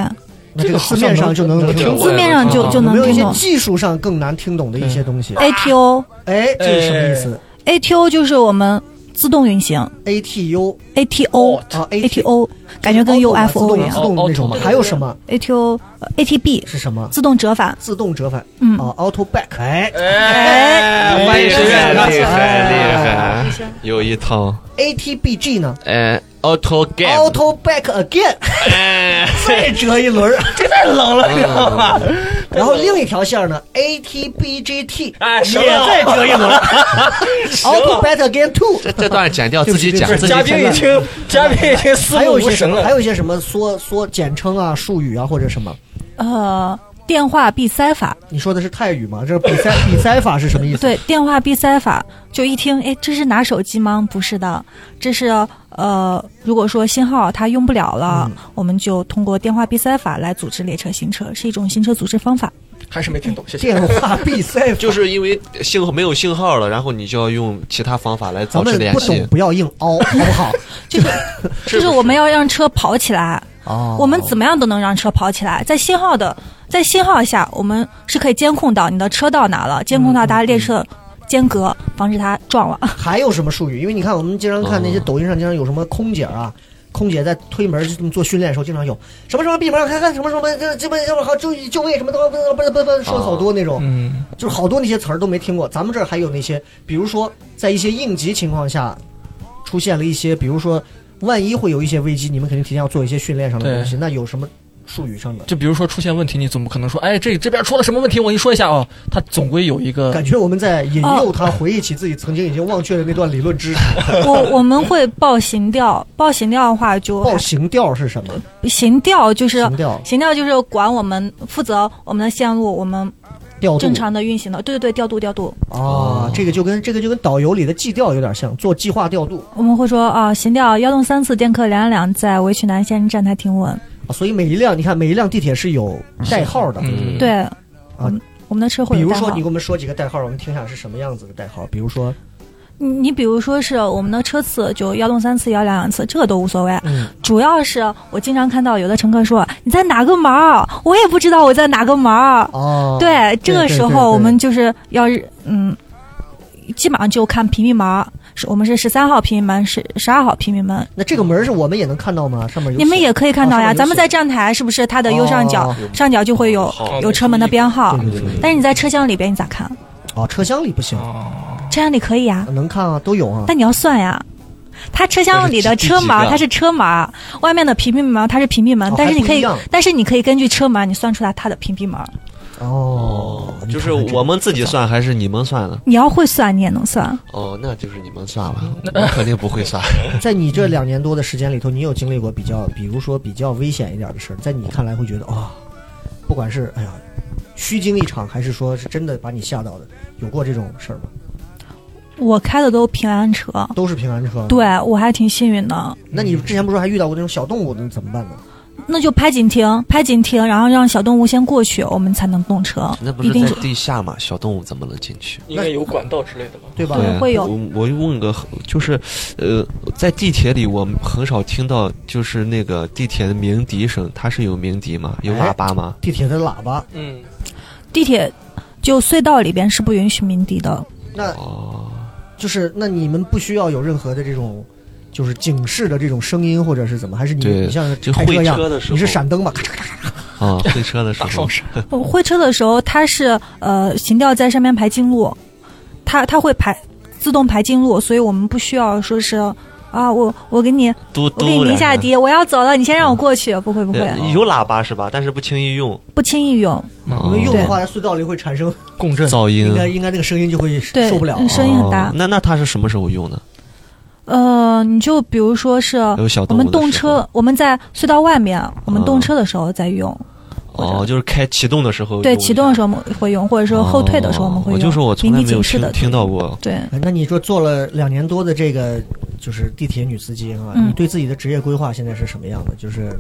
[SPEAKER 3] 那
[SPEAKER 7] 这
[SPEAKER 3] 这
[SPEAKER 7] 个
[SPEAKER 3] 个
[SPEAKER 7] 好
[SPEAKER 3] 字
[SPEAKER 7] 像
[SPEAKER 3] 面上就能
[SPEAKER 7] 能
[SPEAKER 3] 听懂
[SPEAKER 4] 听。
[SPEAKER 6] 字面上就
[SPEAKER 7] 啊
[SPEAKER 6] 就
[SPEAKER 3] 有
[SPEAKER 6] 能
[SPEAKER 3] 没有一
[SPEAKER 6] 听
[SPEAKER 3] 些
[SPEAKER 6] 懂。
[SPEAKER 3] 技术上更难听懂的一些东
[SPEAKER 7] 嗯
[SPEAKER 3] 西？
[SPEAKER 6] ATO
[SPEAKER 3] 哎，这是什么意思
[SPEAKER 6] ATO 就是我们自动运行
[SPEAKER 3] ？ATU
[SPEAKER 6] ，ATO
[SPEAKER 3] 啊
[SPEAKER 6] ，ATO 感觉跟
[SPEAKER 3] 自动
[SPEAKER 6] UFO 一
[SPEAKER 3] 自
[SPEAKER 6] 样
[SPEAKER 3] 动的那
[SPEAKER 7] 哦
[SPEAKER 3] 种吗？还有什么
[SPEAKER 6] ，ATO 呃 ATB
[SPEAKER 3] 是什么？
[SPEAKER 6] 自动折返，
[SPEAKER 3] 自动折返
[SPEAKER 6] 嗯，
[SPEAKER 3] 啊，auto back。哎
[SPEAKER 4] 哎，翻译
[SPEAKER 3] 厉
[SPEAKER 4] 学
[SPEAKER 3] 害
[SPEAKER 4] 院厉害
[SPEAKER 3] 哎
[SPEAKER 4] 厉害，
[SPEAKER 5] 有一套。
[SPEAKER 3] ，ATBG 呢
[SPEAKER 4] 哎，auto game，
[SPEAKER 3] ？auto back again，
[SPEAKER 4] 哎，
[SPEAKER 3] 再折一轮儿。 嗯
[SPEAKER 7] 这太冷了，你知道吗？
[SPEAKER 3] 然后另一条线呢，ATBGT
[SPEAKER 7] 哎，什
[SPEAKER 3] 也
[SPEAKER 7] 么
[SPEAKER 3] 在折一 轮儿，auto back again two。
[SPEAKER 4] 这这段剪掉，自己讲
[SPEAKER 3] 对，
[SPEAKER 4] 自己
[SPEAKER 7] 嘉
[SPEAKER 4] 讲
[SPEAKER 7] 宾一听，嘉宾一听思
[SPEAKER 3] 还
[SPEAKER 7] 路
[SPEAKER 3] 有一
[SPEAKER 7] 无
[SPEAKER 3] 些什
[SPEAKER 7] 神
[SPEAKER 3] 么？
[SPEAKER 7] 了
[SPEAKER 3] 还。有一些什么缩缩简称啊、术语啊或者什么？
[SPEAKER 6] 呃，电话闭塞法，
[SPEAKER 3] 你说的是泰语吗？这是比赛比赛法是什么意思？
[SPEAKER 6] 对，电话闭塞法，就一听，哎，这是拿手机吗？不是的，这是呃，如果说信号它用不了了，
[SPEAKER 3] 嗯
[SPEAKER 6] 我们就通过电话闭塞法来组织列车行车，是一种行车组织 方法。
[SPEAKER 7] 还是没听懂，谢谢。
[SPEAKER 3] 电话比赛法
[SPEAKER 5] 就是因为信号没有信号了，然后你就要用其他方法来
[SPEAKER 3] 咱
[SPEAKER 5] 保持
[SPEAKER 3] 们
[SPEAKER 5] 联
[SPEAKER 3] 不
[SPEAKER 5] 系
[SPEAKER 3] 懂。不要硬凹，好不好？
[SPEAKER 6] 就是我们要让车跑起来，
[SPEAKER 3] 哦
[SPEAKER 6] 我们怎么样都能让车跑起来，在信号的在信号下，我们是可以监控到你的车到哪
[SPEAKER 3] 嗯
[SPEAKER 6] 了，监控到它列车间隔，防止它撞了。
[SPEAKER 3] 还有什么术语？因为你看，我们经常看那些抖音上经常有什么空姐啊，空姐在推门就这么做训练的时候，经常有什么什么闭门，看看什么什么这这这这好就就位什么都不不不不说好多那种，
[SPEAKER 7] 嗯，
[SPEAKER 3] 就是好多那些词儿都没听过。咱们这儿还有那些，比如说在一些应急情况下，出现了一些，比如说万一会有一些危机，你们肯定提前要做一些训练上的东西。那有什么术语上的？
[SPEAKER 7] 就比如说出现问题，你总不可能说，哎，这这边出了什么问题，我跟你说一下哦，他总归有一
[SPEAKER 6] 呃
[SPEAKER 7] 个
[SPEAKER 3] 感觉我们在引诱他回忆起自己曾经已经忘却的那段理论知识。
[SPEAKER 6] 我我们会报行调，报行调的话就
[SPEAKER 3] 报行调是什么？
[SPEAKER 6] 行调就是啊
[SPEAKER 3] 行调
[SPEAKER 6] 行调就是管我们负责我们的线路，我们
[SPEAKER 3] 调度
[SPEAKER 6] 正常的运行的，对对对，调度调度，
[SPEAKER 3] 啊，这个就跟这个就跟导游里的计调有点像，做计划调度。
[SPEAKER 6] 我们会说啊，行调幺栋三次电客两两两在围渠南线站台停稳，
[SPEAKER 3] 啊所以每一辆你看每一辆地铁是有代号的，
[SPEAKER 7] 嗯
[SPEAKER 6] 对，我们我们的车
[SPEAKER 3] 啊
[SPEAKER 6] 会
[SPEAKER 3] 比
[SPEAKER 6] 有
[SPEAKER 3] 如
[SPEAKER 6] 代号
[SPEAKER 3] 说你给我们说几个代号，我们听一下是什么样子的代号。比如说，
[SPEAKER 6] 你你比如说是我们的车次就幺栋三次幺两两次，这个都无所谓。
[SPEAKER 3] 嗯
[SPEAKER 6] 主要是我经常看到有的乘客说你在哪个门儿，我也不知道我在哪个门儿。
[SPEAKER 7] 嗯
[SPEAKER 3] 哦，
[SPEAKER 6] 对，这个
[SPEAKER 3] 对
[SPEAKER 6] 时
[SPEAKER 3] 对
[SPEAKER 6] 候
[SPEAKER 3] 对
[SPEAKER 6] 我们就是要嗯，基本上就看平民门儿，是我们是十三号平民门，十十二号平民门，
[SPEAKER 3] 那这个门儿是我们也能看到吗？上面有
[SPEAKER 6] 你们
[SPEAKER 3] 写
[SPEAKER 6] 也可以
[SPEAKER 3] 哦
[SPEAKER 6] 看到
[SPEAKER 3] 上面
[SPEAKER 6] 呀。
[SPEAKER 3] 有
[SPEAKER 6] 咱们
[SPEAKER 3] 写
[SPEAKER 6] 在站台是不是它的右上角、
[SPEAKER 3] 哦
[SPEAKER 6] 上角就会有
[SPEAKER 5] 好
[SPEAKER 6] 有车门的编号？
[SPEAKER 3] 对对对
[SPEAKER 6] 但是你在车厢里边你咋看？
[SPEAKER 3] 哦，车厢里不行，
[SPEAKER 6] 车厢里可以呀、
[SPEAKER 3] 能看啊，都有啊。
[SPEAKER 6] 但你要算呀，它车厢里的车门儿它是车门儿，外面的平民门儿它是平民门
[SPEAKER 3] 哦，
[SPEAKER 6] 但是你可
[SPEAKER 3] 还不一
[SPEAKER 6] 以
[SPEAKER 3] 样，
[SPEAKER 6] 但是你可以根据车门儿你算出来它的平民门儿。
[SPEAKER 3] 哦，你
[SPEAKER 5] 就是
[SPEAKER 3] 看看这
[SPEAKER 5] 我们自己算还是你们算呢？
[SPEAKER 6] 你要会算，你也能算。
[SPEAKER 5] 哦，那就是你们算了，我肯定不会算。
[SPEAKER 3] 在你这两年多的时间里头，你有经历过比较，比如说比较危险一点的事儿，在你看来会觉得啊、不管是哎呀虚惊一场，还是说是真的把你吓到的，有过这种事儿吗？
[SPEAKER 6] 我开的都是平安车，
[SPEAKER 3] 都是平安车。
[SPEAKER 6] 对，我还挺幸运的。
[SPEAKER 3] 那你之前不是还遇到过那种小动物的，那怎么办呢？
[SPEAKER 6] 那就拍紧停，拍紧停，然后让小动物先过去，我们才能动车。
[SPEAKER 5] 那不
[SPEAKER 6] 一
[SPEAKER 5] 是
[SPEAKER 6] 定
[SPEAKER 5] 在
[SPEAKER 6] 是
[SPEAKER 5] 地下吗？小动物怎么能进去？
[SPEAKER 7] 应该有管道之类的吧？
[SPEAKER 3] 对吧？
[SPEAKER 6] 对会有
[SPEAKER 5] 我我问个，就是，呃，在地铁里我很少听到，就是那个地铁的鸣笛声，它是有鸣笛吗？有喇叭吗？
[SPEAKER 3] 地铁的喇叭，
[SPEAKER 7] 嗯，
[SPEAKER 6] 地铁就隧道里边是不允许鸣笛 的，
[SPEAKER 3] 那
[SPEAKER 5] 哦，
[SPEAKER 3] 就是那你们不需要有任何的这种。就是警示的这种声音，或者是怎么？还是你
[SPEAKER 5] 对
[SPEAKER 3] 你像是
[SPEAKER 5] 就
[SPEAKER 3] 开车一样
[SPEAKER 5] 会车的时，候
[SPEAKER 3] 你是闪灯吧？咔嚓咔嚓
[SPEAKER 5] 啊，会车的时
[SPEAKER 7] 打
[SPEAKER 5] 候
[SPEAKER 7] 双，闪，
[SPEAKER 6] 我呃会车的时候，它是呃行调在上面排进路，它它会排自动排进路，所以我们不需要说是啊，我我给你
[SPEAKER 5] 嘟
[SPEAKER 6] 我给你
[SPEAKER 5] 嘟
[SPEAKER 6] 鸣下
[SPEAKER 5] 两
[SPEAKER 6] 笛，我要走了，你先让我过去，不会啊不
[SPEAKER 5] 声。
[SPEAKER 6] 会，
[SPEAKER 5] 嗯对，有喇叭是吧？但是不轻易用，
[SPEAKER 6] 不轻易用，
[SPEAKER 3] 因为用的
[SPEAKER 5] 哦
[SPEAKER 3] 话，在隧道里会产生
[SPEAKER 7] 共振
[SPEAKER 5] 噪音
[SPEAKER 3] 应该应该那个声音就会
[SPEAKER 6] 对，
[SPEAKER 3] 受不 了啊。
[SPEAKER 6] 嗯声音很大
[SPEAKER 5] 哦。那那它是什么时候用的？
[SPEAKER 6] 呃，你就比如说是
[SPEAKER 5] 有小
[SPEAKER 6] 哦我
[SPEAKER 5] 动物
[SPEAKER 6] 们
[SPEAKER 5] 的时候
[SPEAKER 6] 动车，我们在隧道外面，我们动车的时候再用，
[SPEAKER 5] 哦，就是开启动的时候用一下。
[SPEAKER 6] 对，启动的时候我们会用，或者说后退的时候我们会
[SPEAKER 5] 哦
[SPEAKER 6] 用。
[SPEAKER 5] 我就说我从
[SPEAKER 6] 鸣
[SPEAKER 5] 来
[SPEAKER 6] 笛
[SPEAKER 5] 没
[SPEAKER 6] 警
[SPEAKER 5] 有
[SPEAKER 6] 示
[SPEAKER 5] 听
[SPEAKER 6] 的
[SPEAKER 5] 听到过。
[SPEAKER 6] 对。
[SPEAKER 3] 哎那你说做了两年多的这个就是地铁女司机啊，
[SPEAKER 6] 嗯
[SPEAKER 3] 你对自己的职业规划现在是什么样的？就是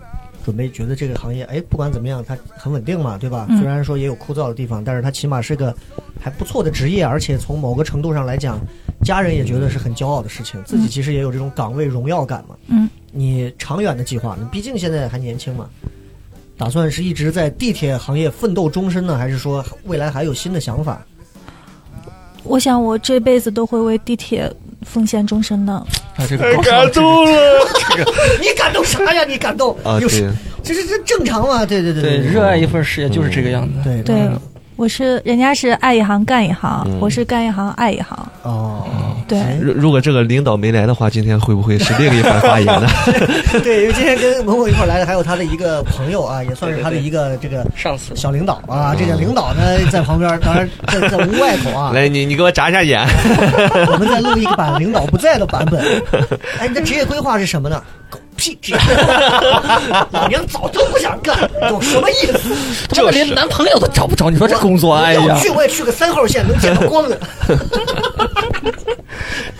[SPEAKER 3] 准备觉得这个行业，哎，不管怎么样，它很稳定嘛，对吧？
[SPEAKER 6] 嗯
[SPEAKER 3] 虽然说也有枯燥的地方，但是它起码是个还不错的职业，而且从某个程度上来讲，家人也觉得是很骄傲的事情，自己其实也有这种岗位荣耀感嘛。
[SPEAKER 6] 嗯，
[SPEAKER 3] 你长远的计划，你毕竟现在还年轻嘛。打算是一直在地铁行业奋斗终身呢，还是说未来还有新的想法？
[SPEAKER 6] 我想我这辈子都会为地铁奉献终身的。
[SPEAKER 3] 哎
[SPEAKER 7] 啊，这个高尚这个
[SPEAKER 3] 你感动啥呀？你感动
[SPEAKER 5] 啊，
[SPEAKER 3] 有
[SPEAKER 5] 对，
[SPEAKER 3] 这是这正常嘛？对对对
[SPEAKER 7] 对，
[SPEAKER 3] 对
[SPEAKER 7] 热爱一份事业
[SPEAKER 3] 嗯
[SPEAKER 7] 就是这个样子。
[SPEAKER 3] 对
[SPEAKER 6] 对，我是人家是爱一行干一行，
[SPEAKER 5] 嗯
[SPEAKER 6] 我是干一行爱一行。
[SPEAKER 3] 哦，
[SPEAKER 6] 对，
[SPEAKER 3] 哎
[SPEAKER 5] 如如果这个领导没来的话，今天会不会是另一番发言 呢？
[SPEAKER 3] 对，因为今天跟萌萌一块儿来的还有他的一个朋友啊，也算是他的一 个这个
[SPEAKER 7] 上司
[SPEAKER 3] 小领导啊。这个领导呢在旁边，当然在在屋外头 啊。
[SPEAKER 5] 来，你你给我眨一 下眼。
[SPEAKER 3] 我们再录一个版领导不在的版本。 哎，你的职业规划是什么呢？狗屁职业规划，老娘早都不想干，懂什么意思？
[SPEAKER 7] 他妈连男朋友都找不着，你说这工作，哎
[SPEAKER 3] 要
[SPEAKER 7] 呀，
[SPEAKER 3] 去我也去个三号线，能见到光 的。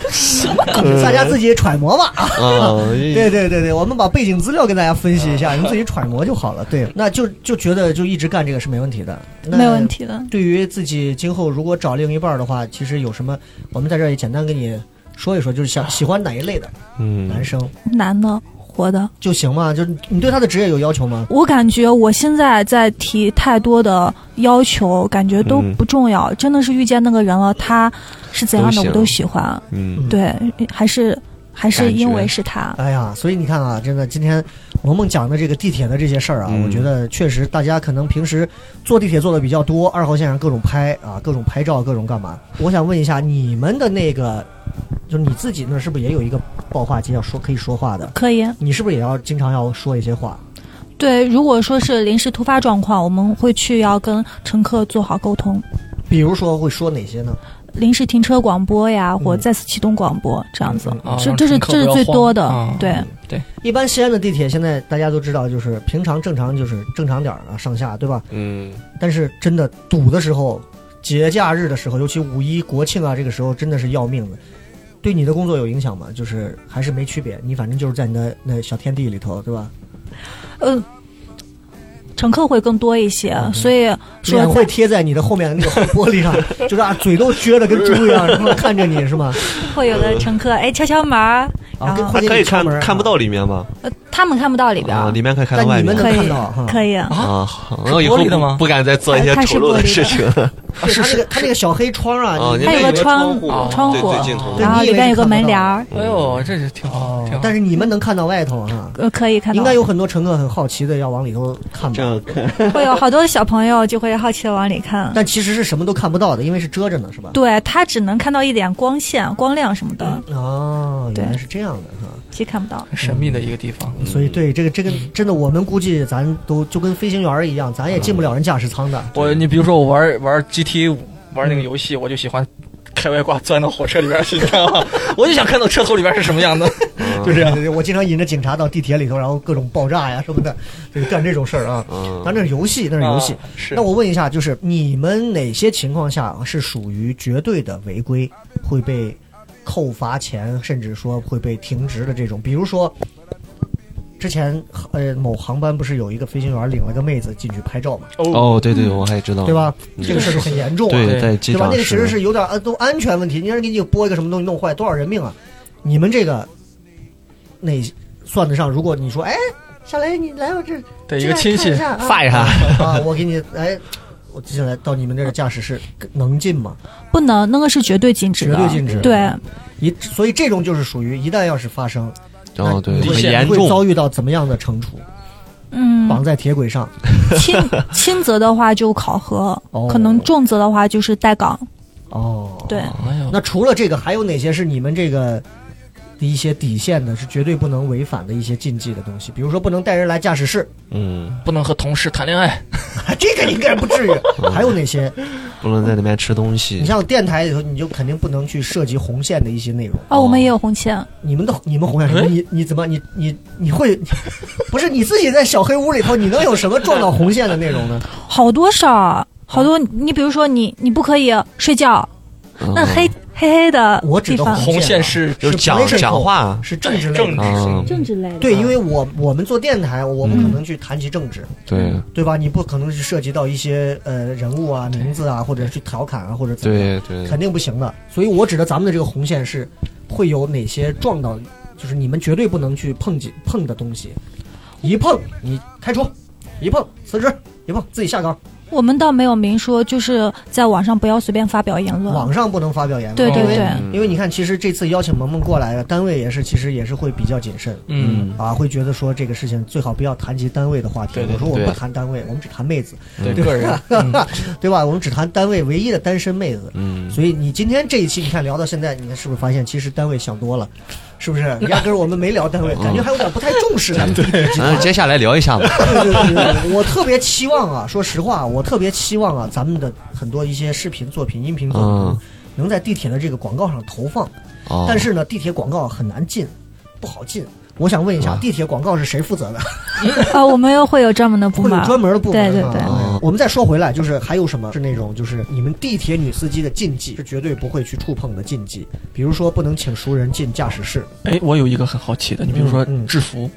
[SPEAKER 3] 什么梗？大家自己揣摩吧啊。
[SPEAKER 5] 啊，
[SPEAKER 6] 嗯
[SPEAKER 3] 对对对对，我们把背景资料跟大家分析一
[SPEAKER 6] 啊
[SPEAKER 3] 下，你们自己揣摩就好了。对， 那就就觉得就一直干这个是没问题的，那
[SPEAKER 6] 没问。题的。
[SPEAKER 3] 对于自己今后如果找另一半的话，其实有什么，我们在这儿也简单跟你说一说，就是想喜欢哪一类的男
[SPEAKER 5] 嗯，
[SPEAKER 3] 生
[SPEAKER 6] 男的，活的，
[SPEAKER 3] 就行嘛？就是你对他的职业有要求吗？
[SPEAKER 6] 我感觉我现在在提太多的要求，感觉都
[SPEAKER 5] 嗯
[SPEAKER 6] 不重要。真的是遇见那个人了，他是怎样的
[SPEAKER 5] 都行
[SPEAKER 6] 我都喜欢。
[SPEAKER 5] 嗯，
[SPEAKER 6] 对，还是。还是因
[SPEAKER 4] 感
[SPEAKER 6] 为
[SPEAKER 4] 觉
[SPEAKER 6] 是他。
[SPEAKER 3] 哎呀，所以你看啊，真的，今天萌萌讲的这个地铁的这些事儿啊，
[SPEAKER 4] 嗯
[SPEAKER 3] 我觉得确实大家可能平时坐地铁坐的比较多，二号线上各种拍啊，各种拍照，各种干嘛。我想问一下，你们的那个，就是你自己那儿是不是也有一个报话机要说可以说话的？
[SPEAKER 6] 可以，
[SPEAKER 3] 你是不是也要经常要说一些话？
[SPEAKER 6] 对，如果说是临时突发状况，我们会去要跟乘客做好沟通，
[SPEAKER 3] 比如说会说哪些呢？
[SPEAKER 6] 临时停车广播呀，或
[SPEAKER 3] 嗯
[SPEAKER 6] 再次启动广播这样子
[SPEAKER 3] 嗯，
[SPEAKER 7] 啊
[SPEAKER 6] 这
[SPEAKER 7] 让
[SPEAKER 6] 这是
[SPEAKER 7] 乘客
[SPEAKER 6] 这是
[SPEAKER 7] 不要
[SPEAKER 6] 最
[SPEAKER 7] 慌
[SPEAKER 6] 多的
[SPEAKER 7] 啊
[SPEAKER 6] 对
[SPEAKER 7] 对，
[SPEAKER 3] 一般西安的地铁现在大家都知道，就是平常正常就是正常点儿啊，上下对吧？
[SPEAKER 4] 嗯，
[SPEAKER 3] 但是真的堵的时候，节假日的时候，尤其五一、国庆啊，这个时候真的是要命的。对你的工作有影响吗？就是还是没区别，你反正就是在你的那小天地里头，对吧？
[SPEAKER 6] 呃，乘客会更多一些，
[SPEAKER 7] 嗯
[SPEAKER 6] 所以说
[SPEAKER 3] 脸会贴在你的后面的那个后玻璃上，就是啊，嘴都撅的跟猪一样，然后看着你是吗？
[SPEAKER 6] 会有的乘客哎敲敲门儿，
[SPEAKER 3] 啊，
[SPEAKER 6] 啊
[SPEAKER 3] 跟快
[SPEAKER 6] 还
[SPEAKER 5] 还
[SPEAKER 3] 递
[SPEAKER 5] 可以
[SPEAKER 3] 里敲
[SPEAKER 5] 看
[SPEAKER 3] 门啊
[SPEAKER 5] 看不，到里面吧？
[SPEAKER 6] 呃，他们看不到里边儿，
[SPEAKER 5] 啊，里面可以看
[SPEAKER 3] 但
[SPEAKER 5] 到外
[SPEAKER 3] 你们
[SPEAKER 5] 面
[SPEAKER 3] 能
[SPEAKER 6] 可以
[SPEAKER 3] 看到哈。
[SPEAKER 6] 可以。啊
[SPEAKER 5] 啊。好，
[SPEAKER 7] 是
[SPEAKER 5] 那以
[SPEAKER 7] 玻
[SPEAKER 5] 后
[SPEAKER 7] 璃的吗
[SPEAKER 5] 不不敢再做一些
[SPEAKER 6] 哎它是
[SPEAKER 5] 丑陋
[SPEAKER 6] 玻璃的啊
[SPEAKER 5] 事情了。
[SPEAKER 3] 对
[SPEAKER 7] 是
[SPEAKER 3] 他那啊
[SPEAKER 7] 是
[SPEAKER 3] 个他那个小黑窗啊，
[SPEAKER 5] 啊，
[SPEAKER 3] 你
[SPEAKER 5] 你
[SPEAKER 6] 它有
[SPEAKER 5] 那
[SPEAKER 6] 个窗
[SPEAKER 5] 户
[SPEAKER 7] 啊，
[SPEAKER 6] 窗
[SPEAKER 5] 对
[SPEAKER 6] 户
[SPEAKER 5] 最尽头
[SPEAKER 3] 对
[SPEAKER 5] 的
[SPEAKER 6] 然后
[SPEAKER 3] 你以为
[SPEAKER 6] 里边有
[SPEAKER 3] 是
[SPEAKER 6] 个
[SPEAKER 3] 看
[SPEAKER 6] 门
[SPEAKER 3] 不到
[SPEAKER 6] 帘儿，
[SPEAKER 7] 哎呦，这是挺好
[SPEAKER 3] 哦，
[SPEAKER 7] 挺好。
[SPEAKER 3] 但是你们能看到外头啊。
[SPEAKER 6] 呃，可以看到。
[SPEAKER 3] 应该有很多乘客很好奇的要往里头看吧，
[SPEAKER 4] 样看，
[SPEAKER 6] 会有好多小朋友就会好奇的往里看。
[SPEAKER 3] 但其实是什么都看不到的，因为是遮着呢，是吧？
[SPEAKER 6] 对他只能看到一点光线、光亮什么的，
[SPEAKER 3] 哦，
[SPEAKER 6] 对
[SPEAKER 3] 原来是这样的哈，
[SPEAKER 6] 其实看不到。
[SPEAKER 7] 很神秘的一个地方，
[SPEAKER 3] 所以对这个这个真的，我们估计咱都就跟飞行员儿一样，咱也进不了人驾驶舱的。
[SPEAKER 7] 我你比如说我玩玩 GTA 五玩那个游戏，我就喜欢开外挂钻到火车里边去，你知道 吗？我就想看到车头里边是什么样的，就这
[SPEAKER 3] 对
[SPEAKER 7] 样。
[SPEAKER 3] 对对，我经常引着警察到地铁里头，然后各种爆炸呀什么的，对，干这种事儿啊。
[SPEAKER 5] 嗯
[SPEAKER 3] 咱这是游戏，那是游戏
[SPEAKER 7] 啊。是
[SPEAKER 3] 那我问一下，就是你们哪些情况下是属于绝对的违规，会被扣罚钱，甚至说会被停职的这种？比如说，之前呃某航班不是有一个飞行员领了个妹子进去拍照嘛，
[SPEAKER 5] 哦，对对，我还知道，
[SPEAKER 3] 嗯对？吧？这个事儿就很严重啊。
[SPEAKER 5] 对，
[SPEAKER 7] 对
[SPEAKER 5] 在机
[SPEAKER 3] 对吧？
[SPEAKER 5] 场
[SPEAKER 3] 那个其实是有点呃，都安全问题。你让人给你拨一个什么东西弄坏，多少人命啊！你们这个，那算得上？如果你说，哎，小雷，你来我这儿
[SPEAKER 7] 对一个
[SPEAKER 3] 进
[SPEAKER 7] 亲
[SPEAKER 3] 来
[SPEAKER 7] 戚
[SPEAKER 3] 看一下啊
[SPEAKER 7] 发一下，
[SPEAKER 3] 啊，我给你，哎，我接下来到你们这儿的驾驶室能进吗？
[SPEAKER 6] 不能，那个是绝对禁止的，
[SPEAKER 3] 绝对禁止
[SPEAKER 6] 对，
[SPEAKER 3] 一，所以这种就是属于一旦要是发生，
[SPEAKER 5] 哦，对，
[SPEAKER 3] 那你
[SPEAKER 7] 底
[SPEAKER 3] 会
[SPEAKER 7] 线
[SPEAKER 3] 你会遭遇到怎么样的惩处？绑
[SPEAKER 6] 嗯，
[SPEAKER 3] 在铁轨上，
[SPEAKER 6] 轻轻则的话就考核
[SPEAKER 3] 哦，
[SPEAKER 6] 可能重则的话就是带岗。
[SPEAKER 3] 哦，。
[SPEAKER 6] 对，
[SPEAKER 7] 哎呦，
[SPEAKER 3] 那除了这个，还有哪些是你们这个的一些底线的，是绝对不能违反的一些禁忌的东西？比如说，不能带人来驾驶室，
[SPEAKER 5] 嗯，
[SPEAKER 7] 不能和同事谈恋爱，
[SPEAKER 3] 这个应该不至于。
[SPEAKER 5] 哦
[SPEAKER 3] 还有哪些？
[SPEAKER 5] 不能在里面吃东西
[SPEAKER 3] 你。像电台里头，你就肯定不能去涉及红线的一些内容。
[SPEAKER 6] 哦，我们也有红线，
[SPEAKER 3] 你们的你们红线是什么？
[SPEAKER 7] 哎
[SPEAKER 3] 你你怎么你你你会不是你自己在小黑屋里头，你能有什么撞到红线的内容呢？
[SPEAKER 6] 好多事儿，好
[SPEAKER 3] 哦
[SPEAKER 6] 多。你比如说你，你不可以睡觉，那
[SPEAKER 5] 嗯
[SPEAKER 6] 黑黑黑的
[SPEAKER 3] 我指
[SPEAKER 6] 地
[SPEAKER 3] 的
[SPEAKER 6] 方，
[SPEAKER 7] 红线是
[SPEAKER 5] 就是讲
[SPEAKER 3] political，
[SPEAKER 5] 讲话
[SPEAKER 3] 是政治类
[SPEAKER 7] 政
[SPEAKER 3] 的。
[SPEAKER 7] 治
[SPEAKER 5] 嗯，
[SPEAKER 6] 政治类的
[SPEAKER 3] 对，因为我我们做电台，我不可能去谈及政治，
[SPEAKER 5] 对
[SPEAKER 3] 对吧？你不可能去涉及到一些呃人物啊、名字啊，或者去调侃啊，或者怎么样。
[SPEAKER 5] 对对，
[SPEAKER 3] 肯定不行的。所以我指的咱们的这个红线是会有哪些撞到，就是你们绝对不能去碰几碰的东西，一碰你开除，一碰辞职，一碰自己下岗，
[SPEAKER 6] 我们倒没有明说，就是在网上不要随便发表言论。
[SPEAKER 3] 网上不能发表言论。
[SPEAKER 6] 嗯对对
[SPEAKER 3] 因为
[SPEAKER 6] 对，
[SPEAKER 7] 哦
[SPEAKER 3] 因为你看，其实这次邀请萌萌过来的单位也是，其实也是会比较谨慎。
[SPEAKER 7] 嗯，
[SPEAKER 3] 啊，会觉得说这个事情最好不要谈及单位的话题。
[SPEAKER 7] 对对
[SPEAKER 3] 我说我
[SPEAKER 5] 对
[SPEAKER 3] 不谈单位，我们只谈妹子，
[SPEAKER 7] 对个人，啊
[SPEAKER 3] 对吧？我们只谈单位唯一的单身妹子。
[SPEAKER 5] 嗯，
[SPEAKER 3] 所以你今天这一期，你看聊到现在，你看是不是发现其实单位想多了，是不是？ 压根儿我们没聊单位，
[SPEAKER 5] 嗯
[SPEAKER 3] 感觉还有点不太重视咱们这个集团。
[SPEAKER 5] 咱接下来聊一下吧。
[SPEAKER 3] 对对对对对，我特别期望啊，说实话，我特别期望啊，咱们的很多一些视频作品、音频作品
[SPEAKER 5] 嗯，
[SPEAKER 3] 能在地铁的这个广告上投放。
[SPEAKER 5] 哦，
[SPEAKER 3] 但是呢，地铁广告很难进，不好进。我想问一下，
[SPEAKER 5] 啊
[SPEAKER 3] 地铁广告是谁负责的？
[SPEAKER 6] 啊，我们又会有专门的部
[SPEAKER 3] 会有
[SPEAKER 6] 门，
[SPEAKER 3] 专门的部门啊。
[SPEAKER 6] 对对对
[SPEAKER 5] 哦
[SPEAKER 3] 我们再说回来，就是还有什么是那种就是你们地铁女司机的禁忌，是绝对不会去触碰的禁忌，比如说不能请熟人进驾驶室，
[SPEAKER 7] 哎，我有一个很好奇的，你比如说
[SPEAKER 3] 嗯嗯
[SPEAKER 7] 制服，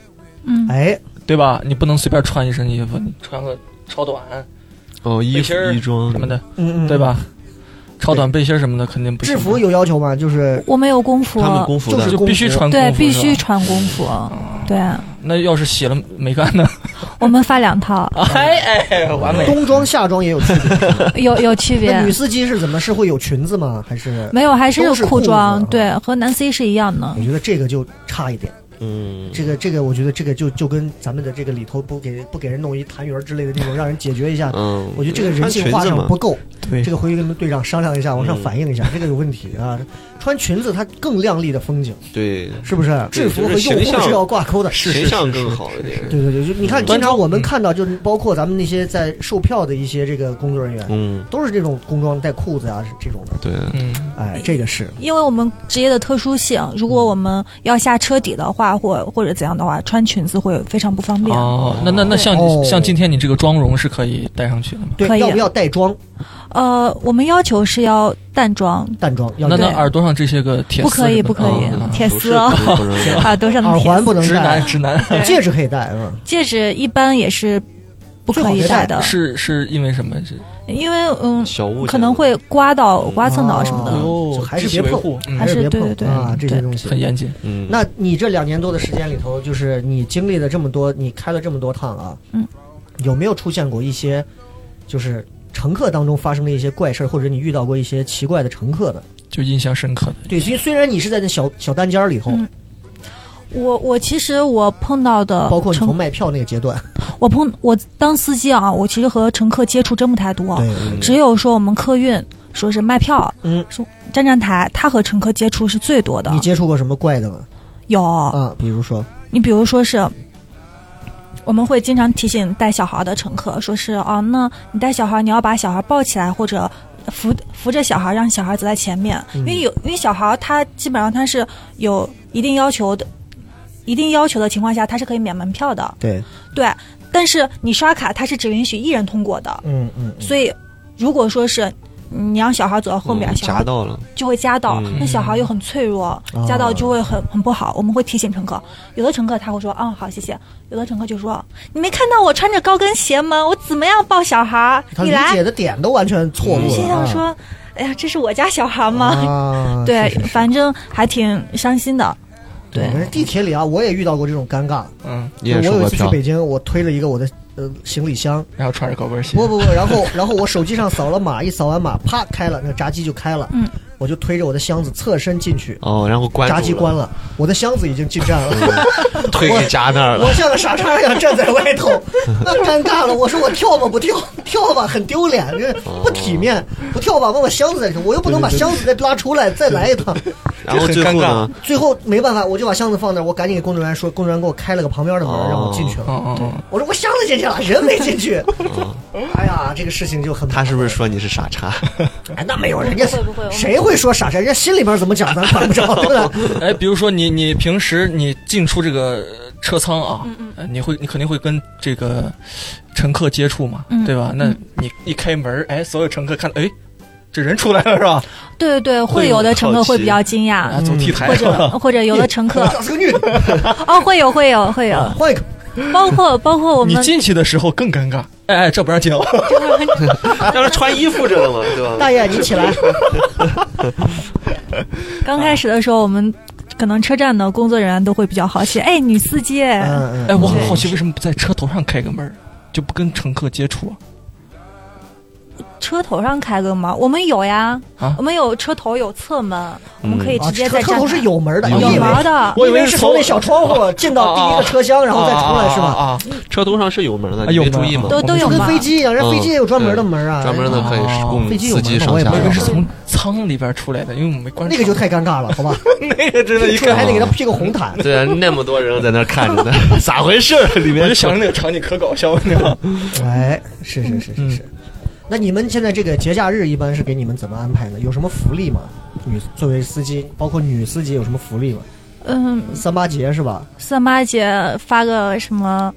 [SPEAKER 6] 嗯，
[SPEAKER 3] 哎，
[SPEAKER 7] 对吧？你不能随便穿一身衣服，你嗯穿个超短
[SPEAKER 5] 哦，衣
[SPEAKER 7] 背
[SPEAKER 5] 服
[SPEAKER 7] 心儿
[SPEAKER 5] 衣装
[SPEAKER 7] 什么的，
[SPEAKER 3] 嗯嗯，
[SPEAKER 7] 对？吧？超短背心什么的肯定不行
[SPEAKER 3] 制服有要求吗？就是
[SPEAKER 6] 我们有工服，
[SPEAKER 5] 他们工服
[SPEAKER 3] 就是嗯
[SPEAKER 5] 的
[SPEAKER 7] 就必须穿工服，
[SPEAKER 6] 对，必须
[SPEAKER 7] 是吧
[SPEAKER 6] 穿工服，对。
[SPEAKER 7] 那要是洗了没干呢？
[SPEAKER 6] 我们发两套，
[SPEAKER 7] 哎哎，完美。
[SPEAKER 3] 冬装夏装也有区 别。
[SPEAKER 6] 有有区
[SPEAKER 3] 那
[SPEAKER 6] 别
[SPEAKER 3] 女。司机是怎么是会有裙子吗？还是
[SPEAKER 6] 没有，还
[SPEAKER 3] 都
[SPEAKER 6] 是
[SPEAKER 3] 是
[SPEAKER 6] 裤
[SPEAKER 3] 裤
[SPEAKER 6] 装
[SPEAKER 3] 子，啊
[SPEAKER 6] 对，和男 C 是一样的
[SPEAKER 3] 我。觉得这个就差一点。
[SPEAKER 5] 嗯，
[SPEAKER 3] 这个这个，我觉得这个就就跟咱们的这个里头不给不给人弄一痰盂儿之类的这种，让人解决一下。
[SPEAKER 5] 嗯
[SPEAKER 3] 我觉得这个人性化
[SPEAKER 5] 穿裙子
[SPEAKER 3] 上
[SPEAKER 5] 嘛
[SPEAKER 3] 不够。
[SPEAKER 5] 对
[SPEAKER 3] 这个回去跟队长商量一下，往上
[SPEAKER 5] 嗯
[SPEAKER 3] 反映一下，这个有问题啊。穿裙子它更亮丽的风景，
[SPEAKER 5] 对，
[SPEAKER 3] 是不是？制服和
[SPEAKER 5] 就是
[SPEAKER 3] 诱惑
[SPEAKER 5] 形象嗯
[SPEAKER 3] 是要挂钩的。
[SPEAKER 5] 形象更好一点。
[SPEAKER 3] 对对对，就你看，经常我们看到，就是包括咱们那些在售票的一些这个工作人员，
[SPEAKER 5] 嗯，
[SPEAKER 3] 都是这种工装带裤子啊这种的。
[SPEAKER 5] 对，
[SPEAKER 7] 嗯，
[SPEAKER 3] 哎，这个是
[SPEAKER 6] 因为我们职业的特殊性，如果我们要下车底的话，或或者怎样的话，穿裙子会非常不方
[SPEAKER 3] 啊
[SPEAKER 6] 便。
[SPEAKER 7] 哦，那那那像
[SPEAKER 3] 哦
[SPEAKER 7] 像今天你这个妆容是可以戴上去的吗？
[SPEAKER 3] 对
[SPEAKER 6] 可，以啊
[SPEAKER 3] 要不要带妆？
[SPEAKER 6] 呃，我们要求是要淡妆，
[SPEAKER 3] 淡妆要
[SPEAKER 7] 那那
[SPEAKER 3] 带
[SPEAKER 6] 对
[SPEAKER 7] 耳朵上这些个铁
[SPEAKER 6] 不
[SPEAKER 7] 丝
[SPEAKER 6] 可以，
[SPEAKER 7] 什么
[SPEAKER 6] 不
[SPEAKER 7] 的
[SPEAKER 6] 可
[SPEAKER 3] 嗯
[SPEAKER 6] 以
[SPEAKER 7] 哦，
[SPEAKER 6] 铁
[SPEAKER 5] 嗯不
[SPEAKER 6] 哎丝
[SPEAKER 5] 是
[SPEAKER 6] 哦，
[SPEAKER 5] 不是不是
[SPEAKER 6] 耳朵上 的
[SPEAKER 3] 耳
[SPEAKER 6] 铁
[SPEAKER 3] 环
[SPEAKER 6] 丝。
[SPEAKER 3] 不能
[SPEAKER 7] 直男
[SPEAKER 3] 戴，
[SPEAKER 7] 直男
[SPEAKER 3] 戒指可以戴嗯。
[SPEAKER 6] 戒指一般也是不可以戴的，
[SPEAKER 7] 是是因为什么？是
[SPEAKER 6] 因为嗯，
[SPEAKER 5] 小物件
[SPEAKER 6] 可能会刮到、刮蹭到什么
[SPEAKER 3] 哦
[SPEAKER 6] 的。
[SPEAKER 3] 就还是别
[SPEAKER 7] 维
[SPEAKER 3] 碰
[SPEAKER 7] 护，嗯
[SPEAKER 3] 还
[SPEAKER 6] 还是
[SPEAKER 3] 别
[SPEAKER 6] 对
[SPEAKER 3] 碰
[SPEAKER 6] 对对
[SPEAKER 3] 啊，这些
[SPEAKER 6] 对
[SPEAKER 3] 东西
[SPEAKER 7] 很严谨。
[SPEAKER 5] 嗯，
[SPEAKER 3] 那你这两年多的时间里头，就是你经历了这么多，你开了这么多趟啊，
[SPEAKER 6] 嗯，
[SPEAKER 3] 有没有出现过一些，就是乘客当中发生的一些怪事儿，或者你遇到过一些奇怪的乘客的？
[SPEAKER 7] 就印象深刻的，
[SPEAKER 3] 对，因为虽然你是在那小小单间儿里头，
[SPEAKER 6] 嗯我我其实我碰到的
[SPEAKER 3] 包括你
[SPEAKER 6] 乘
[SPEAKER 3] 从卖票那个阶段，
[SPEAKER 6] 我碰我当司机啊，我其实和乘客接触真不太多，
[SPEAKER 3] 对
[SPEAKER 6] 只有说我们客运说是卖票、
[SPEAKER 3] 嗯，
[SPEAKER 6] 站站台，他和乘客接触是最多的
[SPEAKER 3] 你。接触过什么怪的吗？
[SPEAKER 6] 有、
[SPEAKER 3] 啊，比如说，
[SPEAKER 6] 你比如说是。我们会经常提醒带小孩的乘客，说是哦，那你带小孩，你要把小孩抱起来，或者扶扶着小孩，让小孩走在前面，因
[SPEAKER 5] 嗯
[SPEAKER 6] 为有因为小孩他基本上他是有一定要求的，一定要求的情况下，他是可以免门票的，
[SPEAKER 3] 对，
[SPEAKER 6] 对。但是你刷卡，他是只允许一人通过的，
[SPEAKER 3] 嗯嗯，
[SPEAKER 6] 所以如果说是你让小孩走到后面，
[SPEAKER 5] 嗯
[SPEAKER 6] 小
[SPEAKER 5] 夹
[SPEAKER 6] 孩
[SPEAKER 5] 到了，
[SPEAKER 6] 就会夹到，
[SPEAKER 5] 嗯
[SPEAKER 6] 那小孩又很脆弱，
[SPEAKER 3] 哦
[SPEAKER 6] 夹到就会很很不好。我们会提醒乘客，有的乘客他会说啊、好谢谢，有的乘客就说你没看到我穿着高跟鞋吗？我怎么样抱小孩？
[SPEAKER 3] 他
[SPEAKER 6] 你
[SPEAKER 3] 理
[SPEAKER 6] 来
[SPEAKER 3] 解，的点都完全错误了。
[SPEAKER 6] 心想
[SPEAKER 3] 啊
[SPEAKER 6] 说，哎呀，这是我家小孩吗？
[SPEAKER 3] 啊，
[SPEAKER 6] 对，
[SPEAKER 3] 是是是
[SPEAKER 6] 反正还挺伤心的。对，
[SPEAKER 3] 反正地铁里啊，我也遇到过这种尴尬。
[SPEAKER 7] 嗯，
[SPEAKER 5] 你也
[SPEAKER 3] 就我
[SPEAKER 5] 收
[SPEAKER 3] 有一次
[SPEAKER 5] 过
[SPEAKER 3] 去
[SPEAKER 5] 票，
[SPEAKER 3] 北京，我推了一个我的呃行李箱，
[SPEAKER 7] 然后穿着高跟鞋，
[SPEAKER 3] 不不不，然后然后我手机上扫了码，一扫完码，啪开了，那闸机就开了，
[SPEAKER 6] 嗯，
[SPEAKER 3] 我就推着我的箱子侧身进去，
[SPEAKER 5] 哦，然后关
[SPEAKER 3] 闸
[SPEAKER 5] 住
[SPEAKER 3] 机
[SPEAKER 5] 了嗯
[SPEAKER 3] 关， 了，我的箱子已经进站了，
[SPEAKER 5] 腿给夹那儿
[SPEAKER 3] 我
[SPEAKER 5] 了，
[SPEAKER 3] 像个傻叉一样站在外 头，那尴尬了，我说我跳吧不跳，跳吧很丢脸，这
[SPEAKER 5] 哦
[SPEAKER 3] 不体面，不跳吧把我箱子在这，我又不能把箱子再拉出来再来一 趟，
[SPEAKER 5] 然后
[SPEAKER 7] 这很
[SPEAKER 5] 最后
[SPEAKER 7] 尴
[SPEAKER 5] 呢，
[SPEAKER 3] 最后没办法，我就把箱子放那儿，我赶紧给工作人员说，工作人员给我开了个旁边的门让我进去了，
[SPEAKER 7] 哦哦哦，
[SPEAKER 3] 我说我箱子进去了，人没进去，哎呀，这个事情就很麻
[SPEAKER 5] 哦他
[SPEAKER 3] 烦
[SPEAKER 5] 是不是说你是傻叉？
[SPEAKER 3] 哎，那没有， 人家
[SPEAKER 6] 不会不会我们
[SPEAKER 3] 谁会说傻傻？人家心里边怎么讲，咱管不着，对吧？
[SPEAKER 7] 哎，比如说你你平时你进出这个呃车舱啊，
[SPEAKER 6] 嗯
[SPEAKER 7] 呃你会你肯定会跟这个乘客接触嘛，
[SPEAKER 6] 嗯
[SPEAKER 7] 对吧？那你一开门，哎，所有乘客看，哎，这人出来了是吧？
[SPEAKER 6] 对对对，会有的乘客会比较惊
[SPEAKER 7] 啊，
[SPEAKER 6] 讶，
[SPEAKER 7] 走
[SPEAKER 3] 嗯
[SPEAKER 7] T 台
[SPEAKER 6] 或者
[SPEAKER 7] 了，
[SPEAKER 6] 或者有的乘客
[SPEAKER 3] 小淑女，
[SPEAKER 6] 哦，会有会有会有，
[SPEAKER 3] 换一个，
[SPEAKER 6] 包括包括我
[SPEAKER 7] 你
[SPEAKER 6] 们
[SPEAKER 7] 进去的时候更尴尬，哎哎，这不让进哦，
[SPEAKER 5] 要是穿衣服着呢嘛，对吧？
[SPEAKER 3] 大爷你起来，
[SPEAKER 6] 刚开始的时候，我们可能车站的工作人员都会比较好奇，哎，女司机，
[SPEAKER 3] 嗯
[SPEAKER 7] 哎，
[SPEAKER 3] 嗯，
[SPEAKER 7] 我很好奇为什么不在车头上开个门儿，就不跟乘客接触啊？
[SPEAKER 6] 车头上开个门，我们有呀，
[SPEAKER 7] 啊
[SPEAKER 6] 我们有车头有侧门，我们可以
[SPEAKER 3] 啊
[SPEAKER 6] 直接
[SPEAKER 3] 车
[SPEAKER 6] 在
[SPEAKER 3] 车
[SPEAKER 6] 站
[SPEAKER 3] 头
[SPEAKER 6] 台
[SPEAKER 3] 是有门的，
[SPEAKER 7] 有
[SPEAKER 3] 你以为
[SPEAKER 6] 门的，
[SPEAKER 7] 我
[SPEAKER 3] 你
[SPEAKER 7] 以
[SPEAKER 3] 以
[SPEAKER 7] 为
[SPEAKER 3] 为是
[SPEAKER 7] 从
[SPEAKER 3] 从那小窗户进到第一个车厢，然后再出来是吧？
[SPEAKER 7] 吧？啊，
[SPEAKER 5] 车头上是有门的，
[SPEAKER 7] 啊
[SPEAKER 5] 你
[SPEAKER 7] 有
[SPEAKER 5] 没
[SPEAKER 7] 门
[SPEAKER 5] 注意吗？
[SPEAKER 6] 都都
[SPEAKER 3] 就
[SPEAKER 6] 有
[SPEAKER 3] 跟
[SPEAKER 6] 门
[SPEAKER 3] 飞机一样，人家飞机也有专门的门啊，
[SPEAKER 5] 专门的可以
[SPEAKER 7] 哦
[SPEAKER 5] 供
[SPEAKER 3] 飞机有
[SPEAKER 5] 司
[SPEAKER 3] 门
[SPEAKER 5] 机
[SPEAKER 3] 吗
[SPEAKER 5] 上
[SPEAKER 3] 我也
[SPEAKER 5] 下
[SPEAKER 3] 不
[SPEAKER 7] 我以为
[SPEAKER 5] 的
[SPEAKER 7] 是从舱里边出来的，因为我没关
[SPEAKER 3] 那个就太尴尬了，好吧？
[SPEAKER 7] 那个真的，一
[SPEAKER 3] 出来
[SPEAKER 7] 看
[SPEAKER 3] 还得给他披个红毯。
[SPEAKER 5] 对啊，那么多人在那儿看着呢，咋回事儿？里
[SPEAKER 7] 我就
[SPEAKER 5] 面
[SPEAKER 7] 想着那个场景可搞笑了，你知道吗？
[SPEAKER 3] 哎，是是是是是。那你们现在这个节假日一般是给你们怎么安排呢？有什么福利吗？女作为司机，包括女司机有什么福利吗？
[SPEAKER 6] 嗯，
[SPEAKER 3] 三八节是吧？
[SPEAKER 6] 三八节发个什么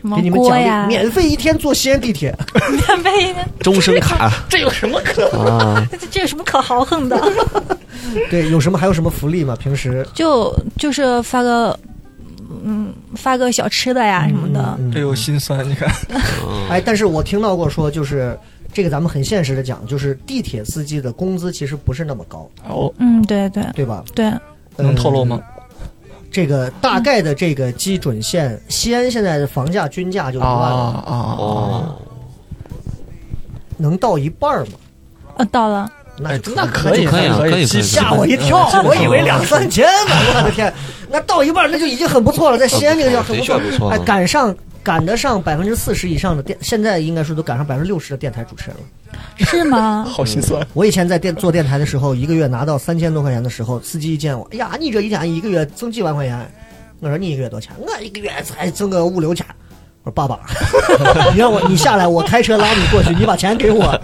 [SPEAKER 6] 什么
[SPEAKER 3] 给你们
[SPEAKER 6] 锅
[SPEAKER 3] 奖
[SPEAKER 6] 呀
[SPEAKER 3] 励，， 免费一天坐西安地铁。
[SPEAKER 6] 免费，
[SPEAKER 5] 终身卡
[SPEAKER 7] 这有什么可？
[SPEAKER 5] 啊，
[SPEAKER 6] 这这有什么可豪横的？
[SPEAKER 3] 对，有什么还有什么福利吗？平时
[SPEAKER 6] 就就是发个。嗯，发个小吃的呀什么的，
[SPEAKER 3] 嗯
[SPEAKER 7] 这有心酸，你看，
[SPEAKER 3] 哎，但是我听到过说，就是这个咱们很现实的讲，就是地铁司机的工资其实不是那么高，
[SPEAKER 7] 哦，
[SPEAKER 6] 嗯，对对
[SPEAKER 3] 对吧？
[SPEAKER 6] 对，
[SPEAKER 3] 呃
[SPEAKER 7] 嗯能透露吗？？
[SPEAKER 3] 这个大概的这个基准线，西安现在的房价均价就一
[SPEAKER 7] 啊
[SPEAKER 3] 万了，
[SPEAKER 7] 啊！
[SPEAKER 5] 哦，
[SPEAKER 3] 能到一半儿吗？
[SPEAKER 6] 呃，到了，
[SPEAKER 3] 那
[SPEAKER 7] 哎
[SPEAKER 3] 就，
[SPEAKER 7] 那
[SPEAKER 3] 看
[SPEAKER 7] 可以，
[SPEAKER 5] 可以啊
[SPEAKER 7] 可
[SPEAKER 5] 可以可以
[SPEAKER 3] 吓我一跳，我以为两三千呢，我的天，那到一半儿那就已经很不错了，在西安这个叫很
[SPEAKER 5] 的
[SPEAKER 3] 不
[SPEAKER 5] 确
[SPEAKER 3] 错，
[SPEAKER 5] 不错
[SPEAKER 3] 哎，
[SPEAKER 5] 啊。
[SPEAKER 3] 赶上赶得上百分之四十以上的电，现在应该说都赶上百分之六十的电台主持人了。
[SPEAKER 6] 是吗？
[SPEAKER 7] 好心酸。
[SPEAKER 3] 我以前在电做电台的时候，一个月拿到三千多块钱的时候，司机一见我，哎呀，你这一天一个月挣几万块钱？我说你一个月多少钱？我一个月才挣个五六千。我说爸爸， 你让我你下来，我开车拉你过去，你把钱给我。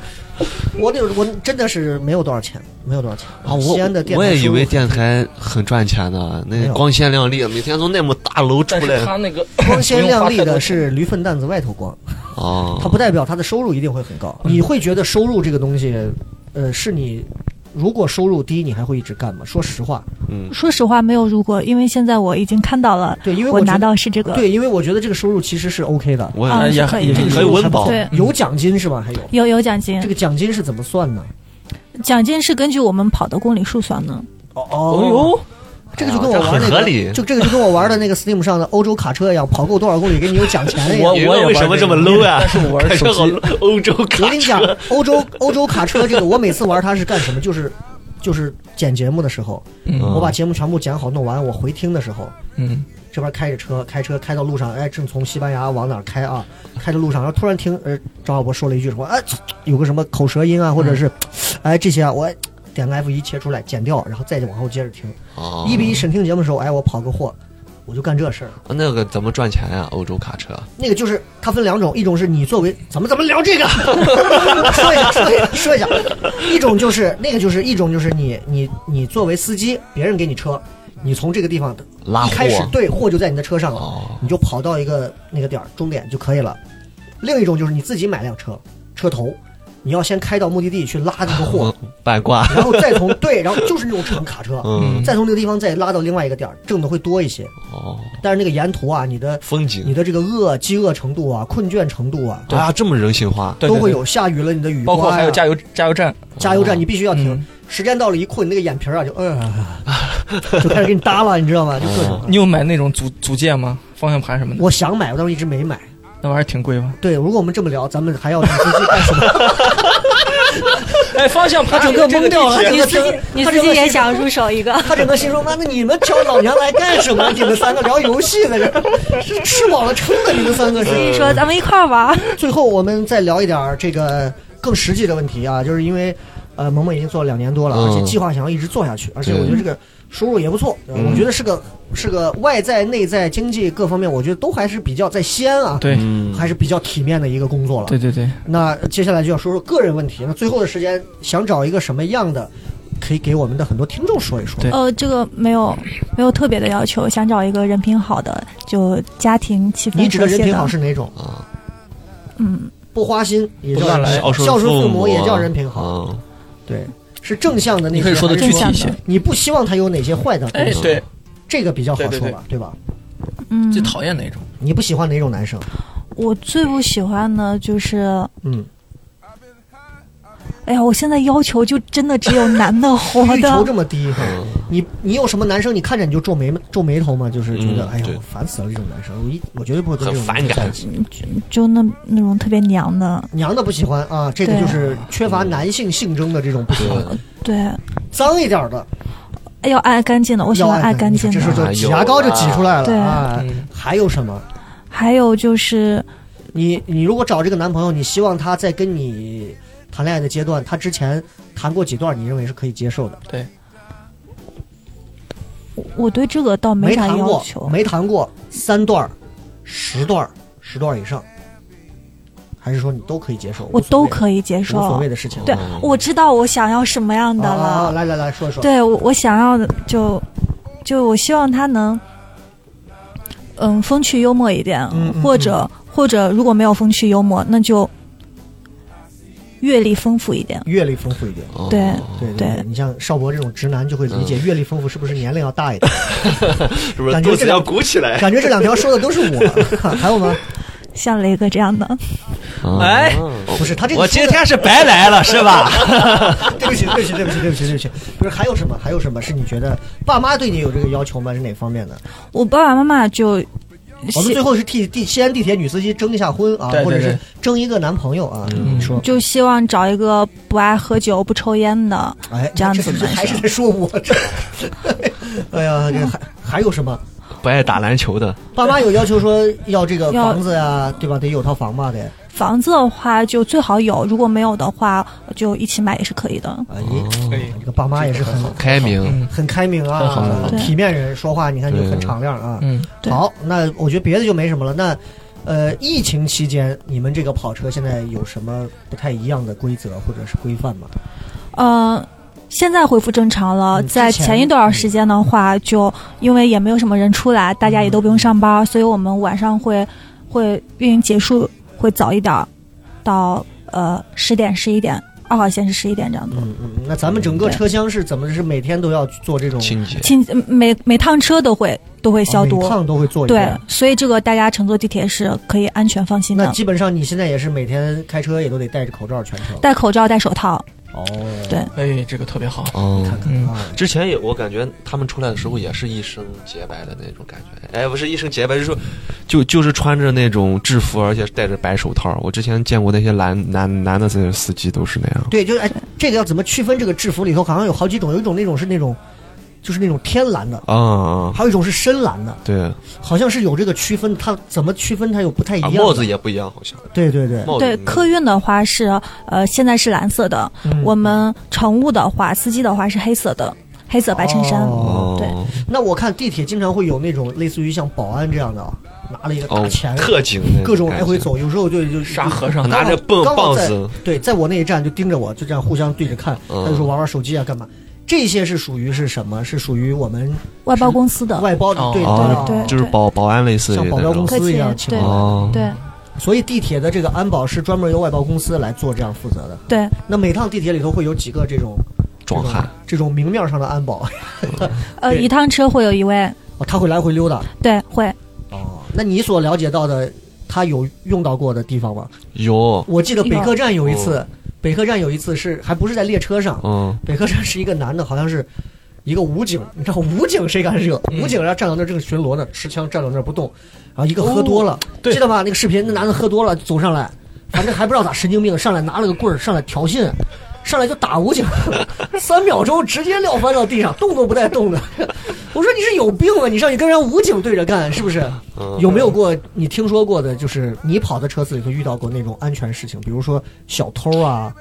[SPEAKER 3] 我那我真的是没有多少钱，没有多少钱
[SPEAKER 5] 啊，
[SPEAKER 3] 西安的电
[SPEAKER 5] 我
[SPEAKER 3] 台
[SPEAKER 5] 我也
[SPEAKER 3] 收
[SPEAKER 5] 以
[SPEAKER 3] 入
[SPEAKER 5] 为电台很赚钱的，
[SPEAKER 3] 没
[SPEAKER 5] 那
[SPEAKER 3] 有
[SPEAKER 5] 光鲜亮丽，每天从那么大楼出
[SPEAKER 7] 但是
[SPEAKER 5] 来
[SPEAKER 7] 他那个
[SPEAKER 3] 光鲜亮丽的是驴粪蛋子外头光，
[SPEAKER 5] 哦，嗯
[SPEAKER 3] 它不代表它的收入一定会很高。你会觉得收入这个东西，呃，是你如果收入低，你还会一直干吗？说实话，
[SPEAKER 5] 嗯，
[SPEAKER 6] 说实话，没有如果，因为现在我已经看到了，
[SPEAKER 3] 对，因为
[SPEAKER 6] 我
[SPEAKER 3] 觉
[SPEAKER 6] 拿
[SPEAKER 3] 得
[SPEAKER 6] 到是这个，
[SPEAKER 3] 对，因为我觉得这个收入其实是 OK 的，
[SPEAKER 5] 我
[SPEAKER 6] 啊
[SPEAKER 5] 也
[SPEAKER 7] 也
[SPEAKER 6] 是可以
[SPEAKER 7] 哎也
[SPEAKER 6] 的
[SPEAKER 3] 这个
[SPEAKER 5] 可
[SPEAKER 3] 收
[SPEAKER 5] 以
[SPEAKER 3] 入
[SPEAKER 5] 温
[SPEAKER 3] 还不
[SPEAKER 5] 饱
[SPEAKER 3] 错
[SPEAKER 6] 对嗯
[SPEAKER 3] 有奖金是吧？还有
[SPEAKER 6] 有有奖金
[SPEAKER 3] 这，个奖金是怎么算呢？
[SPEAKER 6] 奖金是根据我们跑的公里数算的。
[SPEAKER 3] 哦
[SPEAKER 7] 哦，呦，
[SPEAKER 3] 这个就跟我
[SPEAKER 5] 哎呀
[SPEAKER 3] 玩那
[SPEAKER 5] 这
[SPEAKER 3] 个，
[SPEAKER 5] 很合理
[SPEAKER 3] 就这个就跟我玩的那个 Steam 上的欧洲卡车一样，跑够多少公里给你有奖钱一 样。
[SPEAKER 7] 我
[SPEAKER 5] 你
[SPEAKER 7] 我也
[SPEAKER 5] 为什
[SPEAKER 7] 玩
[SPEAKER 5] 么
[SPEAKER 7] 这
[SPEAKER 5] 这
[SPEAKER 7] 个
[SPEAKER 5] 么 low 呀？
[SPEAKER 7] 但是我玩
[SPEAKER 5] 开
[SPEAKER 7] 手
[SPEAKER 5] 车
[SPEAKER 7] 机
[SPEAKER 5] 好欧洲卡车，
[SPEAKER 3] 我跟你讲，欧洲欧洲卡车这个，我每次玩它是干什么？就是就是剪节目的时候，嗯
[SPEAKER 5] 嗯
[SPEAKER 3] 我把节目全部剪好弄完，我回听的时候，
[SPEAKER 7] 嗯，
[SPEAKER 3] 这边开着车，开车开到路上，哎，正从西班牙往哪儿开啊？开着路上，然后突然听，呃，张小博说了一句什么，哎，有个什么口舌音啊，或者是，
[SPEAKER 5] 嗯
[SPEAKER 3] 哎，这些啊，我点个 F 一切出来，剪掉，然后再往后接着听。
[SPEAKER 5] 哦
[SPEAKER 3] 一比一审听节目的时候，哎，我跑个货，我就干这事儿。
[SPEAKER 5] 那个怎么赚钱呀？欧洲卡车
[SPEAKER 3] 那个就是它分两种，一种是你作为咱们咱们聊这 个，说一下说一下说一下，一种就是那个就是一种就是你你你作为司机，别人给你车，你从这个地方
[SPEAKER 5] 拉
[SPEAKER 3] 一
[SPEAKER 5] 货
[SPEAKER 3] 开始对货就在你的车上了，
[SPEAKER 5] 哦，
[SPEAKER 3] 你就跑到一个那个点儿终点就可以了。另一种就是你自己买辆车，车头，你要先开到目的地去拉这个货，
[SPEAKER 5] 嗯摆挂，
[SPEAKER 3] 然后再从 对，然后就是那种长卡车，
[SPEAKER 5] 嗯，
[SPEAKER 3] 再从那个地方再拉到另外一个点儿，挣的会多一些。
[SPEAKER 7] 嗯
[SPEAKER 5] 哦，
[SPEAKER 3] 但是那个沿途啊，你的
[SPEAKER 5] 风
[SPEAKER 3] 你
[SPEAKER 5] 景
[SPEAKER 3] 的这个饿、饥饿程度啊、困倦程度啊，
[SPEAKER 5] 啊，这么人性化，
[SPEAKER 7] 对
[SPEAKER 3] 都会，有下雨了，你的雨
[SPEAKER 7] 对对包括
[SPEAKER 3] 刮呀啊
[SPEAKER 7] 还有加油加油站，
[SPEAKER 3] 加油站，你必须要停。
[SPEAKER 7] 嗯
[SPEAKER 3] 时间到了，一困，那个眼皮儿啊就 嗯，就开始给你耷拉，你知道吗？就各种。
[SPEAKER 7] 你有买那种组组件吗？方向盘什么的，
[SPEAKER 3] 我想买，我但是一直没买。
[SPEAKER 7] 那玩意儿挺贵吧？
[SPEAKER 3] 对，如果我们这么聊，咱们还要你自己干什么？
[SPEAKER 7] 哎，方向
[SPEAKER 3] 他
[SPEAKER 7] 盘
[SPEAKER 3] 啊整个懵掉了，他整
[SPEAKER 6] 你
[SPEAKER 3] 个
[SPEAKER 6] 自己你自己也，想入手 一个，
[SPEAKER 3] 他整个心说：“妈的，你们挑老娘来干什么？你们三个聊游戏在这儿， 是吃饱了撑的，你们三个是。”
[SPEAKER 6] 所以说咱们一块儿玩儿。
[SPEAKER 3] 最后我们再聊一点儿这个更实际的问题啊，就是因为呃，萌萌已经做了两年多了，啊
[SPEAKER 5] 嗯
[SPEAKER 3] 而且计划想要一直做下去，而且
[SPEAKER 5] 对
[SPEAKER 3] 我觉得这个收入也不错，呃
[SPEAKER 5] 嗯
[SPEAKER 3] 我觉得是个是个外在、内在、经济各方面，我觉得都还是比较在西安啊，
[SPEAKER 7] 对
[SPEAKER 5] 嗯，
[SPEAKER 3] 还是比较体面的一个工作了。
[SPEAKER 7] 对对对，
[SPEAKER 3] 那接下来就要说说个人问题，那最后的时间想找一个什么样的，可以给我们的很多听众说一说。
[SPEAKER 7] 对
[SPEAKER 6] 呃，这个没有没有特别的要求，想找一个人品好的，就家庭气氛
[SPEAKER 3] 你指的
[SPEAKER 6] 和谐
[SPEAKER 3] 人
[SPEAKER 6] 的
[SPEAKER 3] 品好是哪种？
[SPEAKER 5] 啊，
[SPEAKER 6] 嗯，
[SPEAKER 3] 不花心也
[SPEAKER 7] 不
[SPEAKER 3] 叫
[SPEAKER 7] 乱
[SPEAKER 3] 人
[SPEAKER 7] 来
[SPEAKER 3] 品好，孝
[SPEAKER 5] 孝
[SPEAKER 3] 顺父
[SPEAKER 5] 母
[SPEAKER 3] 母也叫人品好，
[SPEAKER 5] 嗯
[SPEAKER 3] 对，是正向的那些。
[SPEAKER 7] 啊你可以说的
[SPEAKER 3] 还是
[SPEAKER 7] 具体一些
[SPEAKER 6] 正向。
[SPEAKER 3] 你不希望他有哪些坏的东
[SPEAKER 7] 哎
[SPEAKER 3] 西，，
[SPEAKER 7] 对，
[SPEAKER 3] 这个比较好说吧，
[SPEAKER 7] 对对对
[SPEAKER 3] 吧？
[SPEAKER 6] 嗯，
[SPEAKER 7] 最讨厌哪种？
[SPEAKER 3] 你不喜欢哪种男生？
[SPEAKER 6] 我最不喜欢的就是，
[SPEAKER 3] 嗯，
[SPEAKER 6] 哎呀，我现在要求就真的只有男 的活
[SPEAKER 3] 欲求
[SPEAKER 6] 的，
[SPEAKER 3] 这么低，
[SPEAKER 5] 嗯
[SPEAKER 3] 你你有什么男生？你看着你就皱眉皱眉头吗？就是觉得，
[SPEAKER 5] 嗯
[SPEAKER 3] 哎呀
[SPEAKER 5] 对，
[SPEAKER 3] 我烦死了这种男生，我一我绝对不会跟这种
[SPEAKER 5] 很反
[SPEAKER 3] 男生在
[SPEAKER 5] 感
[SPEAKER 3] 一起。
[SPEAKER 6] 就那那种特别娘的，
[SPEAKER 3] 娘的不喜欢啊，这个
[SPEAKER 6] 对
[SPEAKER 3] 就是缺
[SPEAKER 7] 嗯
[SPEAKER 3] 乏男性性征的这种不喜欢。
[SPEAKER 7] 啊
[SPEAKER 6] 对，
[SPEAKER 3] 脏一点的
[SPEAKER 6] 要爱干净的，我喜
[SPEAKER 3] 要
[SPEAKER 6] 欢
[SPEAKER 3] 爱
[SPEAKER 6] 干净
[SPEAKER 3] 这时候
[SPEAKER 6] 的。
[SPEAKER 3] 就挤牙膏就挤出来了
[SPEAKER 6] 对
[SPEAKER 3] 啊
[SPEAKER 7] 嗯。
[SPEAKER 3] 还有什么？
[SPEAKER 6] 还有就是，
[SPEAKER 3] 你你如果找这个男朋友，你希望他在跟你谈恋爱的阶段，他之前谈过几段，你认为是可以接受的？
[SPEAKER 6] 我我对这个倒啥
[SPEAKER 3] 谈
[SPEAKER 6] 要
[SPEAKER 3] 过
[SPEAKER 6] 求，，
[SPEAKER 3] 没谈过三段儿、十段儿、十段儿以上，还是说你都可以接受？
[SPEAKER 6] 我都
[SPEAKER 3] 以
[SPEAKER 6] 可以接
[SPEAKER 3] 无所
[SPEAKER 6] 受
[SPEAKER 3] 谓。的哦事情。
[SPEAKER 6] 对，我知道我想要什么样的
[SPEAKER 3] 啊啊啊
[SPEAKER 6] 了。
[SPEAKER 3] 来来来说一说。
[SPEAKER 6] 对我，我想要的就就我希望他能，嗯，风趣幽默一点，
[SPEAKER 3] 嗯嗯
[SPEAKER 6] 或者或者如果没有风趣幽默，那就阅历丰富一点。
[SPEAKER 3] 阅历丰富一点。
[SPEAKER 5] 哦
[SPEAKER 6] 对，
[SPEAKER 3] 对对
[SPEAKER 6] 对
[SPEAKER 3] 你像邵博这种直男就会理解阅历丰富是不是年龄要大一点？
[SPEAKER 5] 是不是
[SPEAKER 3] 感觉
[SPEAKER 5] 肚子
[SPEAKER 3] 这个
[SPEAKER 5] 要鼓起来？
[SPEAKER 3] 感觉这两条说的都是我，还有吗？
[SPEAKER 6] 像雷哥这样的。
[SPEAKER 5] 嗯
[SPEAKER 7] 哎，
[SPEAKER 3] 不是他这个
[SPEAKER 7] 我
[SPEAKER 3] 说
[SPEAKER 7] 今
[SPEAKER 3] 的
[SPEAKER 7] 天是白来了是 吧？
[SPEAKER 3] 对不起，对不起，对不起，对不起，对不起。不是还有什么？还有什么是你觉得爸妈对你有这个要求吗？是哪方面的？
[SPEAKER 6] 我爸爸妈妈就
[SPEAKER 3] 我们
[SPEAKER 6] 希
[SPEAKER 3] 哦最后是替地西安地铁女司机征一下婚啊，
[SPEAKER 7] 对对
[SPEAKER 3] 或者是
[SPEAKER 7] 对
[SPEAKER 3] 征一个男朋友啊。你说，
[SPEAKER 6] 就希望找一个不爱喝酒、不抽烟的
[SPEAKER 3] 哎，
[SPEAKER 6] 这样子
[SPEAKER 3] 这
[SPEAKER 6] 的
[SPEAKER 3] 还
[SPEAKER 6] 男
[SPEAKER 3] 是
[SPEAKER 6] 生。
[SPEAKER 3] 在说 我这？哎呀，这还还有什么？
[SPEAKER 5] 不爱打篮球的，
[SPEAKER 3] 爸妈有要求说要这个
[SPEAKER 6] 要
[SPEAKER 3] 房子呀、啊对吧？得有套房吧，得。
[SPEAKER 6] 房子的话就最好有，如果没有的话就一起买也是可以的。
[SPEAKER 3] 哎，
[SPEAKER 7] 哦
[SPEAKER 3] 这个爸妈也是很
[SPEAKER 5] 开明，
[SPEAKER 3] 很开明
[SPEAKER 7] 很好很
[SPEAKER 3] 啊
[SPEAKER 7] 好，
[SPEAKER 6] 对
[SPEAKER 3] 体面人，说话你看就
[SPEAKER 5] 对
[SPEAKER 3] 很敞亮啊。
[SPEAKER 7] 嗯，
[SPEAKER 6] 对
[SPEAKER 3] 好，那我觉得别的就没什么了。那呃，疫情期间你们这个跑车现在有什么不太一样的规则或者是规范吗？
[SPEAKER 6] 呃，现在恢复正常了，
[SPEAKER 3] 嗯之
[SPEAKER 6] 在
[SPEAKER 3] 前
[SPEAKER 6] 前一段时间的话，就因为也没有什么人出来，大家也都不用上班，所以我们晚上会会运营结束会早一点儿，到呃十点十一点，二号线是十一点这样子。
[SPEAKER 3] 嗯嗯，那咱们整个
[SPEAKER 6] 对
[SPEAKER 3] 车厢是怎么是每天都要做这种
[SPEAKER 5] 清洁。
[SPEAKER 6] 清每每趟车都会都会消毒，
[SPEAKER 3] 哦每趟都会做一
[SPEAKER 6] 对
[SPEAKER 3] 遍。，
[SPEAKER 6] 所以这个大家乘坐地铁是可以安全放心
[SPEAKER 3] 那
[SPEAKER 6] 的，
[SPEAKER 3] 基本上你现在也是每天开车也都得戴着口罩全程。
[SPEAKER 6] 戴口罩、戴手套。
[SPEAKER 3] 哦，
[SPEAKER 6] 对
[SPEAKER 7] 哎，这个特别好。
[SPEAKER 5] 哦，
[SPEAKER 3] 看看
[SPEAKER 7] 嗯
[SPEAKER 3] 啊，
[SPEAKER 5] 之前也我感觉他们出来的时候也是一身洁白的那种感觉，哎，不是一身洁白，就是说就就是穿着那种制服，而且戴着白手套。我之前见过那些男男男的这司机都是那样。
[SPEAKER 3] 对，就是哎，这个要怎么区分？这个制服里头好像有好几种，有一种那种是那种，就是那种天蓝的，
[SPEAKER 5] 啊、啊
[SPEAKER 3] 还有一种是深蓝的，
[SPEAKER 5] 对，
[SPEAKER 3] 好像是有这个区分，它怎么区分它又不太一
[SPEAKER 5] 啊
[SPEAKER 3] 样的、
[SPEAKER 5] 帽子也不一样，好像
[SPEAKER 3] 对对对，
[SPEAKER 5] 帽子
[SPEAKER 6] 对，
[SPEAKER 5] 嗯
[SPEAKER 6] 客运的话是呃现在是蓝色的，
[SPEAKER 3] 嗯
[SPEAKER 6] 我们乘务的话，司机的话是黑色的，黑色白衬衫。
[SPEAKER 3] 哦
[SPEAKER 5] 哦
[SPEAKER 6] 对
[SPEAKER 3] 那我看地铁经常会有那种类似于像保安这样的啊，拿了一个大
[SPEAKER 5] 哦，
[SPEAKER 3] 钱，
[SPEAKER 5] 特警那
[SPEAKER 3] 各种
[SPEAKER 5] 感
[SPEAKER 3] 来
[SPEAKER 5] 觉
[SPEAKER 3] 回，走，有时候就就
[SPEAKER 7] 沙和尚
[SPEAKER 3] 刚好
[SPEAKER 5] 拿着棒
[SPEAKER 3] 刚好在
[SPEAKER 5] 棒子
[SPEAKER 3] 对，在我那一站就盯着我，就这样互相对着看，
[SPEAKER 5] 嗯
[SPEAKER 3] 他就说玩玩手机啊，干嘛？这些是属于是什么？是属于我们
[SPEAKER 6] 外包公司的，
[SPEAKER 3] 外包的
[SPEAKER 7] 哦，
[SPEAKER 3] 对
[SPEAKER 5] 哦
[SPEAKER 3] 对
[SPEAKER 6] 对
[SPEAKER 5] 就是保保安类似于
[SPEAKER 3] 像保
[SPEAKER 5] 那
[SPEAKER 3] 镖公
[SPEAKER 5] 种。
[SPEAKER 3] 司一样
[SPEAKER 6] 科
[SPEAKER 3] 情
[SPEAKER 6] 技
[SPEAKER 3] 况。
[SPEAKER 5] 哦，
[SPEAKER 6] 对
[SPEAKER 3] 所以地铁的这个安保是专门由外包公司来做这样负责的。
[SPEAKER 6] 对，
[SPEAKER 3] 那每趟地铁里头会有几个这种
[SPEAKER 5] 壮汉
[SPEAKER 3] 这种这种明面上的安保，
[SPEAKER 6] 呃，
[SPEAKER 3] 对
[SPEAKER 6] 一趟车会有一位，
[SPEAKER 3] 哦他会来回溜达。
[SPEAKER 6] 对，会
[SPEAKER 3] 哦，那你所了解到的，他有用到过的地方吗？
[SPEAKER 5] 有，
[SPEAKER 3] 我记得北客站有一次，
[SPEAKER 5] 哦
[SPEAKER 3] 北客站有一次是还不是在列车上，
[SPEAKER 5] 嗯，
[SPEAKER 3] 北客站是一个男的，好像是一个武警，你知道武警谁敢惹？武警然后站到那儿正巡逻呢，持枪站到那儿不动，然后一个喝多了，
[SPEAKER 7] 对
[SPEAKER 3] 记得吧？那个视频，那男的喝多了走上来，反正还不知道咋神经病，上来拿了个棍儿上来挑衅。上来就打武警， 三秒钟直接撂翻到地上，动都不带动的。我说你是有病啊！你上去跟人家武警对着干，是不是？有没有过你听说过的，就是你跑的车子里头遇到过那种安全事情，比如说小偷啊，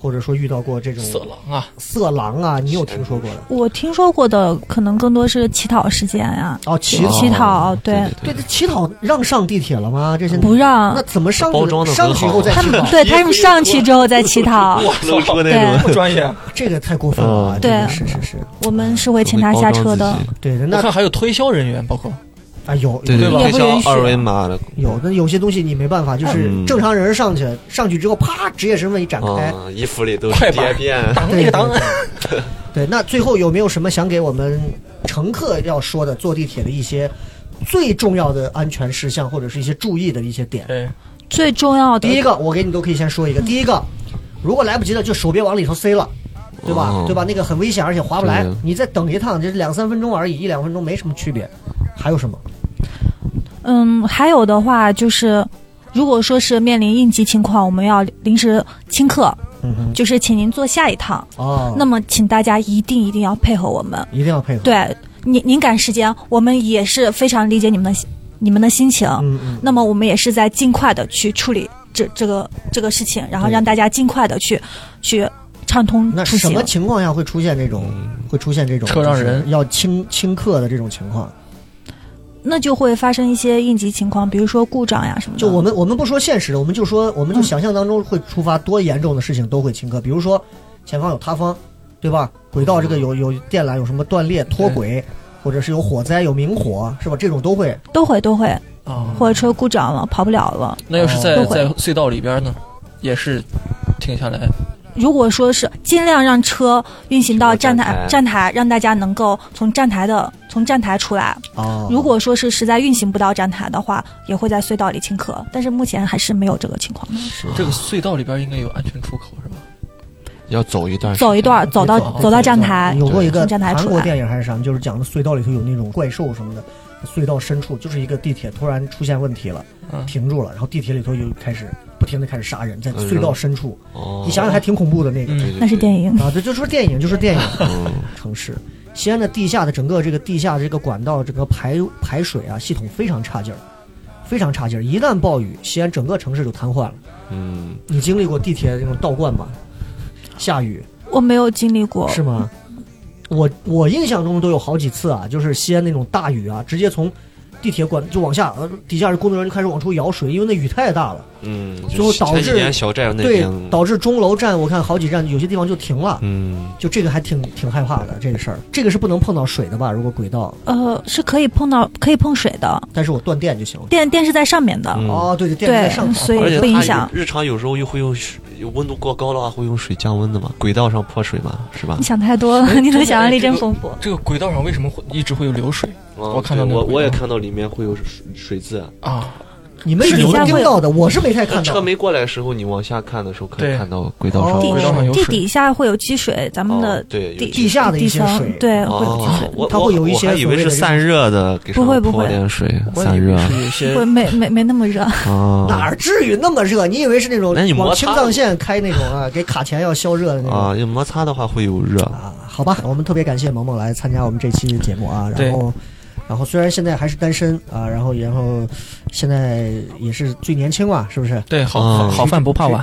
[SPEAKER 3] 或者说遇到过这种
[SPEAKER 7] 色狼啊，
[SPEAKER 3] 色狼啊，你有听说过的？
[SPEAKER 6] 我听说过的可能更多是乞讨事件呀、
[SPEAKER 3] 哦，乞讨，
[SPEAKER 6] 乞讨，
[SPEAKER 5] 对
[SPEAKER 3] 对，这乞讨让上地铁了吗？这些
[SPEAKER 6] 不让
[SPEAKER 3] 那怎么上
[SPEAKER 5] 包装得很
[SPEAKER 3] 上
[SPEAKER 5] 好
[SPEAKER 3] 去以后再
[SPEAKER 6] 他
[SPEAKER 3] 乞
[SPEAKER 6] 们
[SPEAKER 3] 讨，
[SPEAKER 6] 对他们上去之后再乞讨，
[SPEAKER 5] 露出那
[SPEAKER 6] 对
[SPEAKER 7] 不专业。啊
[SPEAKER 3] 这个太过分了啊！
[SPEAKER 5] 嗯
[SPEAKER 3] 这个
[SPEAKER 6] 对
[SPEAKER 3] 是是是，
[SPEAKER 6] 我们是会请他下车的。
[SPEAKER 3] 对的。
[SPEAKER 7] 我
[SPEAKER 3] 那
[SPEAKER 7] 看还有推销人员，包括
[SPEAKER 3] 啊，有
[SPEAKER 5] 对对，
[SPEAKER 7] 吧
[SPEAKER 5] 推
[SPEAKER 6] 也不允许
[SPEAKER 5] 销二维码的，
[SPEAKER 3] 有的有些东西你没办法，就是
[SPEAKER 5] 嗯
[SPEAKER 3] 正常人上去，上去之后啪，职业身份一展开，
[SPEAKER 5] 啊，衣服里都是
[SPEAKER 7] 快
[SPEAKER 5] 贴
[SPEAKER 7] 板
[SPEAKER 5] 片，
[SPEAKER 7] 当
[SPEAKER 3] 对
[SPEAKER 7] 那个当，
[SPEAKER 3] 对 对，那最后有没有什么想给我们乘客要说的？坐地铁的一些最重要的安全事项，或者是一些注意的一些点。
[SPEAKER 7] 对，
[SPEAKER 6] 最重要的
[SPEAKER 3] 第一个，我给你都可以先说一个。
[SPEAKER 6] 嗯
[SPEAKER 3] 第一个，如果来不及了，就手别往里头塞了，对吧？
[SPEAKER 5] 哦
[SPEAKER 3] 对吧？那个很危险，而且划不来
[SPEAKER 5] 对。
[SPEAKER 3] 你再等一趟，就是两三分钟而已，一两分钟没什么区别。还有什么？
[SPEAKER 6] 嗯，还有的话就是，如果说是面临应急情况，我们要临时清客，
[SPEAKER 3] 嗯哼，
[SPEAKER 6] 就是请您坐下一趟。
[SPEAKER 3] 哦，
[SPEAKER 6] 那么，请大家一定一定要配合我们。
[SPEAKER 3] 一定要配合。，
[SPEAKER 6] 对，您您赶时间，我们也是非常理解你们的心你们的心情。
[SPEAKER 3] 嗯嗯，
[SPEAKER 6] 那么，我们也是在尽快的去处理这这个这个事情，然后
[SPEAKER 3] 对
[SPEAKER 6] 让大家尽快的去去畅通
[SPEAKER 3] 那
[SPEAKER 6] 出
[SPEAKER 3] 什
[SPEAKER 6] 行
[SPEAKER 3] 么。情况下会出现这种会出现这种
[SPEAKER 7] 车让人
[SPEAKER 3] 就是要清清客的这种情况？
[SPEAKER 6] 那就会发生一些应急情况，比如说故障呀什么的。
[SPEAKER 3] 就我
[SPEAKER 7] 嗯
[SPEAKER 3] 们我们不说现实的，我们就说我们就想象当中会触发多严重的事情都会请客，比如说前方有塌方，对吧？轨道
[SPEAKER 7] 嗯
[SPEAKER 3] 这个有有电缆有什么断裂、脱轨，或者是有火灾、有明火，是吧？这种都会。
[SPEAKER 6] 都会都会，
[SPEAKER 3] 嗯
[SPEAKER 7] 啊，
[SPEAKER 6] 火车故障了，跑不了了。
[SPEAKER 7] 那要是在
[SPEAKER 6] 都会
[SPEAKER 7] 在隧道里边呢，也是停下来
[SPEAKER 6] 如果说是尽量让车运行到站台站
[SPEAKER 5] 站
[SPEAKER 6] 台，让大家能够从站台的从站台出来。
[SPEAKER 3] 哦，
[SPEAKER 6] 如果说是实在运行不到站台的话，也会在隧道里请客，但是目前还是没有这个情况。
[SPEAKER 7] 这个隧道里边应该有安全出口是吧？
[SPEAKER 5] 要走一段时间，
[SPEAKER 6] 走一段，走到
[SPEAKER 7] 走
[SPEAKER 6] 走到站台，
[SPEAKER 3] 有过一个
[SPEAKER 6] 从站台
[SPEAKER 3] 韩
[SPEAKER 6] 出
[SPEAKER 3] 国
[SPEAKER 6] 来。
[SPEAKER 3] 电影还是什么，就是讲的隧道里头有那种怪兽什么的，隧道深处就是一个地铁突然出现问题了，
[SPEAKER 7] 嗯哎
[SPEAKER 3] 停住了，然后地铁里头又开始不停的开始杀人，在
[SPEAKER 5] 嗯
[SPEAKER 3] 隧道深处，
[SPEAKER 5] 哦，
[SPEAKER 3] 你想想还挺恐怖的那个。
[SPEAKER 7] 嗯
[SPEAKER 5] 对对对
[SPEAKER 6] 那是电影，
[SPEAKER 3] 啊，对，就说电影，就说电影。
[SPEAKER 5] 嗯
[SPEAKER 3] 城市，西安的地下的整个这个地下这个管道这个排排水啊系统非常差劲儿，非常差劲儿。一旦暴雨，西安整个城市就瘫痪了。
[SPEAKER 5] 嗯，
[SPEAKER 3] 你经历过地铁那种倒灌吗？下雨
[SPEAKER 6] 我没有经历
[SPEAKER 5] 哦
[SPEAKER 6] 过。
[SPEAKER 3] 是吗？我我印象中都有好几次啊，就是西安那种大雨啊，直接从地铁管就往下，呃，底下的工作人员就开始往出舀水，因为那雨太大了，
[SPEAKER 5] 嗯，
[SPEAKER 3] 最后
[SPEAKER 5] 就
[SPEAKER 3] 导致
[SPEAKER 5] 前几年小寨那
[SPEAKER 3] 对
[SPEAKER 5] 边，，
[SPEAKER 3] 导致钟楼站我看好几站有些地方就停了，
[SPEAKER 5] 嗯，
[SPEAKER 3] 就这个还挺挺害怕的这个事儿。这个是不能碰到水的吧？如果轨道，
[SPEAKER 6] 呃，是可以碰到可以碰水的，
[SPEAKER 3] 但是我断电就行了。
[SPEAKER 6] 电电是在上面的。
[SPEAKER 5] 嗯
[SPEAKER 3] 哦，对对，电视在
[SPEAKER 6] 对
[SPEAKER 3] 上，头
[SPEAKER 6] 所以
[SPEAKER 5] 而且
[SPEAKER 6] 不影
[SPEAKER 5] 它
[SPEAKER 6] 响
[SPEAKER 5] 日常有时候又会用水，温度过高的话会用水降温的嘛，轨道上泼水嘛，是吧
[SPEAKER 6] 你？想太多了，你的想象力真丰富。
[SPEAKER 7] 这个轨道上为什么会一直会有流水
[SPEAKER 5] 嗯
[SPEAKER 7] 我看到
[SPEAKER 5] 对
[SPEAKER 7] 那个
[SPEAKER 5] 我
[SPEAKER 7] 轨
[SPEAKER 5] 我也
[SPEAKER 7] 道
[SPEAKER 5] 看到里面会有水水渍啊，
[SPEAKER 7] 啊？
[SPEAKER 3] 你们是有能盯到的，我是没太看
[SPEAKER 5] 车
[SPEAKER 3] 到。
[SPEAKER 5] 没过来的时候，你往下看的时候可以
[SPEAKER 7] 对
[SPEAKER 5] 看到轨道上
[SPEAKER 3] 哦
[SPEAKER 5] 有
[SPEAKER 7] 轨
[SPEAKER 5] 水
[SPEAKER 7] 道上有
[SPEAKER 6] 地
[SPEAKER 7] 水
[SPEAKER 6] 底下会有积水，咱们的
[SPEAKER 5] 哦对有
[SPEAKER 6] 地
[SPEAKER 3] 地下的一
[SPEAKER 6] 地
[SPEAKER 3] 些
[SPEAKER 6] 层
[SPEAKER 3] 水
[SPEAKER 6] 对会有积
[SPEAKER 5] 哦
[SPEAKER 6] 水，，
[SPEAKER 5] 我
[SPEAKER 3] 它会有一
[SPEAKER 5] 我
[SPEAKER 3] 些
[SPEAKER 5] 我还以为是散热的，给
[SPEAKER 6] 所谓的不会不
[SPEAKER 5] 上泼
[SPEAKER 6] 会
[SPEAKER 5] 点水
[SPEAKER 7] 我以为
[SPEAKER 5] 散热
[SPEAKER 7] 是有些
[SPEAKER 6] 不没没没那么热。
[SPEAKER 5] 啊
[SPEAKER 3] 哪至于那么热？你以为是那种
[SPEAKER 5] 那你摩
[SPEAKER 3] 往
[SPEAKER 5] 擦
[SPEAKER 3] 青藏线开那种啊，给卡钳要消热的那种
[SPEAKER 5] 啊，有摩擦的话会有热，
[SPEAKER 3] 啊？好吧，我们特别感谢萌萌来参加我们这期节目啊。然
[SPEAKER 7] 对
[SPEAKER 3] 后，然后虽然现在还是单身啊，然后然后现在也是最年轻嘛，是不是？
[SPEAKER 7] 对，好好
[SPEAKER 5] 嗯
[SPEAKER 7] 好饭不怕晚，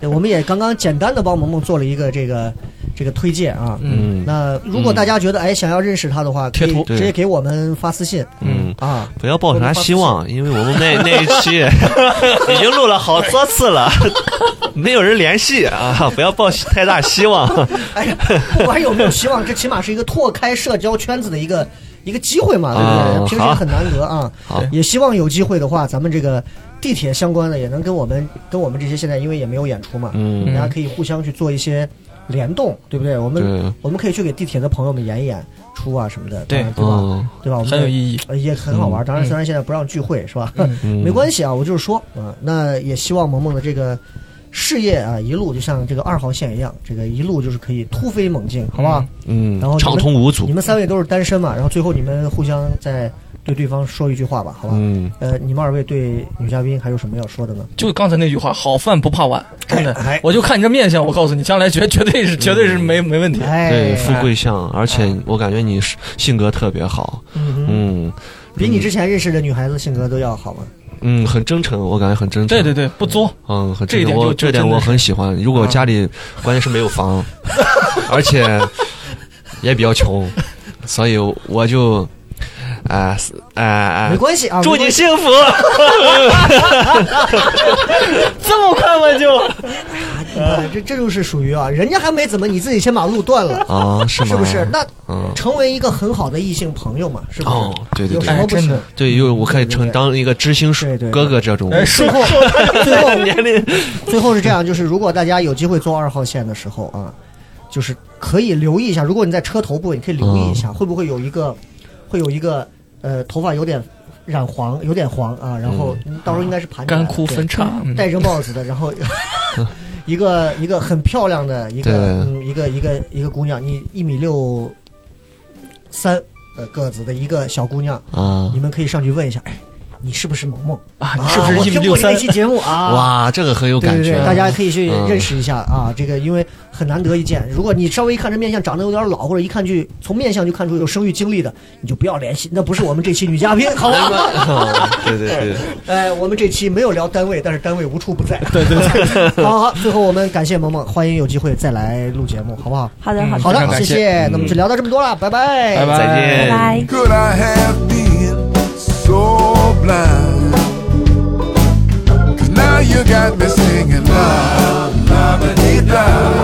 [SPEAKER 3] 对，我们也刚刚简单的帮萌萌做了一个这个这个推荐啊。
[SPEAKER 7] 嗯
[SPEAKER 5] 嗯
[SPEAKER 3] 那如果大家觉得哎想要认识他的话，可
[SPEAKER 7] 贴
[SPEAKER 3] 以
[SPEAKER 7] 图
[SPEAKER 5] 对
[SPEAKER 3] 直接给我们发私信
[SPEAKER 5] 嗯。
[SPEAKER 3] 啊。
[SPEAKER 5] 不要抱啥希望，因为我们那那一 期已经录了好多次了， 没有人联系啊！不要抱太大希望。
[SPEAKER 3] 哎呀，不管有没有希望，这起码是一个拓开社交圈子的一个一个机会嘛，对不对？
[SPEAKER 5] 啊
[SPEAKER 3] 平时也很难得啊。
[SPEAKER 5] 好
[SPEAKER 3] 也希望有机会的话，咱们这个地铁相关的也能跟我们跟我们这些现在因为也没有演出嘛，
[SPEAKER 5] 嗯，
[SPEAKER 3] 大家可以互相去做一些联动，对不对？我们
[SPEAKER 5] 对，
[SPEAKER 3] 我们可以去给地铁的朋友们演一演出啊什么的，
[SPEAKER 7] 对
[SPEAKER 3] 当然对吧？
[SPEAKER 5] 嗯
[SPEAKER 3] 对吧？我们
[SPEAKER 7] 很有意义。
[SPEAKER 3] 呃也很好玩。当然，虽然现在不让聚会，是吧？
[SPEAKER 7] 嗯
[SPEAKER 5] 嗯，
[SPEAKER 3] 没关系啊，我就是说啊、那也希望萌萌的这个事业啊，一路就像这个二号线一样，这个一路就是可以突飞猛进，好不好？
[SPEAKER 5] 嗯，
[SPEAKER 3] 然后你们
[SPEAKER 5] 畅通无阻
[SPEAKER 3] 你。们三位都是单身嘛，然后最后你们互相再对对方说一句话吧，好吧？
[SPEAKER 5] 嗯，
[SPEAKER 3] 呃，你们二位对女嘉宾还有什么要说的呢？
[SPEAKER 7] 就刚才那句话，好饭不怕晚，真的
[SPEAKER 3] 哎哎。
[SPEAKER 7] 我就看你这面相，我告诉你，将来绝绝对是绝对是没没问题。
[SPEAKER 3] 哎
[SPEAKER 5] 对，，富贵相，而且我感觉你是性格特别好，
[SPEAKER 3] 啊嗯嗯，
[SPEAKER 5] 嗯
[SPEAKER 3] 比你之前认识的女孩子性格都要好嘛？
[SPEAKER 5] 嗯，很真诚，我感觉很真诚。
[SPEAKER 7] 对对对，不作，
[SPEAKER 5] 嗯，很
[SPEAKER 7] 这一
[SPEAKER 5] 真
[SPEAKER 7] 点
[SPEAKER 5] 诚
[SPEAKER 7] 就
[SPEAKER 5] 我
[SPEAKER 7] 就
[SPEAKER 5] 这点
[SPEAKER 7] 真的
[SPEAKER 5] 我
[SPEAKER 7] 是
[SPEAKER 5] 很喜欢。如果
[SPEAKER 7] 啊
[SPEAKER 5] 家里关键是没 有房，而且也比较穷，所以我就，啊啊
[SPEAKER 3] 没
[SPEAKER 5] 啊！
[SPEAKER 3] 关系啊，
[SPEAKER 5] 祝
[SPEAKER 3] 没关
[SPEAKER 5] 你
[SPEAKER 3] 系
[SPEAKER 5] 幸福！
[SPEAKER 7] 这么快吗就？
[SPEAKER 3] 啊，这这就是属于啊，人家还没怎么，你自己先把路断了。
[SPEAKER 5] 啊，是吗？
[SPEAKER 3] 是不是？那
[SPEAKER 5] 嗯，
[SPEAKER 3] 成为一个很好的异性朋友嘛？是不是？
[SPEAKER 5] 哦对对
[SPEAKER 3] 有
[SPEAKER 5] 对
[SPEAKER 3] 什么
[SPEAKER 7] 哎
[SPEAKER 3] 不
[SPEAKER 7] 真
[SPEAKER 3] 行？
[SPEAKER 7] 的
[SPEAKER 5] 对，因为我可以
[SPEAKER 3] 对对
[SPEAKER 5] 承
[SPEAKER 3] 对
[SPEAKER 5] 当一个知心叔
[SPEAKER 3] 对对对
[SPEAKER 5] 哥哥这种。
[SPEAKER 7] 哎，说
[SPEAKER 3] 最后，最后
[SPEAKER 5] 年龄，
[SPEAKER 3] 最后是这样，就是如果大家有机会坐二号线的时候啊，就是可以留意一下，如果你在车头部，你可以留意一
[SPEAKER 7] 嗯
[SPEAKER 3] 下，会不会有一个，会有一个呃，头发有点染黄，有点黄啊，然后到时候应该是盘起来
[SPEAKER 7] 嗯干枯分叉，
[SPEAKER 3] 对
[SPEAKER 7] 嗯
[SPEAKER 3] 戴着帽子的，然 后一个一个很漂亮的一
[SPEAKER 5] 对
[SPEAKER 3] 个嗯一个一个一个姑娘，你一米六三呃个子的一个小姑娘，
[SPEAKER 5] 啊
[SPEAKER 3] 你！们可以上去问一下，哎，你是不是萌萌？
[SPEAKER 7] 啊，你是不
[SPEAKER 3] 啊
[SPEAKER 7] 是
[SPEAKER 3] 我
[SPEAKER 7] 一米
[SPEAKER 3] 听
[SPEAKER 7] 六
[SPEAKER 3] 过你
[SPEAKER 7] 三
[SPEAKER 3] 那？期节目啊，。
[SPEAKER 5] 哇，这个很有
[SPEAKER 3] 对
[SPEAKER 5] 感
[SPEAKER 3] 对
[SPEAKER 5] 觉
[SPEAKER 3] 对，，大家可以去
[SPEAKER 5] 嗯
[SPEAKER 3] 认识一下啊，这个因为很难得一见。如果你稍微一看这面相长得有点老，或者一看去从面相就看出有生育经历的，你就不要联系，那不是我们这期女嘉宾，好吧？
[SPEAKER 5] 啊对对对，
[SPEAKER 3] 哎，我们这期没有聊单位，但是单位无处不在。对对对，好好，最后我们感谢萌萌，欢迎有机会再来录节目，好不好？
[SPEAKER 6] 好的，
[SPEAKER 7] 嗯
[SPEAKER 6] 好
[SPEAKER 3] 好
[SPEAKER 6] 的，
[SPEAKER 7] 非常
[SPEAKER 3] 的，
[SPEAKER 7] 感
[SPEAKER 3] 谢
[SPEAKER 7] 谢
[SPEAKER 3] 谢。那么就聊到这么多了，拜拜，
[SPEAKER 7] 拜拜，
[SPEAKER 5] 再见
[SPEAKER 6] 拜拜。
[SPEAKER 2] Could I have been so blind? Cause now you got me singing la la ba dee da. Oh,